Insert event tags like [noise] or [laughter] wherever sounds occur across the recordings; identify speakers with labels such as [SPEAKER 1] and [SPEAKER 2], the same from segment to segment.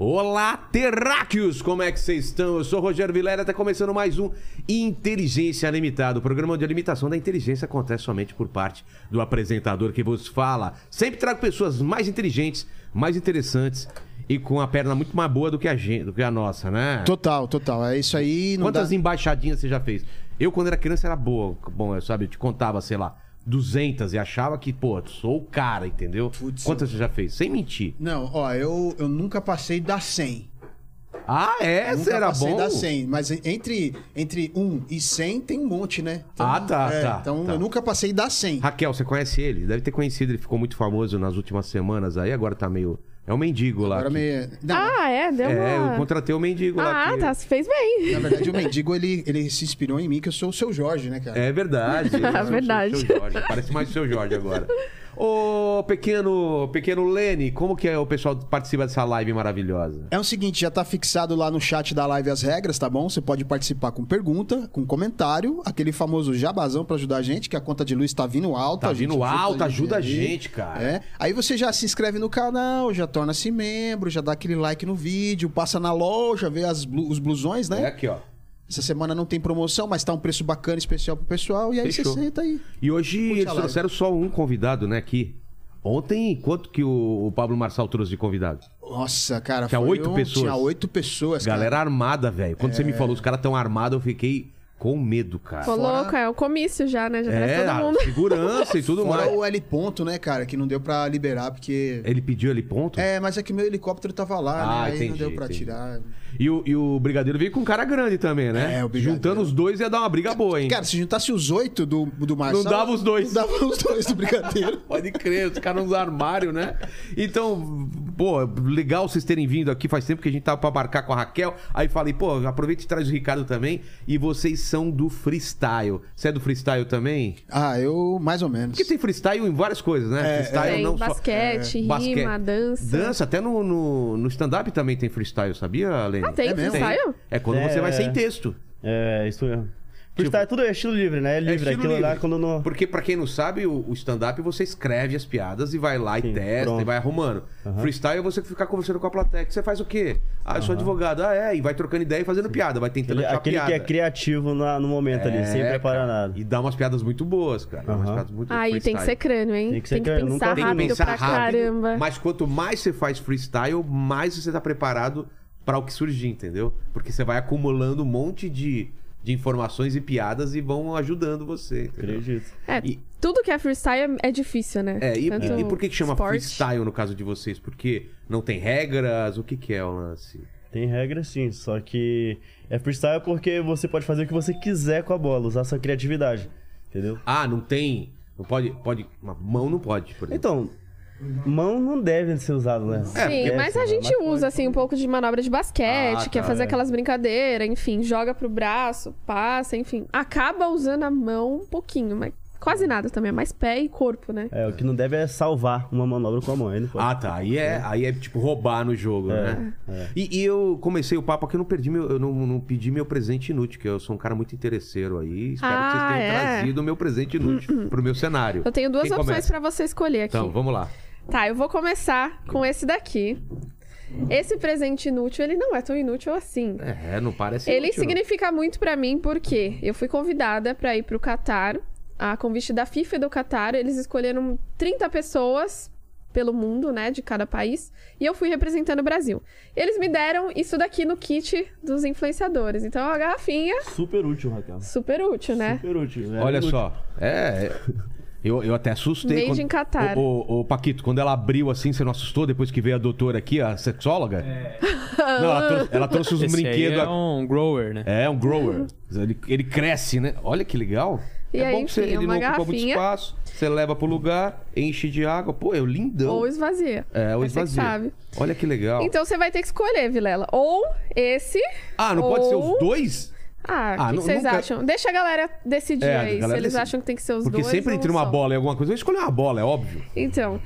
[SPEAKER 1] Olá, terráqueos! Como é que vocês estão? Eu sou o Rogério Vilela, está começando mais um Inteligência Limitada, o programa onde a limitação da inteligência acontece somente por parte do apresentador que vos fala. Sempre trago pessoas mais inteligentes, mais interessantes e com a perna muito mais boa do que a, gente, do que a nossa, né?
[SPEAKER 2] Total, total. É isso aí. Não
[SPEAKER 1] Quantas
[SPEAKER 2] dá...
[SPEAKER 1] embaixadinhas você já fez? Eu, quando era criança, era boa. Bom, eu, sabe, eu te contava, sei lá, 200 e achava que, pô, sou o cara, entendeu?
[SPEAKER 2] Putz.
[SPEAKER 1] Quantas você já fez? Sem mentir.
[SPEAKER 2] Não, ó, eu, eu nunca passei da 100.
[SPEAKER 1] Ah, é?
[SPEAKER 2] nunca
[SPEAKER 1] Você era
[SPEAKER 2] passei
[SPEAKER 1] bom?
[SPEAKER 2] da 100. Mas entre, entre 1 e 100 tem um monte, né? Então,
[SPEAKER 1] Ah, tá,
[SPEAKER 2] é,
[SPEAKER 1] tá,
[SPEAKER 2] Então
[SPEAKER 1] tá.
[SPEAKER 2] eu nunca passei da 100.
[SPEAKER 1] Raquel, você conhece ele? Deve ter conhecido, ele ficou muito famoso nas últimas semanas aí, agora tá meio. É um mendigo lá.
[SPEAKER 2] Agora
[SPEAKER 1] que-
[SPEAKER 2] me... Não,
[SPEAKER 3] Ah, é? Deu
[SPEAKER 1] É,
[SPEAKER 3] uma...
[SPEAKER 1] eu contratei o mendigo lá.
[SPEAKER 3] Ah,
[SPEAKER 1] que-
[SPEAKER 3] tá. Você fez bem.
[SPEAKER 2] Na verdade, o mendigo, ele, ele se inspirou em mim, que eu sou o seu Jorge, né, cara?
[SPEAKER 1] É
[SPEAKER 3] [laughs]
[SPEAKER 1] verdade. Eu sou o
[SPEAKER 3] verdade.
[SPEAKER 1] seu Jorge, Parece mais o seu Jorge agora. Ô, pequeno, pequeno Lene, como que é o pessoal que participa dessa live maravilhosa?
[SPEAKER 2] É o seguinte, já tá fixado lá no chat da live as regras, tá bom? Você pode participar com pergunta, com comentário, aquele famoso jabazão pra ajudar a gente, que a conta de luz tá vindo alta.
[SPEAKER 1] Tá
[SPEAKER 2] a gente um
[SPEAKER 1] vindo alta, ajuda né? a
[SPEAKER 2] aí.
[SPEAKER 1] gente, cara.
[SPEAKER 2] É. Aí você já se inscreve no canal, já torna-se membro, já dá aquele like no vídeo, passa na loja, vê as blu- os blusões,
[SPEAKER 1] É
[SPEAKER 2] né?
[SPEAKER 1] aqui, ó.
[SPEAKER 2] Essa semana não tem promoção, mas tá um preço bacana especial pro pessoal e aí
[SPEAKER 1] Fechou.
[SPEAKER 2] você senta aí.
[SPEAKER 1] E hoje
[SPEAKER 2] a
[SPEAKER 1] eles
[SPEAKER 2] live.
[SPEAKER 1] trouxeram só um convidado, né, aqui. Ontem, quanto que o, o Pablo Marçal trouxe de convidado?
[SPEAKER 2] Nossa, cara,
[SPEAKER 1] Tinha
[SPEAKER 2] foi
[SPEAKER 1] oito
[SPEAKER 2] um-
[SPEAKER 1] pessoas.
[SPEAKER 2] Tinha oito pessoas, cara.
[SPEAKER 1] Galera armada, velho. Quando você me falou, os caras tão armados, eu fiquei com medo, cara.
[SPEAKER 3] Tô louco, é o comício já, né? Já traz
[SPEAKER 1] É,
[SPEAKER 3] todo
[SPEAKER 1] a
[SPEAKER 3] mundo.
[SPEAKER 1] segurança e tudo
[SPEAKER 2] Fora
[SPEAKER 1] mais.
[SPEAKER 2] o L ponto, né, cara, que não deu pra liberar porque
[SPEAKER 1] Ele pediu ali ponto?
[SPEAKER 2] É, mas é que meu helicóptero tava
[SPEAKER 1] É Ah,
[SPEAKER 2] lá, né? Aí
[SPEAKER 1] entendi,
[SPEAKER 2] não deu pra
[SPEAKER 1] entendi.
[SPEAKER 2] tirar.
[SPEAKER 1] E, o, e o Brigadeiro veio com um cara grande também, né?
[SPEAKER 2] É, o Brigadeiro.
[SPEAKER 1] Juntando os dois ia dar uma briga boa, hein?
[SPEAKER 2] Cara, se juntasse os oito do, do Marcelo...
[SPEAKER 1] Não dava os dois.
[SPEAKER 2] Não dava [laughs] os dois do Brigadeiro.
[SPEAKER 1] Pode crer, os caras nos armário, né? Então, pô, legal vocês terem vindo aqui. Faz tempo que a gente tava pra marcar com a Raquel. Aí falei, pô, aproveita e traz o Ricardo também. E vocês são do freestyle. Você é do freestyle também?
[SPEAKER 2] Ah, eu... Mais ou menos.
[SPEAKER 1] Porque tem freestyle em várias coisas,
[SPEAKER 2] É,
[SPEAKER 1] né? freestyle
[SPEAKER 3] Tem
[SPEAKER 1] só- É.
[SPEAKER 3] basquete, rima,
[SPEAKER 1] basquete.
[SPEAKER 3] dança.
[SPEAKER 1] Dança, até no, no, no stand-up também tem freestyle, sabia, Lene?
[SPEAKER 3] Ah, tem
[SPEAKER 2] É mesmo?
[SPEAKER 3] freestyle?
[SPEAKER 1] É quando você
[SPEAKER 4] É.
[SPEAKER 1] vai sem texto.
[SPEAKER 4] É, isso mesmo. Freestyle tudo é estilo livre, né? É
[SPEAKER 1] Tipo, É
[SPEAKER 4] livre,
[SPEAKER 1] estilo
[SPEAKER 4] aquilo lá
[SPEAKER 1] livre.
[SPEAKER 4] quando não.
[SPEAKER 1] Porque pra quem não sabe, o, o stand-up você escreve as piadas e vai lá e
[SPEAKER 4] Sim,
[SPEAKER 1] testa e
[SPEAKER 4] pronto.
[SPEAKER 1] vai arrumando. Freestyle é você ficar conversando com a plateia. que Você faz o quê? Ah, eu sou advogado. Ah, é. E vai trocando ideia e fazendo piada. Vai tentando
[SPEAKER 4] Aquele,
[SPEAKER 1] achar
[SPEAKER 4] aquele que
[SPEAKER 1] piada.
[SPEAKER 4] é criativo na- no momento ali, sem
[SPEAKER 1] É,
[SPEAKER 4] preparar
[SPEAKER 1] cara.
[SPEAKER 4] nada.
[SPEAKER 1] E dá umas piadas muito boas, cara. Dá Umas
[SPEAKER 4] Aham.
[SPEAKER 1] piadas muito
[SPEAKER 3] Aí tem que ser
[SPEAKER 1] freestyle.
[SPEAKER 3] crânio, hein?
[SPEAKER 4] Tem que ser crânio, nunca
[SPEAKER 3] pensar
[SPEAKER 4] vi.
[SPEAKER 3] rápido
[SPEAKER 1] Tem que pensar
[SPEAKER 3] pra
[SPEAKER 1] rápido,
[SPEAKER 3] caramba.
[SPEAKER 1] Mas quanto mais você faz freestyle, mais você tá preparado pra o que surgir, entendeu? Porque você vai acumulando um monte de, de informações e piadas e vão ajudando você. Entendeu?
[SPEAKER 4] Acredito.
[SPEAKER 3] É,
[SPEAKER 1] E-
[SPEAKER 3] tudo que é freestyle é é difícil, né?
[SPEAKER 1] É, e,
[SPEAKER 3] Tanto
[SPEAKER 1] e por que, que chama
[SPEAKER 3] esporte.
[SPEAKER 1] freestyle no caso de vocês? Porque não tem regras? O que, que é o lance?
[SPEAKER 4] Tem regra sim, só que é freestyle porque você pode fazer o que você quiser com a bola, usar sua criatividade. Entendeu?
[SPEAKER 1] Ah, não tem. Não pode. Pode. Uma mão não pode, por exemplo.
[SPEAKER 4] Então, mão não deve ser usada,
[SPEAKER 1] É,
[SPEAKER 4] né?
[SPEAKER 3] Sim,
[SPEAKER 4] porque-
[SPEAKER 3] mas a gente usa, assim, um pouco de manobra de basquete,
[SPEAKER 1] Ah,
[SPEAKER 3] quer
[SPEAKER 1] tá,
[SPEAKER 3] fazer
[SPEAKER 4] é.
[SPEAKER 3] aquelas brincadeiras, enfim, joga pro braço, passa, enfim. Acaba usando a mão um pouquinho, mas quase nada também, é mais pé e corpo, né?
[SPEAKER 4] É, o que não deve é salvar uma manobra com a mão. Aí não pode. É,
[SPEAKER 1] Ah, tá. Aí é, aí é tipo roubar no jogo, né? E, e eu comecei o papo aqui, eu não perdi meu, eu não, não pedi meu presente inútil, que eu sou um cara muito interesseiro aí. Espero que vocês
[SPEAKER 3] Ah,
[SPEAKER 1] tenham
[SPEAKER 3] é?
[SPEAKER 1] trazido o meu presente inútil pro meu cenário.
[SPEAKER 3] Eu tenho duas
[SPEAKER 1] Quem
[SPEAKER 3] opções
[SPEAKER 1] começa?
[SPEAKER 3] pra você escolher aqui.
[SPEAKER 1] Então, vamos lá.
[SPEAKER 3] Tá, eu vou começar com esse daqui. Esse presente inútil, ele não é tão inútil assim.
[SPEAKER 1] É, não parece.
[SPEAKER 3] Ele
[SPEAKER 1] inútil, não.
[SPEAKER 3] significa muito pra mim porque eu fui convidada pra ir pro Catar, a convite da FIFA e do Catar, eles escolheram 30 pessoas pelo mundo, né, de cada país, e eu fui representando o Brasil. Eles me deram isso daqui no kit dos influenciadores. Então, é uma garrafinha
[SPEAKER 4] Super útil, Raquel.
[SPEAKER 3] super útil, né?
[SPEAKER 4] Super útil. né?
[SPEAKER 1] Ah. Olha
[SPEAKER 4] Útil.
[SPEAKER 1] só. É. é- Eu, eu até assustei.
[SPEAKER 3] Made in Qatar.
[SPEAKER 1] Ô, ô, ô, Paquito, quando ela abriu assim, você não assustou depois que veio a doutora aqui, a sexóloga? É. [laughs] Não, ela trouxe, ela trouxe os
[SPEAKER 5] Esse
[SPEAKER 1] brinquedos.
[SPEAKER 5] aí é um grower, né?
[SPEAKER 1] É, um grower. Ele, ele cresce, né? Olha que legal.
[SPEAKER 3] E
[SPEAKER 1] é
[SPEAKER 3] aí,
[SPEAKER 1] bom que você,
[SPEAKER 3] enfim, é
[SPEAKER 1] ele
[SPEAKER 3] uma
[SPEAKER 1] não ocupa muito
[SPEAKER 3] garrafinha.
[SPEAKER 1] espaço. Você leva pro lugar, enche de água. Pô, é lindão.
[SPEAKER 3] Ou esvazia.
[SPEAKER 1] É, o
[SPEAKER 3] Essa que
[SPEAKER 1] esvazio.
[SPEAKER 3] sabe.
[SPEAKER 1] Olha que legal.
[SPEAKER 3] Então você vai ter que escolher, Vilela. Ou esse.
[SPEAKER 1] ah, não pode ser os
[SPEAKER 3] ou-
[SPEAKER 1] dois?
[SPEAKER 3] Ah, o
[SPEAKER 1] Ah,
[SPEAKER 3] que,
[SPEAKER 1] nu-
[SPEAKER 3] que vocês
[SPEAKER 1] nunca-
[SPEAKER 3] acham? Deixa a galera decidir
[SPEAKER 1] É, a
[SPEAKER 3] aí, se
[SPEAKER 1] galera
[SPEAKER 3] eles
[SPEAKER 1] decide.
[SPEAKER 3] acham que tem que ser os
[SPEAKER 1] Porque
[SPEAKER 3] dois.
[SPEAKER 1] sempre
[SPEAKER 3] ou
[SPEAKER 1] entre
[SPEAKER 3] um
[SPEAKER 1] uma
[SPEAKER 3] só.
[SPEAKER 1] bola e alguma coisa, eu escolhi uma bola, é óbvio.
[SPEAKER 3] Então.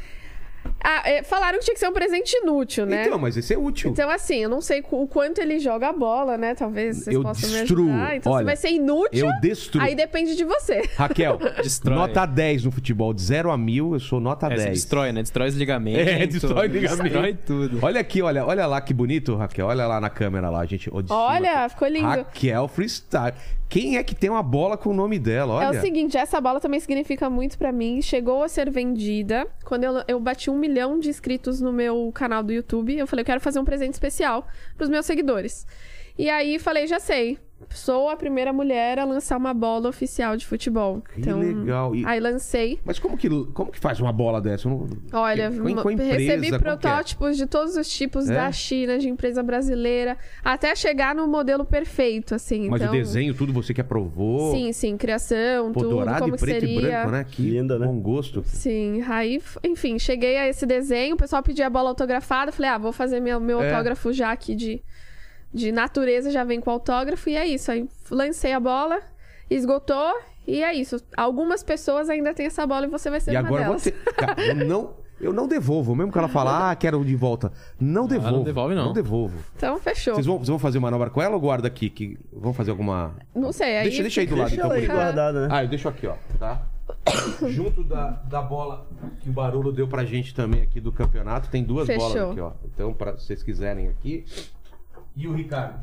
[SPEAKER 3] Ah, é, falaram que tinha que ser um presente inútil, né?
[SPEAKER 1] Então, mas esse é útil.
[SPEAKER 3] Então, assim, eu não sei o quanto ele joga a bola, né? Talvez vocês
[SPEAKER 1] Eu
[SPEAKER 3] possam
[SPEAKER 1] destruo.
[SPEAKER 3] me ajudar. Então,
[SPEAKER 1] Olha,
[SPEAKER 3] se vai ser inútil,
[SPEAKER 1] eu destruo.
[SPEAKER 3] aí depende de você.
[SPEAKER 1] Raquel,
[SPEAKER 5] Destrói.
[SPEAKER 1] nota 10 no futebol, de 0 a 1000, eu sou nota
[SPEAKER 5] É, você
[SPEAKER 1] 10.
[SPEAKER 5] destrói, né? Destrói os ligamentos.
[SPEAKER 1] [laughs] É, destrói o ligamento.
[SPEAKER 5] Destrói tudo.
[SPEAKER 1] Olha aqui, olha, olha lá que bonito, Raquel. Olha lá na câmera lá, gente. ó, de cima
[SPEAKER 3] Olha,
[SPEAKER 1] aqui.
[SPEAKER 3] ficou lindo.
[SPEAKER 1] Raquel Freestyle. Quem é que tem uma bola com o nome dela? Olha.
[SPEAKER 3] É o seguinte, essa bola também significa muito pra mim. Chegou a ser vendida. Quando eu, eu bati um milhão de inscritos no meu canal do YouTube, eu falei, eu quero fazer um presente especial pros meus seguidores. E aí falei, já sei. Sou a primeira mulher a lançar uma bola oficial de futebol. Então,
[SPEAKER 1] Que legal. E-
[SPEAKER 3] Aí lancei.
[SPEAKER 1] Mas como que, como que faz uma bola dessa? Eu não-
[SPEAKER 3] Olha,
[SPEAKER 1] Com- com
[SPEAKER 3] mo-
[SPEAKER 1] a empresa,
[SPEAKER 3] recebi
[SPEAKER 1] como que é?
[SPEAKER 3] protótipos de todos os tipos
[SPEAKER 1] É?
[SPEAKER 3] da China, de empresa brasileira, até chegar no modelo perfeito, assim.
[SPEAKER 1] Mas
[SPEAKER 3] então,
[SPEAKER 1] o desenho, tudo você que aprovou.
[SPEAKER 3] Sim, sim, criação,
[SPEAKER 1] Pô,
[SPEAKER 3] tudo,
[SPEAKER 1] dourado
[SPEAKER 3] como
[SPEAKER 1] e
[SPEAKER 3] que
[SPEAKER 1] preto
[SPEAKER 3] seria.
[SPEAKER 1] e branco, né? Que
[SPEAKER 4] Linda, né?
[SPEAKER 1] bom gosto.
[SPEAKER 3] Sim, aí, f- enfim, cheguei a esse desenho, o pessoal pedia a bola autografada, falei, ah, vou fazer meu, meu
[SPEAKER 1] É.
[SPEAKER 3] autógrafo já aqui de, de natureza, já vem com autógrafo, e é isso. Aí lancei a bola, esgotou, e é isso. Algumas pessoas ainda têm essa bola e você vai ser
[SPEAKER 1] e
[SPEAKER 3] uma
[SPEAKER 1] agora
[SPEAKER 3] delas.
[SPEAKER 1] você. Cara, eu não, eu não devolvo. Mesmo que ela falar, ah, quero de volta. Não devolvo.
[SPEAKER 5] devolve, Ah, não.
[SPEAKER 1] Não devolvo.
[SPEAKER 3] Então, fechou.
[SPEAKER 1] Vocês vão, vocês vão fazer manobra com ela ou guarda aqui? Que vão fazer alguma.
[SPEAKER 3] Não sei, aí...
[SPEAKER 1] Deixa, deixa aí do lado,
[SPEAKER 4] Deixa
[SPEAKER 1] então,
[SPEAKER 4] ela aí
[SPEAKER 1] por
[SPEAKER 4] guardada, né?
[SPEAKER 1] Ah, eu deixo aqui, ó, tá? [coughs] Junto da, da bola que o Barulho deu pra gente também aqui do campeonato, tem duas
[SPEAKER 3] Fechou.
[SPEAKER 1] bolas aqui, ó. Então, pra se vocês quiserem aqui. E o Ricardo?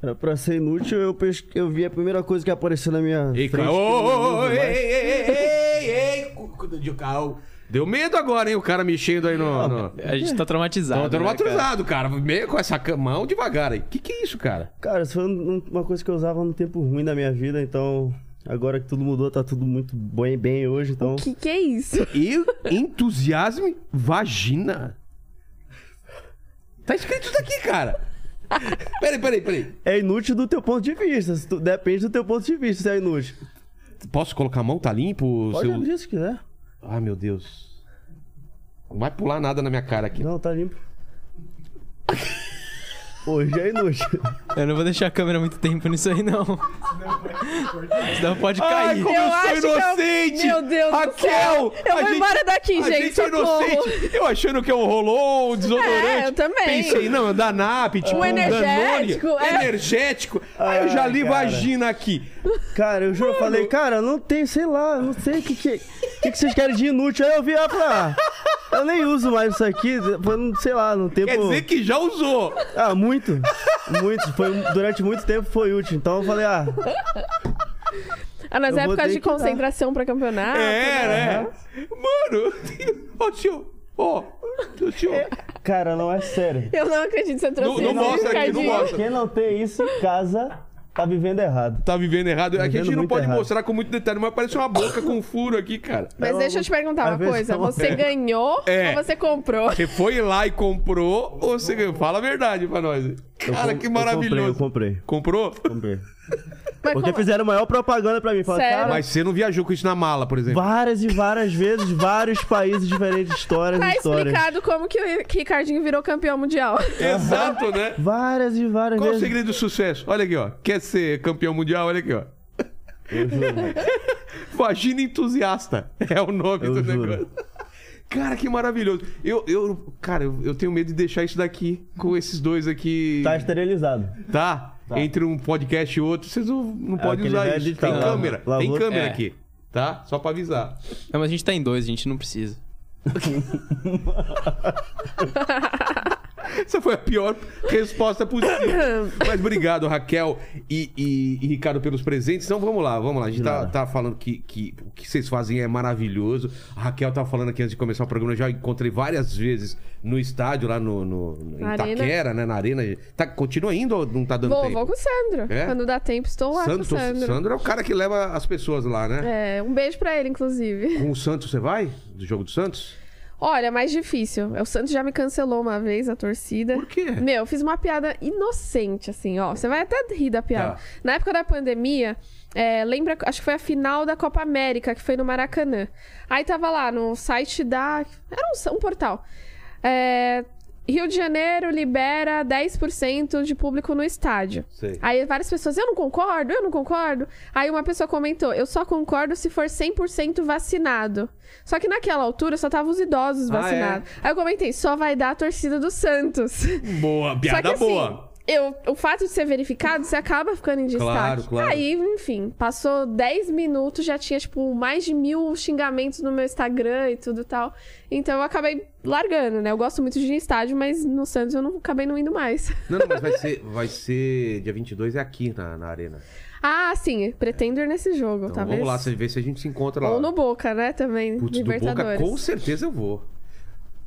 [SPEAKER 4] Cara, pra ser inútil, eu, pes... eu vi a primeira coisa que apareceu na minha
[SPEAKER 1] Ei,
[SPEAKER 4] frente.
[SPEAKER 1] cara.
[SPEAKER 4] que eu não
[SPEAKER 1] Ô,
[SPEAKER 4] uso
[SPEAKER 1] ei,
[SPEAKER 4] mais.
[SPEAKER 1] ei, ei, ei, ei, cu- cu- de carro. Deu medo agora, hein? O cara mexendo aí no. no...
[SPEAKER 5] A gente tá traumatizado.
[SPEAKER 1] Tô
[SPEAKER 5] né, cara?
[SPEAKER 1] traumatizado, cara. Meio com essa ca- mão devagar aí. Que que é isso, cara?
[SPEAKER 4] Cara, isso foi um- um- uma coisa que eu usava no tempo ruim da minha vida, então... Agora que tudo mudou, tá tudo muito bem, bem hoje, então...
[SPEAKER 3] Que que é isso?
[SPEAKER 1] Eu, entusiasmo, vagina. Tá escrito isso daqui, cara. Peraí, peraí, peraí.
[SPEAKER 4] É inútil do teu ponto de vista. se tu- Depende do teu ponto de vista se é inútil.
[SPEAKER 1] Posso colocar a mão? Tá limpo?
[SPEAKER 4] Pode
[SPEAKER 1] Seu-
[SPEAKER 4] abrir se quiser.
[SPEAKER 1] Ai, meu Deus. Não vai pular nada na minha cara aqui.
[SPEAKER 4] Não, tá limpo. Hoje é inútil.
[SPEAKER 5] Eu não vou deixar a câmera muito tempo nisso aí,
[SPEAKER 1] [laughs]
[SPEAKER 5] não. Senão pode
[SPEAKER 1] Ai,
[SPEAKER 5] cair.
[SPEAKER 1] como eu,
[SPEAKER 3] Eu
[SPEAKER 1] sou
[SPEAKER 3] acho que eu-
[SPEAKER 1] inocente!
[SPEAKER 3] Meu Deus do
[SPEAKER 1] Raquel!
[SPEAKER 3] céu! Eu
[SPEAKER 1] a
[SPEAKER 3] vou embora daqui,
[SPEAKER 1] a
[SPEAKER 3] gente,
[SPEAKER 1] é
[SPEAKER 3] socorro!
[SPEAKER 1] inocente! Eu achando que eu rolou um desodorante.
[SPEAKER 3] É, eu também.
[SPEAKER 1] Pensei, não, é Danap, tipo, um
[SPEAKER 3] energético,
[SPEAKER 1] Danone,
[SPEAKER 3] é.
[SPEAKER 1] energético. Aí eu já
[SPEAKER 4] Ai,
[SPEAKER 1] li
[SPEAKER 4] cara.
[SPEAKER 1] vagina aqui.
[SPEAKER 4] Cara, eu juro, eu falei, cara, não tem, sei lá, não sei o que, que, que, que vocês querem de inútil. Aí eu vi, ah, pra. Eu nem uso mais isso aqui, foi, num- sei lá, no tempo.
[SPEAKER 1] Quer
[SPEAKER 3] Uhum.
[SPEAKER 1] dizer que já usou.
[SPEAKER 4] Ah, muito. Muito. Foi, durante muito tempo foi útil. Então eu falei, ah,
[SPEAKER 3] Ah, nas
[SPEAKER 4] Eu vou
[SPEAKER 3] épocas
[SPEAKER 4] ter
[SPEAKER 3] de
[SPEAKER 4] que dar.
[SPEAKER 3] concentração pra campeonato.
[SPEAKER 1] é,
[SPEAKER 3] né?
[SPEAKER 1] né? Mano, [laughs] ó, senhor, ó, senhor.
[SPEAKER 4] cara, não é sério.
[SPEAKER 3] Eu não acredito que você trouxe
[SPEAKER 1] Não- não
[SPEAKER 3] isso,
[SPEAKER 1] mostra aqui, não
[SPEAKER 3] Ricardinho.
[SPEAKER 1] mostra.
[SPEAKER 4] Quem não tem isso em casa tá vivendo errado.
[SPEAKER 1] Tá vivendo errado. Aqui a
[SPEAKER 4] vivendo
[SPEAKER 1] gente não
[SPEAKER 4] muito
[SPEAKER 1] pode
[SPEAKER 4] errado.
[SPEAKER 1] mostrar com muito detalhe, mas parece uma boca com um furo aqui, cara.
[SPEAKER 3] Mas
[SPEAKER 4] Eu-
[SPEAKER 3] deixa eu te perguntar
[SPEAKER 4] Tá às
[SPEAKER 3] uma
[SPEAKER 4] vezes
[SPEAKER 3] coisa.
[SPEAKER 4] eu-
[SPEAKER 3] Você
[SPEAKER 4] É.
[SPEAKER 3] ganhou
[SPEAKER 1] É.
[SPEAKER 3] ou você comprou?
[SPEAKER 1] Você foi lá e comprou ou você ganhou? Fala a verdade pra nós. Cara,
[SPEAKER 4] Eu com-
[SPEAKER 1] que maravilhoso.
[SPEAKER 4] Eu comprei,
[SPEAKER 1] Comprou?
[SPEAKER 4] eu comprei. comprei.
[SPEAKER 1] é
[SPEAKER 3] Mas
[SPEAKER 4] Porque
[SPEAKER 3] como-
[SPEAKER 4] fizeram maior propaganda pra mim. Falaram,
[SPEAKER 3] Sério?
[SPEAKER 4] cara,
[SPEAKER 1] Mas você não viajou com isso na mala, por exemplo.
[SPEAKER 4] várias e várias vezes, vários países diferentes, histórias
[SPEAKER 3] Tá
[SPEAKER 4] e histórias.
[SPEAKER 3] explicado como que o Ricardinho virou campeão mundial.
[SPEAKER 1] Exato, né?
[SPEAKER 4] Várias e várias
[SPEAKER 1] Qual o
[SPEAKER 4] vezes.
[SPEAKER 1] segredo do sucesso? Olha aqui, ó. Quer ser campeão mundial? Olha aqui, ó. Vagina entusiasta [laughs] é o nome
[SPEAKER 4] Eu
[SPEAKER 1] do
[SPEAKER 4] juro.
[SPEAKER 1] negócio. [laughs] Cara, que maravilhoso. Eu, eu cara, eu, eu tenho medo de deixar isso daqui com esses dois aqui.
[SPEAKER 4] Tá esterilizado.
[SPEAKER 1] Tá? Entre um podcast e outro, vocês não, não
[SPEAKER 3] É,
[SPEAKER 1] podem
[SPEAKER 4] aquele
[SPEAKER 1] usar
[SPEAKER 4] velho
[SPEAKER 1] isso.
[SPEAKER 4] ditado,
[SPEAKER 1] Tem
[SPEAKER 4] né?
[SPEAKER 1] câmera,
[SPEAKER 4] Lavou-
[SPEAKER 1] tem câmera
[SPEAKER 5] É.
[SPEAKER 1] aqui. Tá? Só pra avisar.
[SPEAKER 5] Não, mas a gente tá em dois, a gente não precisa.
[SPEAKER 1] Essa foi a pior resposta
[SPEAKER 3] [laughs]
[SPEAKER 1] possível. Mas obrigado, Raquel e, e- e Ricardo, pelos presentes. Então vamos lá, vamos lá. A gente tá, tá falando que, que o que vocês fazem é maravilhoso. A Raquel tava falando aqui antes de começar o programa, eu já encontrei várias vezes no estádio, lá no, no, no em
[SPEAKER 3] Na arena.
[SPEAKER 1] Itaquera, né? Na arena. Tá, continua indo ou não tá dando
[SPEAKER 3] Vou,
[SPEAKER 1] tempo?
[SPEAKER 3] vou com o Sandro.
[SPEAKER 1] É?
[SPEAKER 3] Quando dá tempo, estou lá
[SPEAKER 1] Santos,
[SPEAKER 3] com o Sandro.
[SPEAKER 1] Sandro é o cara que leva as pessoas lá, né?
[SPEAKER 3] É, um beijo pra ele, inclusive.
[SPEAKER 1] Com o Santos você vai? Do jogo do Santos?
[SPEAKER 3] Olha, mais difícil. O Santos já me cancelou uma vez a torcida.
[SPEAKER 1] Por quê?
[SPEAKER 3] Meu, eu fiz uma piada inocente, assim, ó. Você vai até rir da piada.
[SPEAKER 1] Tá.
[SPEAKER 3] Na época da pandemia, é, lembra, acho que foi a final da Copa América, que foi no Maracanã. Aí tava lá no site da. Era um, sa- um portal. É, Rio de Janeiro libera 10% de público no estádio.
[SPEAKER 1] Sei.
[SPEAKER 3] Aí várias pessoas, eu não concordo, eu não concordo. Aí uma pessoa comentou, eu só concordo se for 100% vacinado. Só que naquela altura só estavam os idosos
[SPEAKER 1] Ah, é?
[SPEAKER 3] vacinados. Aí eu comentei, só vai dar a torcida do Santos. [laughs]
[SPEAKER 1] Boa,
[SPEAKER 3] Só que
[SPEAKER 1] piada
[SPEAKER 3] assim,
[SPEAKER 1] boa.
[SPEAKER 3] eu, o fato de ser verificado, você acaba ficando em destaque.
[SPEAKER 1] Claro, claro.
[SPEAKER 3] Aí, enfim, passou 10 minutos, já tinha, tipo, mais de mil xingamentos no meu Instagram e tudo e tal. Então eu acabei largando, né? Eu gosto muito de ir em estádio, mas no Santos eu não acabei não indo mais. [laughs]
[SPEAKER 1] Não, não, mas vai ser, vai ser dia 22 é aqui na, na arena.
[SPEAKER 3] Ah, sim, pretendo ir nesse jogo,
[SPEAKER 1] Então
[SPEAKER 3] talvez.
[SPEAKER 1] vamos lá, você vê se a gente se encontra lá.
[SPEAKER 3] Ou no Boca, né? Também,
[SPEAKER 1] Putz, do Boca,
[SPEAKER 3] Libertadores.
[SPEAKER 1] com certeza eu vou.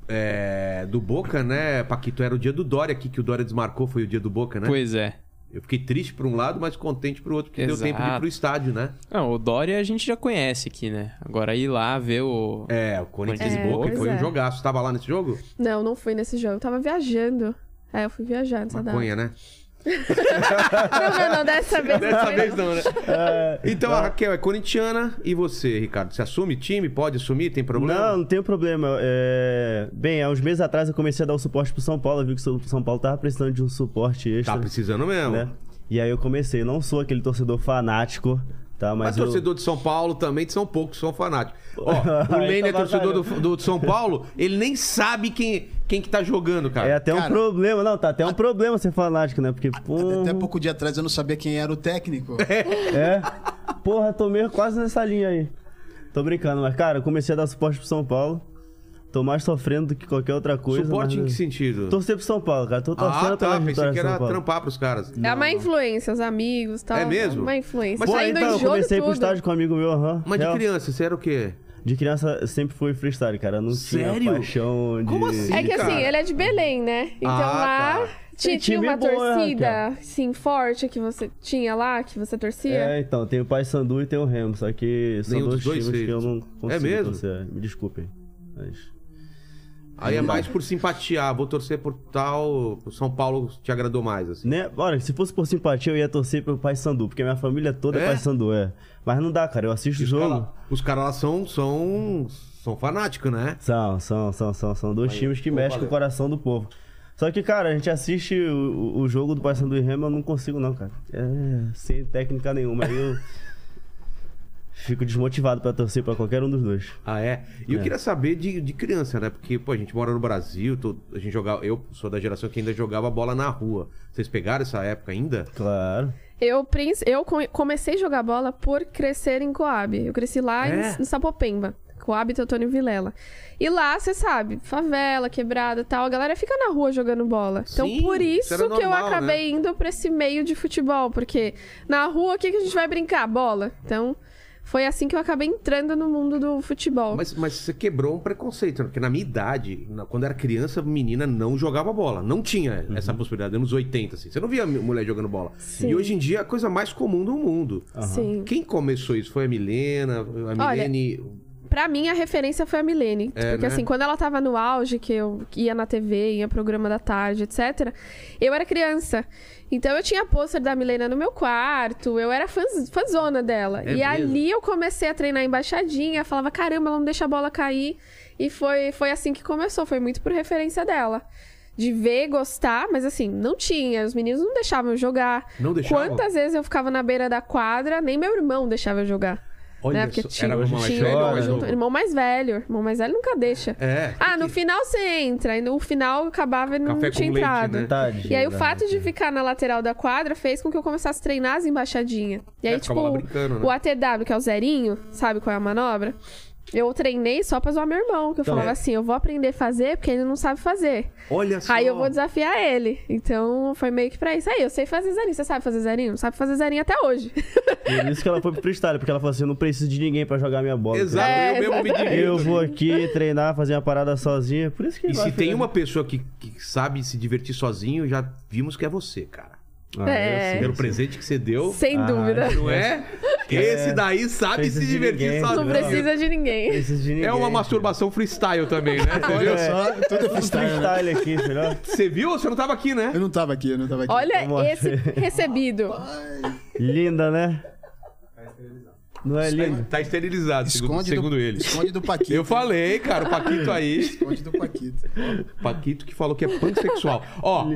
[SPEAKER 1] É, do Boca, né, Paquito? Era o dia do Dória aqui, que o Dória desmarcou, foi o dia do Boca, né?
[SPEAKER 5] Pois é.
[SPEAKER 1] Eu fiquei triste por um lado, mas contente pro outro, porque deu
[SPEAKER 5] Exato.
[SPEAKER 1] tempo de ir pro estádio, né?
[SPEAKER 5] Não, o Dória a gente já conhece aqui, né? Agora ir lá ver o.
[SPEAKER 1] É, o Corinthians
[SPEAKER 5] É,
[SPEAKER 1] e Boca
[SPEAKER 3] pois
[SPEAKER 1] foi um
[SPEAKER 3] é.
[SPEAKER 1] jogaço. Tava lá nesse jogo?
[SPEAKER 3] Não, não fui nesse jogo. Eu tava viajando. É, eu fui viajar nessa data.
[SPEAKER 1] Maconha, né?
[SPEAKER 3] [laughs] Não, não,
[SPEAKER 1] [laughs]
[SPEAKER 3] não, dessa vez não
[SPEAKER 1] Dessa
[SPEAKER 3] foi,
[SPEAKER 1] vez
[SPEAKER 3] não.
[SPEAKER 1] não, né? Então a Raquel é corintiana e você, Ricardo? Você assume time? Pode assumir? Tem problema?
[SPEAKER 4] Não, não tem problema. É, Bem, há uns meses atrás eu comecei a dar o suporte pro São Paulo, eu vi que o São Paulo tava precisando de um suporte extra.
[SPEAKER 1] Tá precisando mesmo.
[SPEAKER 4] né? E aí eu comecei, não sou aquele torcedor fanático, tá? Mas,
[SPEAKER 1] Mas
[SPEAKER 4] eu-
[SPEAKER 1] torcedor de São Paulo também são poucos, são
[SPEAKER 4] [laughs]
[SPEAKER 1] fanáticos. Ó, o Lane
[SPEAKER 4] Aí tá
[SPEAKER 1] é torcedor do, do São Paulo, ele nem sabe quem, quem que tá jogando, cara.
[SPEAKER 4] É até um
[SPEAKER 6] Cara,
[SPEAKER 4] problema, não, tá até um problema ser fanático, né? Porque, pô,
[SPEAKER 6] Até pouco dia atrás eu não sabia quem era o
[SPEAKER 1] [laughs]
[SPEAKER 6] técnico.
[SPEAKER 4] é. Porra, tô meio quase nessa linha aí. Tô brincando, mas, cara, eu comecei a dar suporte pro São Paulo. Tô mais sofrendo do que qualquer outra coisa.
[SPEAKER 1] Suporte em
[SPEAKER 4] mas...
[SPEAKER 1] que sentido?
[SPEAKER 4] Torcer pro São Paulo, cara. Tô torcendo
[SPEAKER 1] ah, tá.
[SPEAKER 4] pela
[SPEAKER 1] Pensei
[SPEAKER 4] vitória
[SPEAKER 1] que
[SPEAKER 4] do São
[SPEAKER 1] era
[SPEAKER 4] Paulo.
[SPEAKER 1] trampar pros caras.
[SPEAKER 3] É uma influência, os amigos e tal.
[SPEAKER 1] É mesmo?
[SPEAKER 3] Uma influência.
[SPEAKER 1] Mas
[SPEAKER 4] Pô,
[SPEAKER 3] Saindo
[SPEAKER 4] então,
[SPEAKER 3] em
[SPEAKER 4] eu
[SPEAKER 3] jogo
[SPEAKER 4] comecei pro
[SPEAKER 3] tudo.
[SPEAKER 4] estádio com um amigo meu, aham.
[SPEAKER 1] Mas de
[SPEAKER 4] real.
[SPEAKER 1] criança, você era o quê?
[SPEAKER 4] De criança eu sempre fui freestyle, cara. Eu Não
[SPEAKER 1] Sério?
[SPEAKER 4] tinha paixão de...
[SPEAKER 1] Como assim?
[SPEAKER 3] É que assim,
[SPEAKER 1] cara.
[SPEAKER 3] ele é de Belém, né? Então
[SPEAKER 1] Ah,
[SPEAKER 3] lá
[SPEAKER 1] tá.
[SPEAKER 3] tinha,
[SPEAKER 4] Tem
[SPEAKER 3] tinha
[SPEAKER 4] time
[SPEAKER 3] uma
[SPEAKER 4] bom, né,
[SPEAKER 3] torcida,
[SPEAKER 4] cara?
[SPEAKER 3] assim, forte que você tinha lá, que você torcia.
[SPEAKER 4] É, então, tem o Paysandu e tem o Remo, só que são
[SPEAKER 1] Nenhum
[SPEAKER 4] dois
[SPEAKER 1] dos dois
[SPEAKER 4] times que eu
[SPEAKER 1] fez.
[SPEAKER 4] não
[SPEAKER 1] É
[SPEAKER 4] consigo
[SPEAKER 1] mesmo?
[SPEAKER 4] torcer, Me desculpem. Mas...
[SPEAKER 1] Aí é mais por simpatia. "Ah, Vou torcer por tal. o São Paulo te agradou mais, assim.
[SPEAKER 4] Né? Olha, se fosse por simpatia, eu ia torcer pro Paysandu, porque minha família toda
[SPEAKER 1] É?
[SPEAKER 4] é Paysandu, é. Mas não dá, cara. Eu assisto o
[SPEAKER 1] Os
[SPEAKER 4] jogo.
[SPEAKER 1] caras- Os caras lá são, são, são fanáticos, né?
[SPEAKER 4] São, são, são, são, são dois times que mexem com o coração do povo. Só que, cara, a gente assiste o, o jogo do Paysandu e Remo, eu não consigo não, cara. É, sem técnica nenhuma.
[SPEAKER 1] [laughs]
[SPEAKER 4] Aí eu fico desmotivado pra torcer pra qualquer um dos dois.
[SPEAKER 1] Ah, é? E eu queria saber de, de criança, né? Porque, pô, a gente mora no Brasil, tô- a gente jogava, eu sou da geração que ainda jogava bola na rua. Vocês pegaram essa época ainda?
[SPEAKER 4] Claro.
[SPEAKER 3] Eu, prin- eu co- comecei a jogar bola por crescer em Coab. Eu cresci lá
[SPEAKER 1] É?
[SPEAKER 3] em, no Sapopemba. Coab e Teotônio Vilela. E lá, você sabe, favela, quebrada e tal, a galera fica na rua jogando bola. Então,
[SPEAKER 1] Sim,
[SPEAKER 3] por
[SPEAKER 1] isso
[SPEAKER 3] isso,
[SPEAKER 1] era
[SPEAKER 3] que eu
[SPEAKER 1] normal, né?
[SPEAKER 3] acabei indo pra esse meio de futebol, porque na rua, o que, que a gente vai brincar? Bola. Então, foi assim que eu acabei entrando no mundo do futebol.
[SPEAKER 1] Mas, mas você quebrou um preconceito, né? Porque na minha idade, na- quando era criança, menina não jogava bola. Não tinha essa possibilidade, anos 80, assim. Você não via mulher jogando bola.
[SPEAKER 3] Uhum. Sim.
[SPEAKER 1] E hoje em dia é a coisa mais comum do mundo.
[SPEAKER 3] Sim.
[SPEAKER 1] Quem começou isso? Foi a Milena? A
[SPEAKER 3] Olha,
[SPEAKER 1] Milene.
[SPEAKER 3] Pra mim, a referência foi a Milene.
[SPEAKER 1] É,
[SPEAKER 3] porque
[SPEAKER 1] né?
[SPEAKER 3] assim, quando ela tava no auge, que eu ia na TV, ia programa da tarde, etc., eu era criança. Então eu tinha pôster da Milena no meu quarto, eu era fãs- fãzona dela.
[SPEAKER 1] É
[SPEAKER 3] e
[SPEAKER 1] mesmo?
[SPEAKER 3] ali eu comecei a treinar embaixadinha, falava, caramba, ela não deixa a bola cair. E foi, foi assim que começou, foi muito por referência dela. De ver, gostar, mas assim, não tinha. Os meninos não deixavam eu jogar.
[SPEAKER 1] Não deixavam?
[SPEAKER 3] Quantas vezes eu ficava na beira da quadra, nem meu irmão deixava eu jogar né? Porque
[SPEAKER 1] só-
[SPEAKER 3] tinha,
[SPEAKER 1] era uma mais
[SPEAKER 3] tinha
[SPEAKER 1] velha,
[SPEAKER 3] irmão,
[SPEAKER 1] mais
[SPEAKER 3] junto,
[SPEAKER 1] novo?
[SPEAKER 3] irmão mais velho. Irmão mais velho nunca deixa.
[SPEAKER 1] É.
[SPEAKER 3] Ah, no final você entra. E no final eu acabava e não
[SPEAKER 1] Café com
[SPEAKER 3] tinha
[SPEAKER 1] leite,
[SPEAKER 3] entrado.
[SPEAKER 1] né?
[SPEAKER 4] Tadinho.
[SPEAKER 3] E aí o
[SPEAKER 4] da-
[SPEAKER 3] fato de ficar na lateral da quadra fez com que eu começasse a treinar as embaixadinhas. E aí,
[SPEAKER 1] É,
[SPEAKER 3] tipo,
[SPEAKER 1] ficava lá brincando, né?
[SPEAKER 3] o ATW, que é o zerinho, sabe qual é a manobra? Eu treinei só pra zoar meu irmão. Que eu falava assim, eu vou aprender a fazer porque ele não sabe fazer.
[SPEAKER 1] Olha só.
[SPEAKER 3] Aí eu vou desafiar ele. Então foi meio que pra isso. Aí eu sei fazer zerinho. Você sabe fazer zerinho? Não sabe fazer zerinho até hoje.
[SPEAKER 4] Por isso que ela foi pro freestyle, porque ela falou assim, eu não preciso de ninguém pra jogar minha bola.
[SPEAKER 1] Exato,
[SPEAKER 3] É,
[SPEAKER 1] eu mesmo me
[SPEAKER 4] cara.
[SPEAKER 1] divido.
[SPEAKER 4] Eu vou aqui treinar, fazer uma parada sozinha. Por isso que
[SPEAKER 1] E
[SPEAKER 4] vai
[SPEAKER 1] se tem
[SPEAKER 4] ficar-
[SPEAKER 1] uma pessoa que, que sabe se divertir sozinho, já vimos que é você, cara.
[SPEAKER 4] Ah,
[SPEAKER 3] É.
[SPEAKER 4] eu sei.
[SPEAKER 1] Pelo presente que você deu,
[SPEAKER 3] Sem
[SPEAKER 4] Ah,
[SPEAKER 3] dúvida.
[SPEAKER 1] não é? Esse daí sabe
[SPEAKER 4] Precisa
[SPEAKER 1] se
[SPEAKER 4] de
[SPEAKER 1] divertir
[SPEAKER 4] ninguém,
[SPEAKER 1] sozinho.
[SPEAKER 3] Não precisa de ninguém.
[SPEAKER 4] Preciso de ninguém.
[SPEAKER 1] É uma masturbação freestyle também, né? Você viu?
[SPEAKER 6] Olha só, tudo é
[SPEAKER 4] Tudo
[SPEAKER 6] freestyle. né?
[SPEAKER 4] freestyle aqui, entendeu?
[SPEAKER 1] Você viu? Você não tava aqui, né?
[SPEAKER 6] Eu não tava aqui, eu não tava aqui.
[SPEAKER 3] [laughs] Olha
[SPEAKER 1] [laughs]
[SPEAKER 4] Vamos lá.
[SPEAKER 3] esse recebido.
[SPEAKER 4] Linda, né? Não é lindo?
[SPEAKER 1] Tá, tá esterilizado, segundo,
[SPEAKER 6] Esconde
[SPEAKER 1] segundo
[SPEAKER 6] do,
[SPEAKER 1] ele.
[SPEAKER 6] Esconde do Paquito.
[SPEAKER 1] Eu falei, cara, o Paquito aí.
[SPEAKER 6] Esconde do Paquito.
[SPEAKER 1] Paquito que falou que é pansexual. Ó,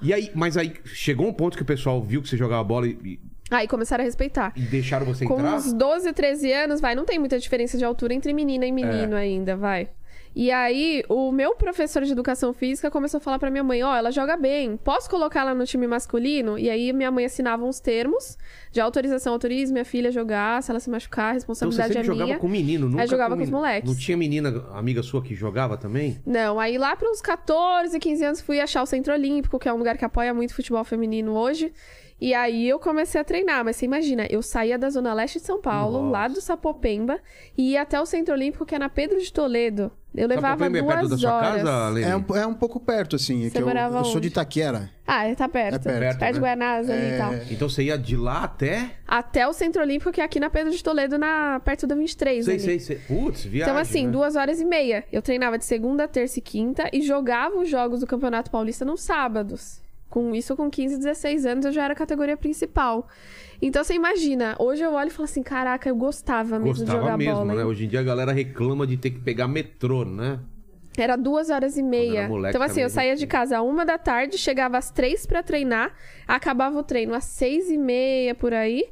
[SPEAKER 1] e aí, mas aí chegou um ponto que o pessoal viu que você jogava bola e,
[SPEAKER 3] Aí começaram a respeitar.
[SPEAKER 1] e deixaram você
[SPEAKER 3] Com
[SPEAKER 1] entrar?
[SPEAKER 3] uns 12, 13 anos, vai, não tem muita diferença de altura entre menina e menino
[SPEAKER 1] É.
[SPEAKER 3] ainda, vai. E aí, o meu professor de educação física começou a falar pra minha mãe: Ó, ela joga bem, posso colocar ela no time masculino? E aí, minha mãe assinava uns termos de autorização, autoriza minha filha a jogar, se ela se machucar, a
[SPEAKER 1] Então você
[SPEAKER 3] responsabilidade
[SPEAKER 1] sempre
[SPEAKER 3] é minha.
[SPEAKER 1] jogava com menino, nunca
[SPEAKER 3] Aí jogava com os
[SPEAKER 1] menina.
[SPEAKER 3] moleques.
[SPEAKER 1] Não tinha menina, amiga sua, que jogava também?
[SPEAKER 3] Não, aí lá para uns 14, 15 anos fui achar o Centro Olímpico, que é um lugar que apoia muito futebol feminino hoje. E aí eu comecei a treinar, mas você imagina, eu saía da Zona Leste de São Paulo, lá do Sapopemba, e ia até o Centro Olímpico, que é na Pedro de Toledo. Eu levava
[SPEAKER 1] Sapopemba é
[SPEAKER 3] duas
[SPEAKER 1] perto da sua
[SPEAKER 3] horas.
[SPEAKER 1] casa, Leni?
[SPEAKER 6] É um, é um pouco perto, assim. É
[SPEAKER 3] Você
[SPEAKER 6] que eu,
[SPEAKER 3] morava
[SPEAKER 6] eu sou
[SPEAKER 3] onde?
[SPEAKER 6] de Itaquera.
[SPEAKER 3] Ah, tá perto.
[SPEAKER 6] É perto,
[SPEAKER 3] perto de
[SPEAKER 6] né?
[SPEAKER 3] Guanás ali e tal.
[SPEAKER 1] Então você ia de lá até...
[SPEAKER 3] Até o Centro Olímpico, que é aqui na Pedro de Toledo, na... perto da 23.
[SPEAKER 1] Sei,
[SPEAKER 3] ali.
[SPEAKER 1] sei, sei. Putz, viagem,
[SPEAKER 3] Então, assim,
[SPEAKER 1] né?
[SPEAKER 3] duas horas e meia. Eu treinava de segunda, terça e quinta e jogava os jogos do Campeonato Paulista nos sábados. Com isso, com 15, 16 anos, eu já era categoria principal. Então, você imagina, hoje eu olho e falo assim: caraca, eu gostava mesmo de
[SPEAKER 1] Gostava
[SPEAKER 3] jogar
[SPEAKER 1] mesmo,
[SPEAKER 3] bola.
[SPEAKER 1] né?
[SPEAKER 3] hein?
[SPEAKER 1] Hoje em dia a galera reclama de ter que pegar metrô, né?
[SPEAKER 3] Era duas horas e meia.
[SPEAKER 1] era moleque
[SPEAKER 3] Então, assim,
[SPEAKER 1] também,
[SPEAKER 3] eu saía
[SPEAKER 1] gente.
[SPEAKER 3] de casa uma da tarde, chegava às três pra treinar, acabava o treino às seis e meia por aí.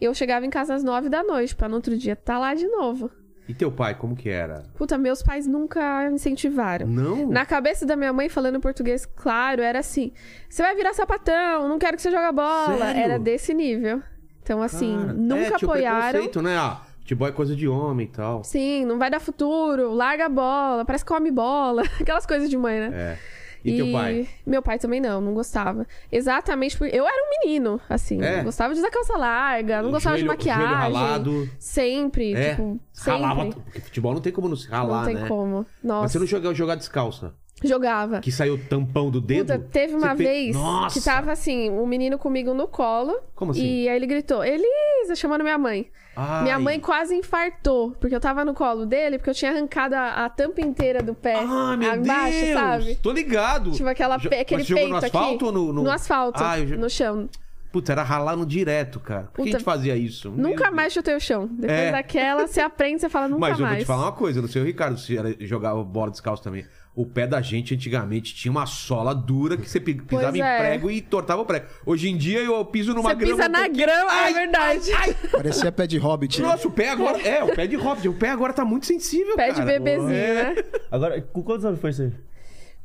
[SPEAKER 3] Eu chegava em casa às nove da noite, pra no outro dia tá lá de novo.
[SPEAKER 1] E teu pai, como que era?
[SPEAKER 3] Puta, meus pais nunca incentivaram.
[SPEAKER 1] Não?
[SPEAKER 3] Na cabeça da minha mãe, falando português, claro, era assim: você vai virar sapatão, não quero que você joga bola.
[SPEAKER 1] Sério?
[SPEAKER 3] Era desse nível. Então, assim,
[SPEAKER 1] Cara,
[SPEAKER 3] nunca
[SPEAKER 1] é, tinha o
[SPEAKER 3] apoiaram.
[SPEAKER 1] preconceito, né? Ah, futebol é coisa de homem e tal.
[SPEAKER 3] Sim, não vai dar futuro, larga a bola, parece que come bola, [laughs] aquelas coisas de mãe, né?
[SPEAKER 1] É. E, teu pai?
[SPEAKER 3] Meu pai também não, não gostava. Exatamente porque eu era um menino, assim.
[SPEAKER 1] É?
[SPEAKER 3] Não gostava de usar calça larga, não gostava de
[SPEAKER 1] Joelho- joelho
[SPEAKER 3] maquiagem.
[SPEAKER 1] ralado.
[SPEAKER 3] Sempre,
[SPEAKER 1] É,
[SPEAKER 3] tipo, sempre.
[SPEAKER 1] ralava. Porque futebol não tem como não se
[SPEAKER 3] não
[SPEAKER 1] ralar,
[SPEAKER 3] tem
[SPEAKER 1] né?
[SPEAKER 3] como. Nossa,
[SPEAKER 1] Mas você não jogava jogar descalça?
[SPEAKER 3] jogava.
[SPEAKER 1] Que saiu o tampão do dedo?
[SPEAKER 3] Puta, teve
[SPEAKER 1] Você
[SPEAKER 3] uma
[SPEAKER 1] pe-
[SPEAKER 3] vez
[SPEAKER 1] Nossa!
[SPEAKER 3] que tava assim, um menino comigo no colo.
[SPEAKER 1] Como assim?
[SPEAKER 3] E aí ele gritou, Elisa, chamando minha mãe.
[SPEAKER 1] Ai.
[SPEAKER 3] Minha mãe quase infartou, porque eu tava no colo dele, porque eu tinha arrancado a, a tampa inteira do pé
[SPEAKER 1] Ah, meu
[SPEAKER 3] abaixo,
[SPEAKER 1] Deus!
[SPEAKER 3] sabe?
[SPEAKER 1] Tô ligado!
[SPEAKER 3] Tipo aquela,
[SPEAKER 1] Jo-
[SPEAKER 3] pe- aquele
[SPEAKER 1] Mas você jogou
[SPEAKER 3] peito
[SPEAKER 1] no asfalto
[SPEAKER 3] aqui.
[SPEAKER 1] ou no...
[SPEAKER 3] No asfalto,
[SPEAKER 1] Ah, eu... jo-
[SPEAKER 3] no chão.
[SPEAKER 1] Puta, era ralar no direto, cara. Por que a
[SPEAKER 3] Puta,
[SPEAKER 1] gente fazia isso? Meu
[SPEAKER 3] Nunca
[SPEAKER 1] Deus.
[SPEAKER 3] mais chutei o chão. Depois
[SPEAKER 1] É.
[SPEAKER 3] daquela, você aprende, você fala nunca
[SPEAKER 1] Mas eu
[SPEAKER 3] mais.
[SPEAKER 1] vou te falar uma coisa, eu não sei o Ricardo se era, jogava bola descalço também. O pé da gente antigamente tinha uma sola dura que você pi- pisava em
[SPEAKER 3] é.
[SPEAKER 1] prego e tortava o prego. Hoje em dia eu piso numa
[SPEAKER 3] Você
[SPEAKER 1] grama.
[SPEAKER 3] pisa
[SPEAKER 1] um
[SPEAKER 3] na
[SPEAKER 1] pouquinho-
[SPEAKER 3] grama,
[SPEAKER 1] Ai,
[SPEAKER 3] é verdade.
[SPEAKER 6] Parecia pé de hobbit. né?
[SPEAKER 1] [laughs] Nossa, o pé agora. É, o pé de hobbit. O pé agora tá muito sensível,
[SPEAKER 3] Pé de
[SPEAKER 1] cara.
[SPEAKER 3] bebezinho,
[SPEAKER 1] É.
[SPEAKER 3] né?
[SPEAKER 4] Agora, com quantos anos foi isso aí?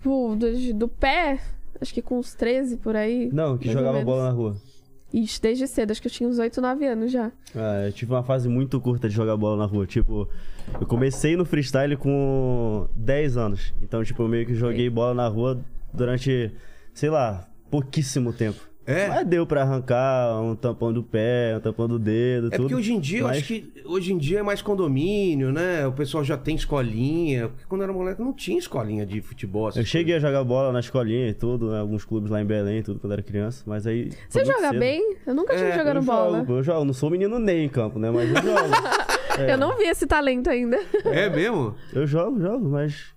[SPEAKER 3] Pô, do, do pé, acho que com uns 13 por aí.
[SPEAKER 4] Não, que
[SPEAKER 3] mais ou
[SPEAKER 4] jogava
[SPEAKER 3] menos.
[SPEAKER 4] bola na rua.
[SPEAKER 3] Ixi, desde cedo, acho que eu tinha uns 8, 9 anos já.
[SPEAKER 4] Ah, eu tive uma fase muito curta de jogar bola na rua. Tipo, eu comecei no freestyle com 10 anos. Então, tipo, eu meio que joguei bola na rua durante, sei lá, pouquíssimo tempo.
[SPEAKER 1] É?
[SPEAKER 4] Mas deu pra arrancar um tampão do pé, um tampão do dedo,
[SPEAKER 1] É
[SPEAKER 4] tudo.
[SPEAKER 1] porque hoje em dia, eu
[SPEAKER 4] Mas
[SPEAKER 1] acho que hoje em dia é mais condomínio, né? O pessoal já tem escolinha. Porque quando eu era moleque não tinha escolinha de futebol. essas
[SPEAKER 4] Eu cheguei a jogar bola na escolinha e tudo, né, alguns clubes lá em Belém, e tudo, quando era criança. Mas aí. foi
[SPEAKER 3] Você
[SPEAKER 4] muito
[SPEAKER 3] joga
[SPEAKER 4] cedo.
[SPEAKER 3] bem? Eu nunca tive
[SPEAKER 1] É,
[SPEAKER 3] jogando
[SPEAKER 4] eu
[SPEAKER 3] bola.
[SPEAKER 4] Jogo, eu jogo, não sou um menino nem em campo, né? Mas eu jogo.
[SPEAKER 3] [laughs] Eu não vi esse talento ainda.
[SPEAKER 1] coisas. É mesmo?
[SPEAKER 4] Eu jogo, jogo, mas.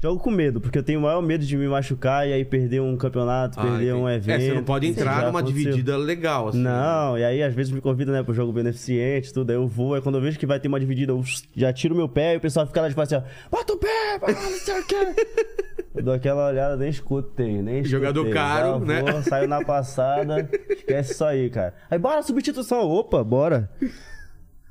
[SPEAKER 4] Jogo com medo, porque eu tenho o maior medo de me machucar e aí perder um campeonato,
[SPEAKER 1] Ah,
[SPEAKER 4] perder um
[SPEAKER 1] entendi.
[SPEAKER 4] evento.
[SPEAKER 1] É, você não pode entrar
[SPEAKER 4] Já
[SPEAKER 1] numa
[SPEAKER 4] aconteceu.
[SPEAKER 1] dividida legal, assim.
[SPEAKER 4] Não, e aí às vezes me convida, né, pro jogo beneficente, tudo, aí eu vou, aí quando eu vejo que vai ter uma dividida, eu já tiro meu pé e o pessoal fica lá de fora assim, ó, bota o pé, pá, não sei
[SPEAKER 1] [laughs]
[SPEAKER 4] o quê. Eu dou aquela olhada, nem escutei, nem escutei.
[SPEAKER 1] Jogador
[SPEAKER 4] Já
[SPEAKER 1] caro,
[SPEAKER 4] vou,
[SPEAKER 1] né?
[SPEAKER 4] Saiu na passada, esquece isso aí, cara. Aí bora, substituição, opa, bora.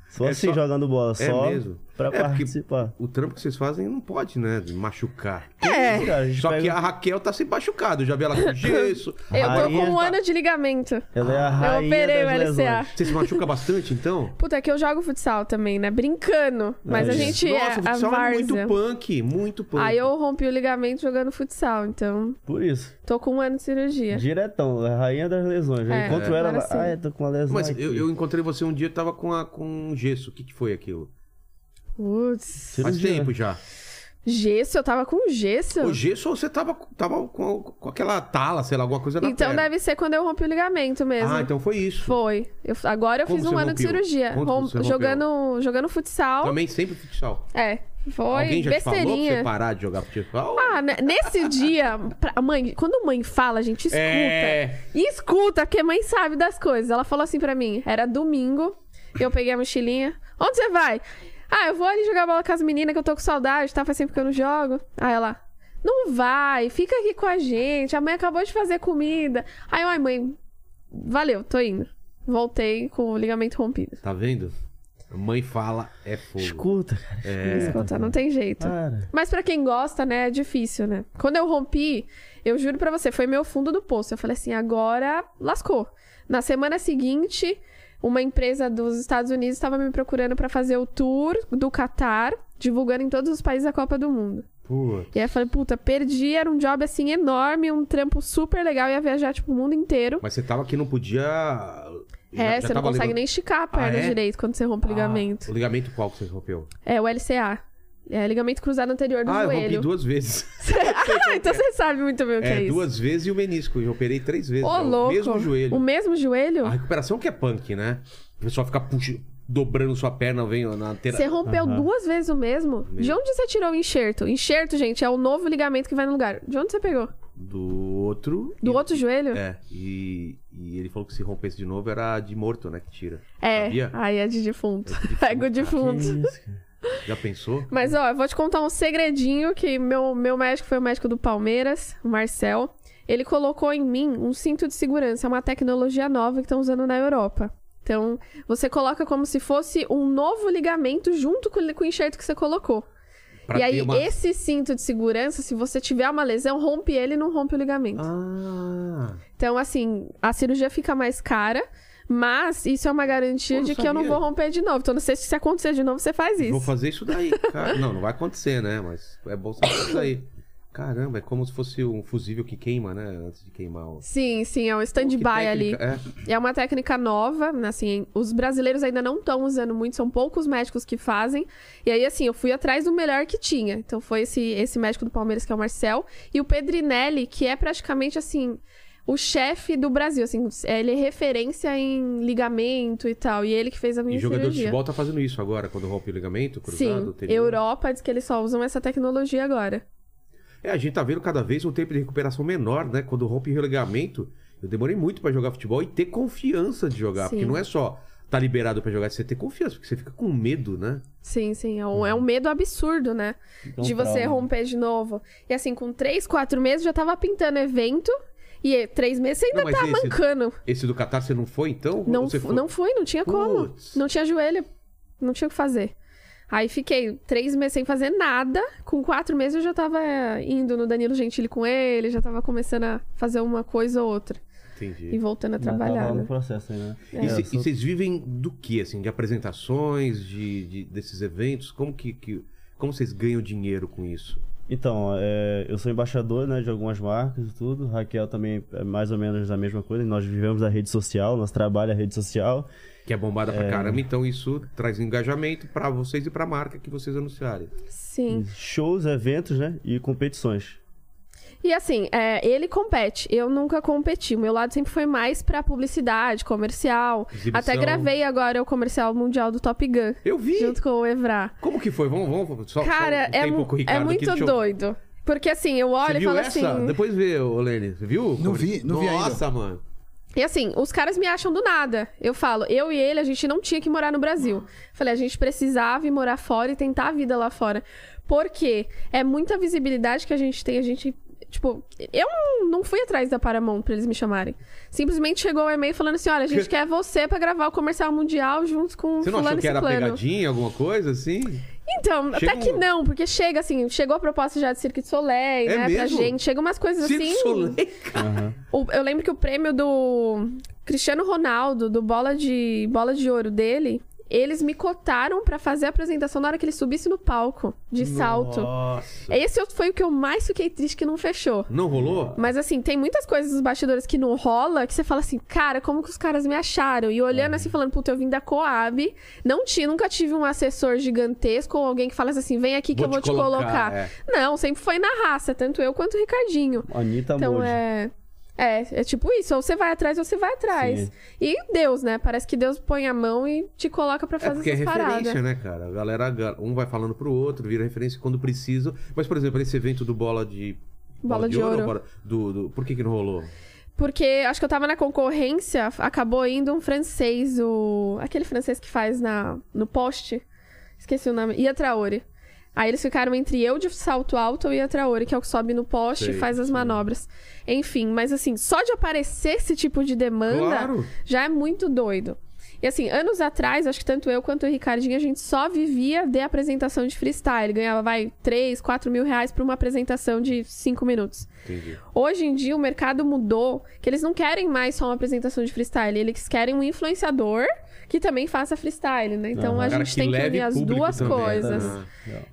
[SPEAKER 4] Só
[SPEAKER 1] É
[SPEAKER 4] assim
[SPEAKER 1] só-
[SPEAKER 4] jogando bola,
[SPEAKER 1] É
[SPEAKER 4] só
[SPEAKER 1] mesmo?
[SPEAKER 4] pra
[SPEAKER 1] É, porque-
[SPEAKER 4] participar.
[SPEAKER 1] O trampo que vocês fazem não pode, né? Machucar.
[SPEAKER 4] É, cara, a gente
[SPEAKER 1] Só
[SPEAKER 4] pega-
[SPEAKER 1] que a Raquel tá sempre machucada. Eu já vi ela com
[SPEAKER 4] [laughs]
[SPEAKER 1] gesso.
[SPEAKER 3] Eu tô com
[SPEAKER 4] Rainha
[SPEAKER 3] um
[SPEAKER 4] da-
[SPEAKER 3] ano de ligamento.
[SPEAKER 4] Ela é a rainha
[SPEAKER 3] Eu operei o
[SPEAKER 4] das
[SPEAKER 3] LCA.
[SPEAKER 4] lesões.
[SPEAKER 1] Você se machuca bastante, então?
[SPEAKER 3] Puta, é que eu jogo futsal também, né? Brincando. Mas a
[SPEAKER 4] Aí.
[SPEAKER 3] gente
[SPEAKER 1] Nossa, o
[SPEAKER 3] é a
[SPEAKER 1] futsal é muito
[SPEAKER 3] várzea.
[SPEAKER 1] punk, muito punk.
[SPEAKER 3] Aí eu rompi o ligamento jogando futsal, então
[SPEAKER 4] Por isso.
[SPEAKER 3] tô com um ano de cirurgia.
[SPEAKER 4] Diretão, a rainha das lesões. Eu
[SPEAKER 3] É,
[SPEAKER 4] encontro ela,
[SPEAKER 3] agora
[SPEAKER 4] ela,
[SPEAKER 3] sim.
[SPEAKER 4] ah, eu tô com uma lesão.
[SPEAKER 1] Mas
[SPEAKER 4] aqui."
[SPEAKER 1] eu, eu encontrei você um dia, tava com, a, com gesso. O que, que foi aquilo?
[SPEAKER 3] Putz.
[SPEAKER 1] Faz
[SPEAKER 4] Cirurgia.
[SPEAKER 1] tempo já.
[SPEAKER 3] Gesso? Eu tava com gesso?
[SPEAKER 1] O gesso você tava, tava com, com aquela tala, sei lá, alguma coisa na
[SPEAKER 3] Então
[SPEAKER 1] é perna.
[SPEAKER 3] deve ser quando eu rompi o ligamento mesmo.
[SPEAKER 1] Ah, então foi isso.
[SPEAKER 3] Foi. Eu- agora eu
[SPEAKER 1] Como
[SPEAKER 3] fiz
[SPEAKER 1] você
[SPEAKER 3] um ano de
[SPEAKER 1] rompeu?
[SPEAKER 3] cirurgia.
[SPEAKER 1] Quando
[SPEAKER 3] Rom-
[SPEAKER 1] você rompeu?
[SPEAKER 3] jogando, jogando futsal.
[SPEAKER 1] Também sempre futsal.
[SPEAKER 3] É. Foi
[SPEAKER 1] Alguém já te falou pra
[SPEAKER 3] besteirinha.
[SPEAKER 1] você parar de jogar futsal?
[SPEAKER 3] Ah, né? nesse dia, pra- mãe, quando mãe fala, a gente escuta.
[SPEAKER 1] É.
[SPEAKER 3] E escuta, porque mãe sabe das coisas. Ela falou assim pra mim, era domingo, Eu peguei a mochilinha. Onde você vai? Ah, eu vou ali jogar bola com as meninas que eu tô com saudade, tá? Faz tempo que eu não jogo. Aí ela, não vai, fica aqui com a gente. A mãe acabou de fazer comida. Aí, eu, ai, mãe, valeu, tô indo. Voltei com o ligamento rompido.
[SPEAKER 1] Tá vendo? A mãe fala, é fogo.
[SPEAKER 4] Escuta, cara.
[SPEAKER 1] É.
[SPEAKER 3] Escuta, não tem jeito.
[SPEAKER 4] Para.
[SPEAKER 3] Mas pra quem gosta, né, é difícil, né? Quando eu rompi, eu juro pra você, foi meu fundo do poço. Eu falei assim, agora lascou. Na semana seguinte, uma empresa dos Estados Unidos estava me procurando pra fazer o tour do Catar, divulgando em todos os países a Copa do Mundo.
[SPEAKER 1] Putz.
[SPEAKER 3] E aí eu falei, puta, perdi, era um job assim enorme, um trampo super legal, ia viajar tipo o mundo inteiro.
[SPEAKER 1] Mas você tava que não podia. já-
[SPEAKER 3] é,
[SPEAKER 1] já
[SPEAKER 3] você não
[SPEAKER 1] tava
[SPEAKER 3] consegue
[SPEAKER 1] levando-
[SPEAKER 3] nem esticar a perna
[SPEAKER 1] Ah, é?
[SPEAKER 3] direito quando você rompe o ligamento.
[SPEAKER 1] Ah, o ligamento qual que você rompeu?
[SPEAKER 3] É o LCA. É ligamento cruzado anterior do
[SPEAKER 1] ah, eu rompi
[SPEAKER 3] joelho.
[SPEAKER 1] duas vezes.
[SPEAKER 3] então você sabe muito bem o que é,
[SPEAKER 1] É,
[SPEAKER 3] isso.
[SPEAKER 1] duas vezes e o menisco. Eu operei três vezes.
[SPEAKER 3] Ô,
[SPEAKER 1] já,
[SPEAKER 3] louco.
[SPEAKER 1] O mesmo joelho.
[SPEAKER 3] O mesmo joelho?
[SPEAKER 1] A recuperação que é punk, né? O pessoal fica puxa, dobrando sua perna, vem na
[SPEAKER 3] Você
[SPEAKER 1] terapia.
[SPEAKER 3] rompeu duas vezes o mesmo? De onde você tirou o enxerto? Enxerto, gente, é o novo ligamento que vai no lugar. De onde você pegou?
[SPEAKER 1] Do outro.
[SPEAKER 3] Do outro joelho?
[SPEAKER 1] É. E, e ele falou que se rompesse de novo era de morto, né? Que tira.
[SPEAKER 3] É.
[SPEAKER 1] Sabia?
[SPEAKER 3] Aí é de defunto. [laughs] Pega o
[SPEAKER 4] Que
[SPEAKER 3] defunto.
[SPEAKER 4] isso, cara.
[SPEAKER 1] Já pensou?
[SPEAKER 3] Mas, ó, eu vou te contar um segredinho que meu, meu médico foi o médico do Palmeiras, o Marcel. Ele colocou em mim um cinto de segurança, é uma tecnologia nova que estão usando na Europa. Então, você coloca como se fosse um novo ligamento junto com, com o enxerto que você colocou.
[SPEAKER 1] Pra
[SPEAKER 3] e aí,
[SPEAKER 1] ter uma-
[SPEAKER 3] esse cinto de segurança, se você tiver uma lesão, rompe ele e não rompe o ligamento.
[SPEAKER 1] Ah.
[SPEAKER 3] Então, assim, a cirurgia fica mais cara, mas isso é uma garantia
[SPEAKER 1] Pô, não
[SPEAKER 3] de que eu não
[SPEAKER 1] sabia.
[SPEAKER 3] vou romper de novo. Então, não sei se se acontecer de novo, você faz isso.
[SPEAKER 1] Vou fazer isso daí, cara. Não, não vai acontecer, né? Mas é bom saber isso daí. Caramba, é como se fosse um fusível que queima, né? Antes de queimar o.
[SPEAKER 3] Sim, sim, é um
[SPEAKER 1] Que
[SPEAKER 3] stand-by ali.
[SPEAKER 1] técnica- É.
[SPEAKER 3] É uma técnica nova, né, assim, os brasileiros ainda não estão usando muito, são poucos médicos que fazem. E aí, assim, eu fui atrás do melhor que tinha. Então foi esse, esse médico do Palmeiras, que é o Marcel, e o Pedrinelli, que é praticamente, assim, o chefe do Brasil, assim, ele é referência em ligamento e tal, e ele que fez a minha
[SPEAKER 1] E jogador de
[SPEAKER 3] cirurgia.
[SPEAKER 1] futebol tá fazendo isso agora, quando rompe o ligamento, cruzado,
[SPEAKER 3] é.
[SPEAKER 1] né?
[SPEAKER 3] Sim,
[SPEAKER 1] anterior.
[SPEAKER 3] Europa diz que eles só usam essa tecnologia agora.
[SPEAKER 1] É, a gente tá vendo cada vez um tempo de recuperação menor, né? Quando rompe o ligamento, eu demorei muito pra jogar futebol e ter confiança de jogar.
[SPEAKER 3] Sim.
[SPEAKER 1] Porque não é só tá liberado pra jogar, você ter confiança, porque você fica com medo, né?
[SPEAKER 3] Sim, sim, é um, é um medo absurdo, né?
[SPEAKER 4] Então, [laughs]
[SPEAKER 3] de você
[SPEAKER 4] trauma.
[SPEAKER 3] romper de novo. E assim, com três, quatro meses, já tava pintando evento. E eh, três meses você ainda
[SPEAKER 1] Não, mas
[SPEAKER 3] tá
[SPEAKER 1] esse-
[SPEAKER 3] mancando.
[SPEAKER 1] Esse do Qatar você não foi, então? Ou
[SPEAKER 3] Não,
[SPEAKER 1] você
[SPEAKER 3] fu- não fui, não tinha como.
[SPEAKER 1] Putz.
[SPEAKER 3] Não tinha joelho, não tinha o que fazer. Aí fiquei três meses sem fazer nada. Com quatro meses eu já tava eh, indo no Danilo Gentili com ele, já tava começando a fazer uma coisa ou outra. E
[SPEAKER 1] Entendi.
[SPEAKER 3] voltando a
[SPEAKER 4] Já tava
[SPEAKER 3] trabalhar.
[SPEAKER 4] no
[SPEAKER 1] um-
[SPEAKER 3] né?
[SPEAKER 4] processo ainda, né?
[SPEAKER 1] E
[SPEAKER 4] É, eu
[SPEAKER 1] cê- e
[SPEAKER 4] sou-
[SPEAKER 1] vocês vivem do que, assim? De apresentações, de, de- desses eventos? Como que, que- como vocês ganham dinheiro com isso?
[SPEAKER 4] Então, é, eu sou embaixador né, de algumas marcas e tudo. Raquel também é mais ou menos a mesma coisa. Nós vivemos da rede social, nosso trabalho é rede social.
[SPEAKER 1] Que é bombada pra caramba, então isso traz engajamento pra vocês e pra marca que vocês anunciarem.
[SPEAKER 3] Sim.
[SPEAKER 4] Shows, eventos, né? E competições.
[SPEAKER 3] E assim, é, ele compete. Eu nunca competi. O meu lado sempre foi mais pra publicidade, comercial.
[SPEAKER 1] Exibição.
[SPEAKER 3] Até gravei agora o comercial mundial do Top Gun,
[SPEAKER 1] Eu vi!
[SPEAKER 3] junto com o Evra.
[SPEAKER 1] Como que foi? Vamos, vamos. Só,
[SPEAKER 3] Cara,
[SPEAKER 1] só um
[SPEAKER 3] é,
[SPEAKER 1] tempo
[SPEAKER 3] mu-
[SPEAKER 1] com o
[SPEAKER 3] é
[SPEAKER 1] Ricardo aqui,
[SPEAKER 3] muito
[SPEAKER 1] deixa eu-
[SPEAKER 3] doido. Porque assim, eu olho
[SPEAKER 1] Você
[SPEAKER 3] e
[SPEAKER 1] viu
[SPEAKER 3] falo
[SPEAKER 1] essa?
[SPEAKER 3] assim.
[SPEAKER 1] Depois vê, ô, Lene. Você viu?
[SPEAKER 6] Não vi, não vi ainda.
[SPEAKER 1] Nossa, mano.
[SPEAKER 3] E assim, os caras me acham do nada. Eu falo, eu e ele, a gente não tinha que morar no Brasil. Falei, a gente precisava ir morar fora e tentar a vida lá fora. Porque é muita visibilidade que a gente tem, a gente. Tipo, eu não- não fui atrás da Paramount pra eles me chamarem. Simplesmente chegou um e-mail falando assim: olha, a gente quer você pra gravar o comercial mundial junto com
[SPEAKER 1] Você não
[SPEAKER 3] fulano
[SPEAKER 1] achou
[SPEAKER 3] e
[SPEAKER 1] que era
[SPEAKER 3] Um ciclano."
[SPEAKER 1] pegadinha, alguma coisa assim?
[SPEAKER 3] Então,
[SPEAKER 1] Chega
[SPEAKER 3] até que
[SPEAKER 1] um-
[SPEAKER 3] não, porque chega assim, chegou a proposta já de Cirque du Soleil,
[SPEAKER 1] É
[SPEAKER 3] né, pra
[SPEAKER 1] mesmo?
[SPEAKER 3] gente. Chega umas coisas
[SPEAKER 1] Cirque
[SPEAKER 3] assim.
[SPEAKER 1] du Soleil.
[SPEAKER 3] O- eu lembro que o prêmio do Cristiano Ronaldo, do bola de, bola de ouro dele, eles me cotaram pra fazer a apresentação na hora que ele subisse no palco, de salto.
[SPEAKER 1] Nossa.
[SPEAKER 3] Esse eu- foi o que eu mais fiquei triste que não fechou.
[SPEAKER 1] Não rolou?
[SPEAKER 3] Mas assim, tem muitas coisas dos bastidores que não rola, que você fala assim, cara, como que os caras me acharam? E olhando assim, falando, puta, eu vim da Coab, não tinha, nunca tive um assessor gigantesco ou alguém que falasse assim, vem aqui que eu vou te colocar.
[SPEAKER 1] é.
[SPEAKER 3] Não, sempre foi na raça, tanto eu quanto o Ricardinho.
[SPEAKER 4] Anitta
[SPEAKER 3] Então
[SPEAKER 4] Moji.
[SPEAKER 3] é. É, é tipo isso, ou você vai atrás ou você vai atrás.
[SPEAKER 4] Sim.
[SPEAKER 3] E Deus, né? Parece que Deus põe a mão e te coloca pra
[SPEAKER 1] É
[SPEAKER 3] fazer
[SPEAKER 1] porque é
[SPEAKER 3] essas
[SPEAKER 1] referência,
[SPEAKER 3] paradas.
[SPEAKER 1] né, cara? A galera, ga- um vai falando pro outro, vira referência quando precisa. Mas, por exemplo, esse evento do Bola de.
[SPEAKER 3] Bola de Ouro.
[SPEAKER 1] ou bola- do, do- Por que que não rolou?
[SPEAKER 3] Porque acho que eu tava na concorrência, acabou indo um francês, o. Aquele francês que faz na... no poste. Esqueci o nome. Ia Traore. Aí eles ficaram entre eu de salto alto e a Traore, que é o que sobe no poste
[SPEAKER 1] Sei,
[SPEAKER 3] e faz as
[SPEAKER 1] sei.
[SPEAKER 3] manobras. Enfim, mas assim, só de aparecer esse tipo de demanda
[SPEAKER 1] Claro.
[SPEAKER 3] já é muito doido. E assim, anos atrás, acho que tanto eu quanto o Ricardinho, a gente só vivia de apresentação de freestyle. Ganhava, vai, 3, 4 mil reais pra uma apresentação de 5 minutos.
[SPEAKER 1] Entendi.
[SPEAKER 3] Hoje em dia o mercado mudou, que eles não querem mais só uma apresentação de freestyle, eles querem um influenciador que também faça freestyle, né? Então a
[SPEAKER 1] Cara
[SPEAKER 3] gente tem que
[SPEAKER 1] leve
[SPEAKER 3] unir as
[SPEAKER 1] público
[SPEAKER 3] duas
[SPEAKER 1] também.
[SPEAKER 3] coisas.
[SPEAKER 1] Ah,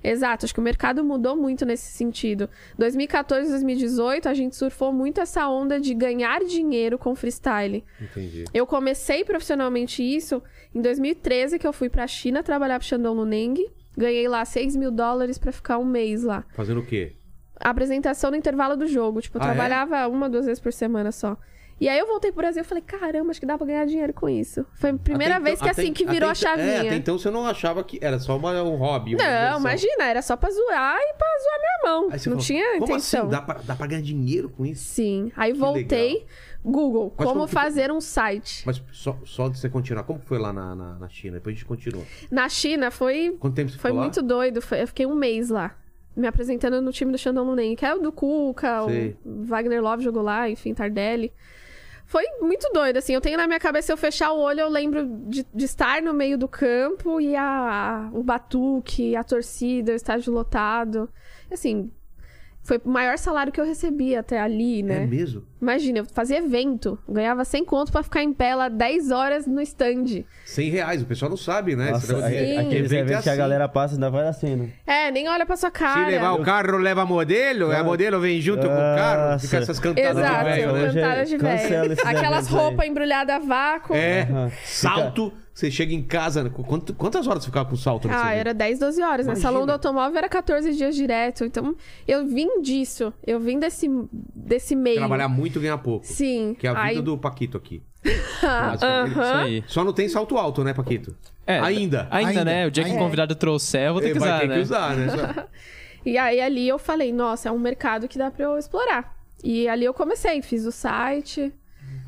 [SPEAKER 3] Exato, acho que o mercado mudou muito nesse sentido. 2014, 2018, a gente surfou muito essa onda de ganhar dinheiro com freestyle.
[SPEAKER 1] entendi.
[SPEAKER 3] Eu comecei profissionalmente isso em 2013, que eu fui pra China trabalhar pro Shandong Luneng. Ganhei lá 6 mil dólares pra ficar um mês lá
[SPEAKER 1] Fazendo o quê?
[SPEAKER 3] a apresentação no intervalo do jogo. Tipo, eu
[SPEAKER 1] Ah, é?
[SPEAKER 3] trabalhava uma, duas vezes por semana só. E aí eu voltei pro Brasil e falei, caramba, acho que dá pra ganhar dinheiro com isso. Foi a primeira
[SPEAKER 1] Até
[SPEAKER 3] vez que
[SPEAKER 1] então-
[SPEAKER 3] assim que
[SPEAKER 1] até-
[SPEAKER 3] virou a
[SPEAKER 1] até- é,
[SPEAKER 3] chavinha.
[SPEAKER 1] até então você não achava que era só uma, um hobby. uma
[SPEAKER 3] não,
[SPEAKER 1] diversão.
[SPEAKER 3] imagina, era só pra zoar e pra zoar meu irmão.
[SPEAKER 1] Aí você
[SPEAKER 3] Não
[SPEAKER 1] falou,
[SPEAKER 3] tinha
[SPEAKER 1] Como
[SPEAKER 3] intenção.
[SPEAKER 1] assim? Dá pra, dá pra ganhar dinheiro com isso?
[SPEAKER 3] Sim. Aí então. voltei,
[SPEAKER 1] legal.
[SPEAKER 3] Google,
[SPEAKER 1] Mas como
[SPEAKER 3] como
[SPEAKER 1] que-
[SPEAKER 3] fazer um site.
[SPEAKER 1] Mas só, só de você continuar. Como que foi lá na, na, na China? Depois a gente continua.
[SPEAKER 3] Na China foi
[SPEAKER 1] Quanto tempo você
[SPEAKER 3] Foi
[SPEAKER 1] ficou lá?
[SPEAKER 3] muito doido. foi- eu fiquei um mês lá. Me apresentando no time do Shandong Luneng, que é o do Cuca,
[SPEAKER 1] Sei.
[SPEAKER 3] o Wagner Love jogou lá, enfim, Tardelli. Foi muito doido, assim. Eu tenho na minha cabeça, se eu fechar o olho, eu lembro de, de estar no meio do campo e a, a- o batuque, a torcida, o estádio lotado. Assim, foi o maior salário que eu recebi até ali, né?
[SPEAKER 1] É mesmo?
[SPEAKER 3] Imagina, eu fazia evento, ganhava 100 conto pra ficar em pé lá 10 horas no stand.
[SPEAKER 1] 100 reais. O pessoal não sabe, né? Esse
[SPEAKER 4] Nossa,
[SPEAKER 1] negócio de-
[SPEAKER 4] aque- aqueles
[SPEAKER 1] evento é
[SPEAKER 4] eventos que a
[SPEAKER 1] assim.
[SPEAKER 4] galera passa ainda vai assim, né?
[SPEAKER 3] É, nem olha pra sua
[SPEAKER 1] Se
[SPEAKER 3] cara.
[SPEAKER 1] levar um o carro, leva modelo. É modelo, vem junto com o carro. Fica
[SPEAKER 4] Ah. Nossa.
[SPEAKER 1] essas cantadas
[SPEAKER 3] Exato,
[SPEAKER 1] de velho, né?
[SPEAKER 4] Hoje é-
[SPEAKER 3] cantada de
[SPEAKER 4] cancela
[SPEAKER 3] velho.
[SPEAKER 4] esses
[SPEAKER 3] Aquelas
[SPEAKER 4] eventos aí.
[SPEAKER 3] roupas embrulhadas a vácuo.
[SPEAKER 1] É.
[SPEAKER 4] Aham.
[SPEAKER 1] Salto. Você chega em casa. né? Quanto- quantas horas você ficava com salto nesse
[SPEAKER 3] Ah,
[SPEAKER 1] evento?
[SPEAKER 3] era 10, 12 horas, né?
[SPEAKER 1] Imagina.
[SPEAKER 3] Salão do automóvel era 14 dias direto. Então, eu vim disso. Eu vim desse, desse meio.
[SPEAKER 1] Trabalhar muito e ganhar pouco.
[SPEAKER 3] Sim.
[SPEAKER 1] Que é a vida
[SPEAKER 3] Aí- [laughs]
[SPEAKER 1] do Paquito aqui.
[SPEAKER 5] Isso aí.
[SPEAKER 1] Só não tem salto alto, né, Paquito?
[SPEAKER 5] É,
[SPEAKER 1] Ainda. É,
[SPEAKER 5] Ainda,
[SPEAKER 6] Ainda.
[SPEAKER 5] né? O dia que o
[SPEAKER 6] Ainda.
[SPEAKER 5] convidado trouxer, eu vou ter que
[SPEAKER 1] Vai
[SPEAKER 5] usar,
[SPEAKER 1] ter
[SPEAKER 5] né?
[SPEAKER 1] que usar, né? Só-
[SPEAKER 3] E aí ali eu falei, nossa, é um mercado que dá pra eu explorar. E ali eu comecei, fiz o site.